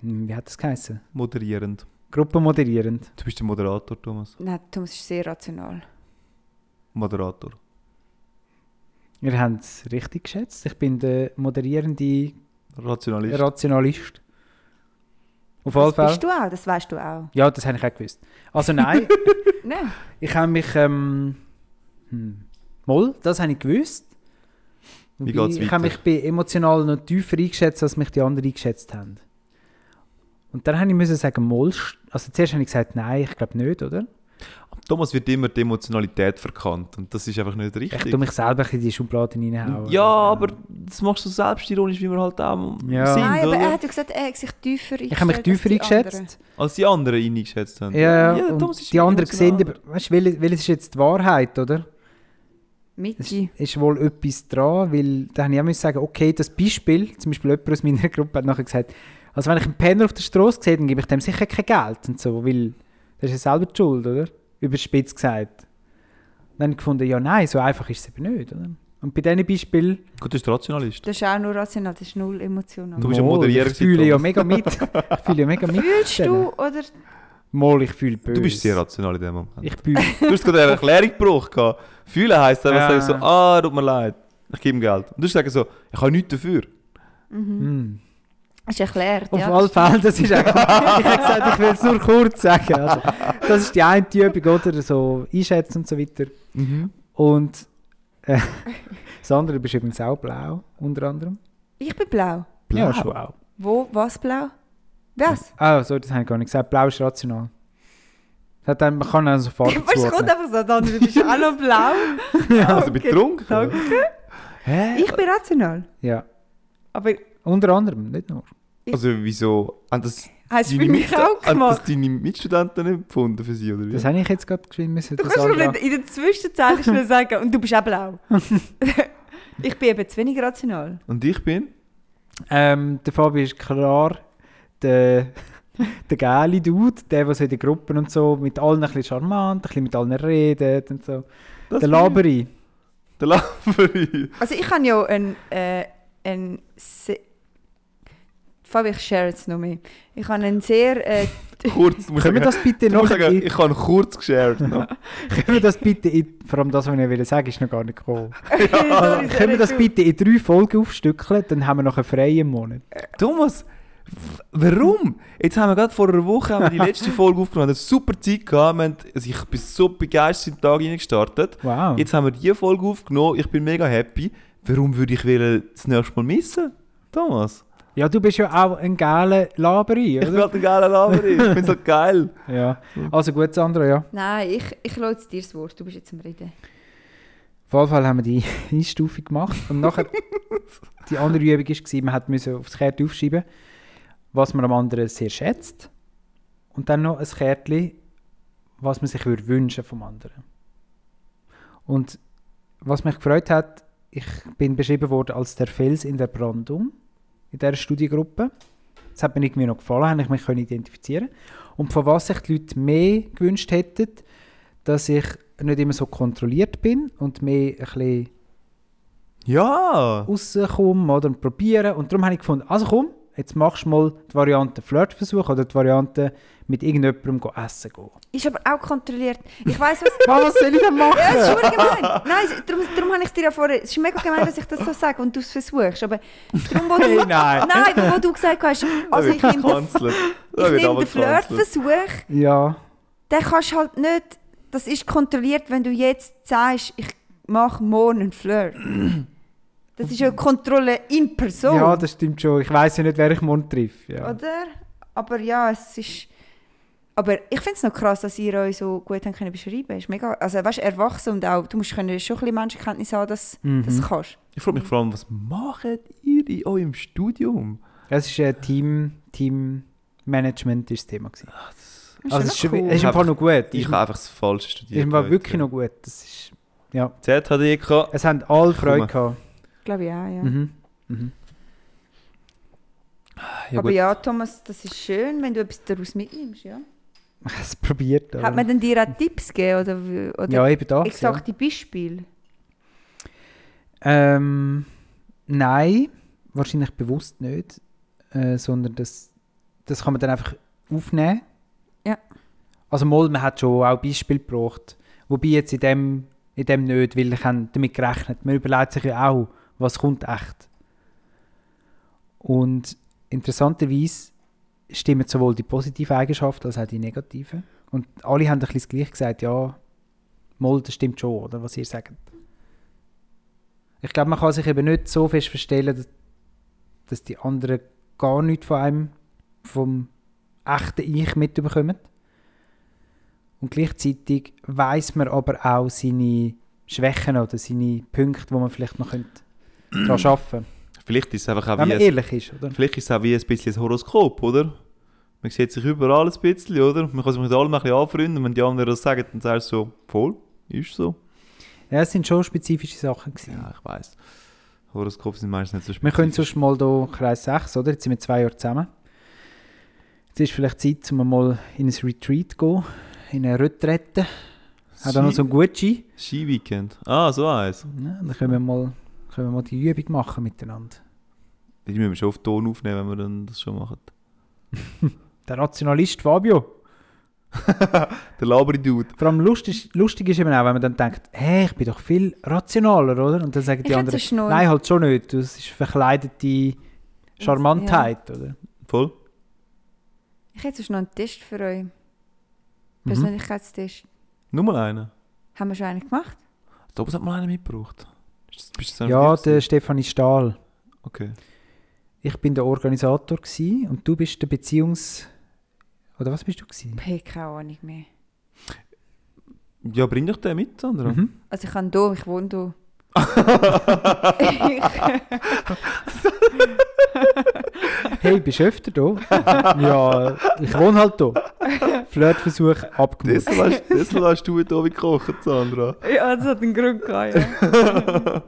D: Hm, Wie hat das geheißen?
C: Moderierend.
D: Gruppe moderierend.
C: Du bist der Moderator, Thomas.
E: Nein, Thomas ist sehr rational.
C: Moderator.
D: Ihr habt es richtig geschätzt. Ich bin der moderierende
C: Rationalist.
D: Rationalist. Auf alle
E: das
D: Fälle.
E: bist du auch, das weißt du auch.
D: Ja, das habe ich auch gewusst. Also nein,
E: Nein.
D: ich habe mich. Ähm, hm, Moll, das habe ich gewusst.
C: Wie
D: Wobei,
C: geht's
D: ich habe mich
C: weiter?
D: bei emotional noch tiefer eingeschätzt, als mich die anderen eingeschätzt haben. Und dann habe ich müssen sagen, Moll. st- Also zuerst habe ich gesagt, nein, ich glaube nicht, oder?
C: Thomas wird immer die Emotionalität verkannt und das ist einfach nicht
D: Ich
C: richtig.
D: tue mich selber ein bisschen in die Schublade reinhauen.
C: ja, aber das machst du selbstironisch, wie wir halt auch
D: Ja.
C: sind,
E: Nein, aber er
C: oder?
E: hat ja gesagt, er hat sich tiefer eingeschätzt.
D: Ich habe mich tiefer
E: als die anderen.
D: eingeschätzt.
C: Als die anderen ihn eingeschätzt haben.
D: Ja,
C: Ja,
D: und
C: Thomas ist
D: die anderen sehen,
C: emotionaler.
D: weißt du, wel- welches ist jetzt die Wahrheit, oder? Es
E: Michi.
D: ist wohl etwas dran, weil da habe ich auch müssen sagen, okay, das Beispiel, zum Beispiel jemand aus meiner Gruppe hat nachher gesagt, also wenn ich einen Penner auf der Straße sehe, dann gebe ich dem sicher kein Geld und so, weil das ist ja selber die Schuld, oder? Überspitzt gesagt. Dann habe ich gefunden, ja nein, so einfach ist es eben nicht, oder? Und bei diesen Beispielen,
C: Gut, du bist Rationalist.
E: Das ist auch nur rational, das ist null emotional.
C: Du bist ein
D: Mal,
C: Moderierer
D: ich fühle
C: gewesen,
D: ja
C: Thomas.
D: mega mit. Ich fühle ja mega mit.
E: Fühlst du oder
D: Mal, ich fühle böse.
C: Du bist sehr rational in dem Moment.
D: Ich bin
C: Du hast gerade eine Erklärung gebraucht. gehabt. Fühlen heisst einfach
D: Ja.
C: sagen so, ah, tut mir leid, ich gebe ihm Geld. Und du sagst so, ich habe nichts dafür.
D: Hm.
E: ist erklärt?
D: Auf
E: ja,
D: alle Fälle, das ist eigentlich. ich habe gesagt, ich will es nur kurz sagen. Also, das ist die eine Übung, oder? So einschätzen und so weiter. Und äh, das andere bist übrigens auch blau, unter anderem.
E: Ich bin blau.
D: Ja, schon auch.
E: Wo? Was blau? Was?
D: Ah, so, das habe ich gar nicht gesagt. Blau ist rational. Das hat dann, man kann also Farbe
E: Was kommt
D: zuordnen.
E: einfach so, dann du bist auch noch blau.
C: Also betrunken.
E: Danke.
C: Hä?
E: Ich bin rational.
D: Ja,
E: Aber
D: unter anderem, nicht nur.
C: Also wieso? Haben das,
E: hast du für mich
C: Mit-
E: auch
C: haben das
E: gemacht?
C: deine Mitstudenten nicht gefunden für sie, oder wie?
D: Das habe ich jetzt gerade geschrieben müssen.
E: Du
D: das
E: kannst doch
D: anfangen.
E: nicht in der Zwischenzeit schnell sagen, und du bist auch blau. ich bin eben zu wenig rational.
C: Und ich bin?
D: Ähm, der Fabi ist klar der, der geile Dude, der, der so in den Gruppen und so mit allen ein bisschen charmant, ein bisschen mit allen redet und so.
C: Das
D: der
C: bin ich.
D: Laberi.
C: Der Laferi.
E: Also ich habe ja ein... Äh, ein se- Fabi, ich share jetzt noch mehr. Ich habe einen sehr... Äh,
C: Kurz. du musst
D: Können
C: sagen-
D: wir das bitte
C: du musst
D: noch
C: sagen,
D: in,
C: ich habe kurz geshared. noch.
D: können wir das bitte in, vor allem das, was ich will sagen, ist noch gar nicht gekommen.
E: sorry,
D: können wir das
E: sorry,
D: bitte in drei Folgen aufstückeln, dann haben wir noch einen freien Monat.
C: Thomas, w- warum? Jetzt haben wir gerade vor einer Woche haben wir die letzte Folge aufgenommen, wir hatten eine super Zeit gehabt, wir haben, also ich bin so begeistert in den Tag reingestartet.
D: Wow.
C: Jetzt haben wir diese Folge aufgenommen, ich bin mega happy. Warum würde ich wollen, das nächste Mal missen? Thomas,
D: Ja, du bist ja auch ein geiler Laberi,
C: ich bin
D: oder?
C: halt ein geiler Laber, ich finde es halt geil.
D: Ja. Also gut, Sandra, ja.
E: Nein, ich, ich lasse jetzt dir das Wort, du bist jetzt am Reden.
D: Auf jeden Fall haben wir die Einstufung gemacht. Und nachher, die andere Übung war, man hat müssen auf das Kärtchen aufschreiben, was man am anderen sehr schätzt. Und dann noch ein Kärtchen, was man sich würde wünschen vom anderen. Und was mich gefreut hat, ich bin beschrieben worden als der Fels in der Brandung in dieser Studiengruppe. Das hat mir irgendwie noch gefallen, habe ich mich können identifizieren Und von was sich die Leute mehr gewünscht hätten, dass ich nicht immer so kontrolliert bin und mehr ein bisschen
C: Ja!
D: rauskommen oder und probieren. Und darum habe ich gefunden, also komm, jetzt machst du mal die Variante Flirtversuch oder die Variante mit irgendjemandem go essen gehen.
E: Ist aber auch kontrolliert. Ich weiß was.
D: Was soll ich denn machen?
E: Ja, das ist verdammt gemein. Nein, es- darum, darum habe ich es dir ja vorher... Es ist mega gemein, dass ich das so sage und du es versuchst, aber darum, wo du...
D: Hey, nein.
E: Nein, aber wo du gesagt hast,
C: Da
E: also
C: wird
E: ich nehme den,
C: gecancelt. Da wird
E: ich nehme den
C: alles gecancelt.
E: Flirtversuch,
D: Ja,
E: den kannst du halt nicht... Das ist kontrolliert, wenn du jetzt sagst, ich mache morgen einen Flirt. Das ist ja Kontrolle in Person,
D: ja, das stimmt schon. Ich weiß ja nicht, wer ich morgen treffe. Ja.
E: oder? Aber ja, es ist... Aber ich finde es noch krass, dass ihr euch so gut haben können beschreiben könnt. Ist mega... Also weißt, erwachsen und auch... Du musst können schon ein bisschen Menschenkenntnis haben, dass du
D: Mhm.
E: das kannst.
C: Ich frage mich vor allem, was macht ihr in eurem Studium?
D: Es ist ein Team, Team Management ist das Thema gewesen.
E: Ist
D: Also
E: ja
D: es ist,
E: noch cool.
D: es ist im Fall noch gut.
C: Ich
D: Ich
C: habe einfach das Falsche studiert.
D: war
C: Leute.
D: wirklich noch gut. Das ist, ja.
C: ZHDK.
D: Es haben alle Freude
C: Komm.
D: gehabt.
E: Glaube ich auch, ja.
D: Mhm. Mhm.
C: Ja,
E: aber
C: gut.
E: ja, Thomas, das ist schön, wenn du etwas daraus mitnimmst, ja.
D: Es probiert.
E: Hat
D: Aber.
E: man denn dir auch Tipps gegeben oder, wie- oder
D: Ja, eben da.
E: exakte Beispiele?
D: Ähm, nein, wahrscheinlich bewusst nicht, äh, sondern das, das kann man dann einfach aufnehmen.
E: Ja.
D: Also mal, man hat schon auch Beispiele gebraucht, wobei jetzt in dem, in dem nicht, weil ich habe damit gerechnet. Man überlegt sich ja auch, was kommt echt. Und interessanterweise stimmen sowohl die positiven Eigenschaften als auch die negativen. Und alle haben ein bisschen das Gleiche gesagt, ja, mal, das stimmt schon, oder was ihr sagt. Ich glaube, man kann sich eben nicht so fest verstellen, dass, dass die anderen gar nichts von einem, vom echten Ich mitbekommen. Und gleichzeitig weiß man aber auch seine Schwächen oder seine Punkte, wo man vielleicht noch könnte daran arbeiten
C: Vielleicht ist es einfach auch
D: könnte. Wenn
C: wie
D: man
C: ein,
D: ehrlich ist, oder?
C: vielleicht ist es auch wie ein bisschen ein Horoskop, oder? Man sieht sich überall ein bisschen, oder? Man kann sich mit allem ein bisschen anfreunden. Und wenn die anderen das sagen, dann sagst du so, voll, ist so.
D: Ja, es sind schon spezifische Sachen. Gewesen.
C: Ja, ich weiss. Horoskope sind meistens nicht so
D: Wir können
C: spezifisch.
D: sonst mal hier Kreis 6, oder? Jetzt sind wir zwei Jahre zusammen. Jetzt ist vielleicht Zeit, um mal in ein Retreat zu gehen, in eine Retrette. Hat da noch so einen Gucci.
C: Ski-Weekend. Ah, so eins.
D: Ja, dann können wir, mal, können wir mal die Übung machen miteinander.
C: Die müssen wir schon auf Ton aufnehmen, wenn wir dann das schon machen.
D: Der Rationalist Fabio.
C: Der Labri-Dude.
D: Vor allem lustig, lustig ist eben auch, wenn man dann denkt, hey, ich bin doch viel rationaler, oder? Und dann sagen die
E: ich hätte
D: anderen,
E: so Schnurren.
D: nein, halt schon nicht. Das ist verkleidete Charmantheit, oder?
C: Voll.
E: Ich hätte sonst noch einen Test für euch.
D: Mhm.
E: Persönlichkeitstest.
C: Nur mal einen.
E: Haben wir schon einen gemacht?
C: Da hat mal einen mitgebracht. Ist das- Bist du das
D: Ja,
C: einfach du?
D: der Stefanie Stahl.
C: Okay.
D: Ich bin der Organisator gsi und du bist der Beziehungs... Oder was bist du gsi?
E: Ich keine Ahnung mehr.
C: Ja, bring doch den mit, Sandra.
D: Mhm.
E: Also ich kann hier, ich wohne hier.
D: Hey, bist du öfter da? ja, ich wohne halt da. Flirtversuch
C: Das
D: abgemacht.
C: lässt, das lässt du heute Abend kochen, Sandra.
E: Ja, das hat einen Grund gehabt, ja.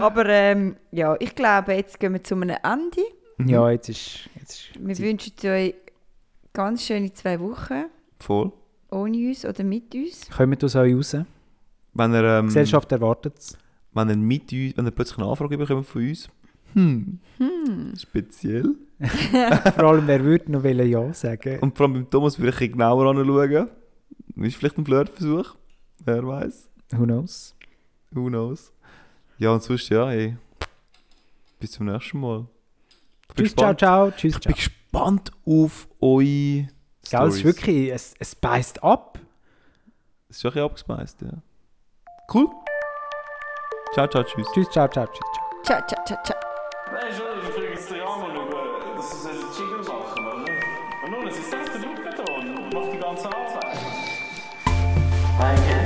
E: Aber ähm, ja, ich glaube, jetzt gehen wir zu einem Ende.
D: Ja, jetzt ist... Jetzt ist
E: Wir
D: Zeit.
E: wünschen euch ganz schöne zwei Wochen.
C: Voll.
E: Ohne uns oder mit uns.
D: Kommt aus euch raus.
C: Wenn er, ähm,
D: Gesellschaft erwartet es.
C: wenn er mit uns, wenn er plötzlich eine Anfrage bekommt von uns, hm,
E: Hm.
C: speziell.
D: Vor allem, wer würde noch wollen Ja sagen?
C: Und vor allem beim Thomas würde ich ein bisschen genauer anschauen. Ist vielleicht ein Flirtversuch. Wer weiß.
D: Who knows?
C: Who knows. Ja, und sonst, ja, ey. Bis zum nächsten Mal. Ich bin
D: Tschüss, ciao,
C: gespannt,
D: ciao. Tschüss,
C: ich bin
D: ciao.
C: gespannt auf eure
D: Gell, es
C: Stories.
D: ist wirklich... Es, es beißt ab.
C: Es ist schon ein bisschen abgespeist, ja. Cool. Ciao, ciao, tschüss.
D: Tschüss, ciao, ciao, tschüss, ciao.
E: Ciao, ciao, ciao, ciao.
A: Weißt du, ich kriege jetzt den Jammer über, dass es einen Jingle machen, oder? Und nun, es ist das der Luftbeton und macht die ganze Arbeit.
B: I can't
A: eh,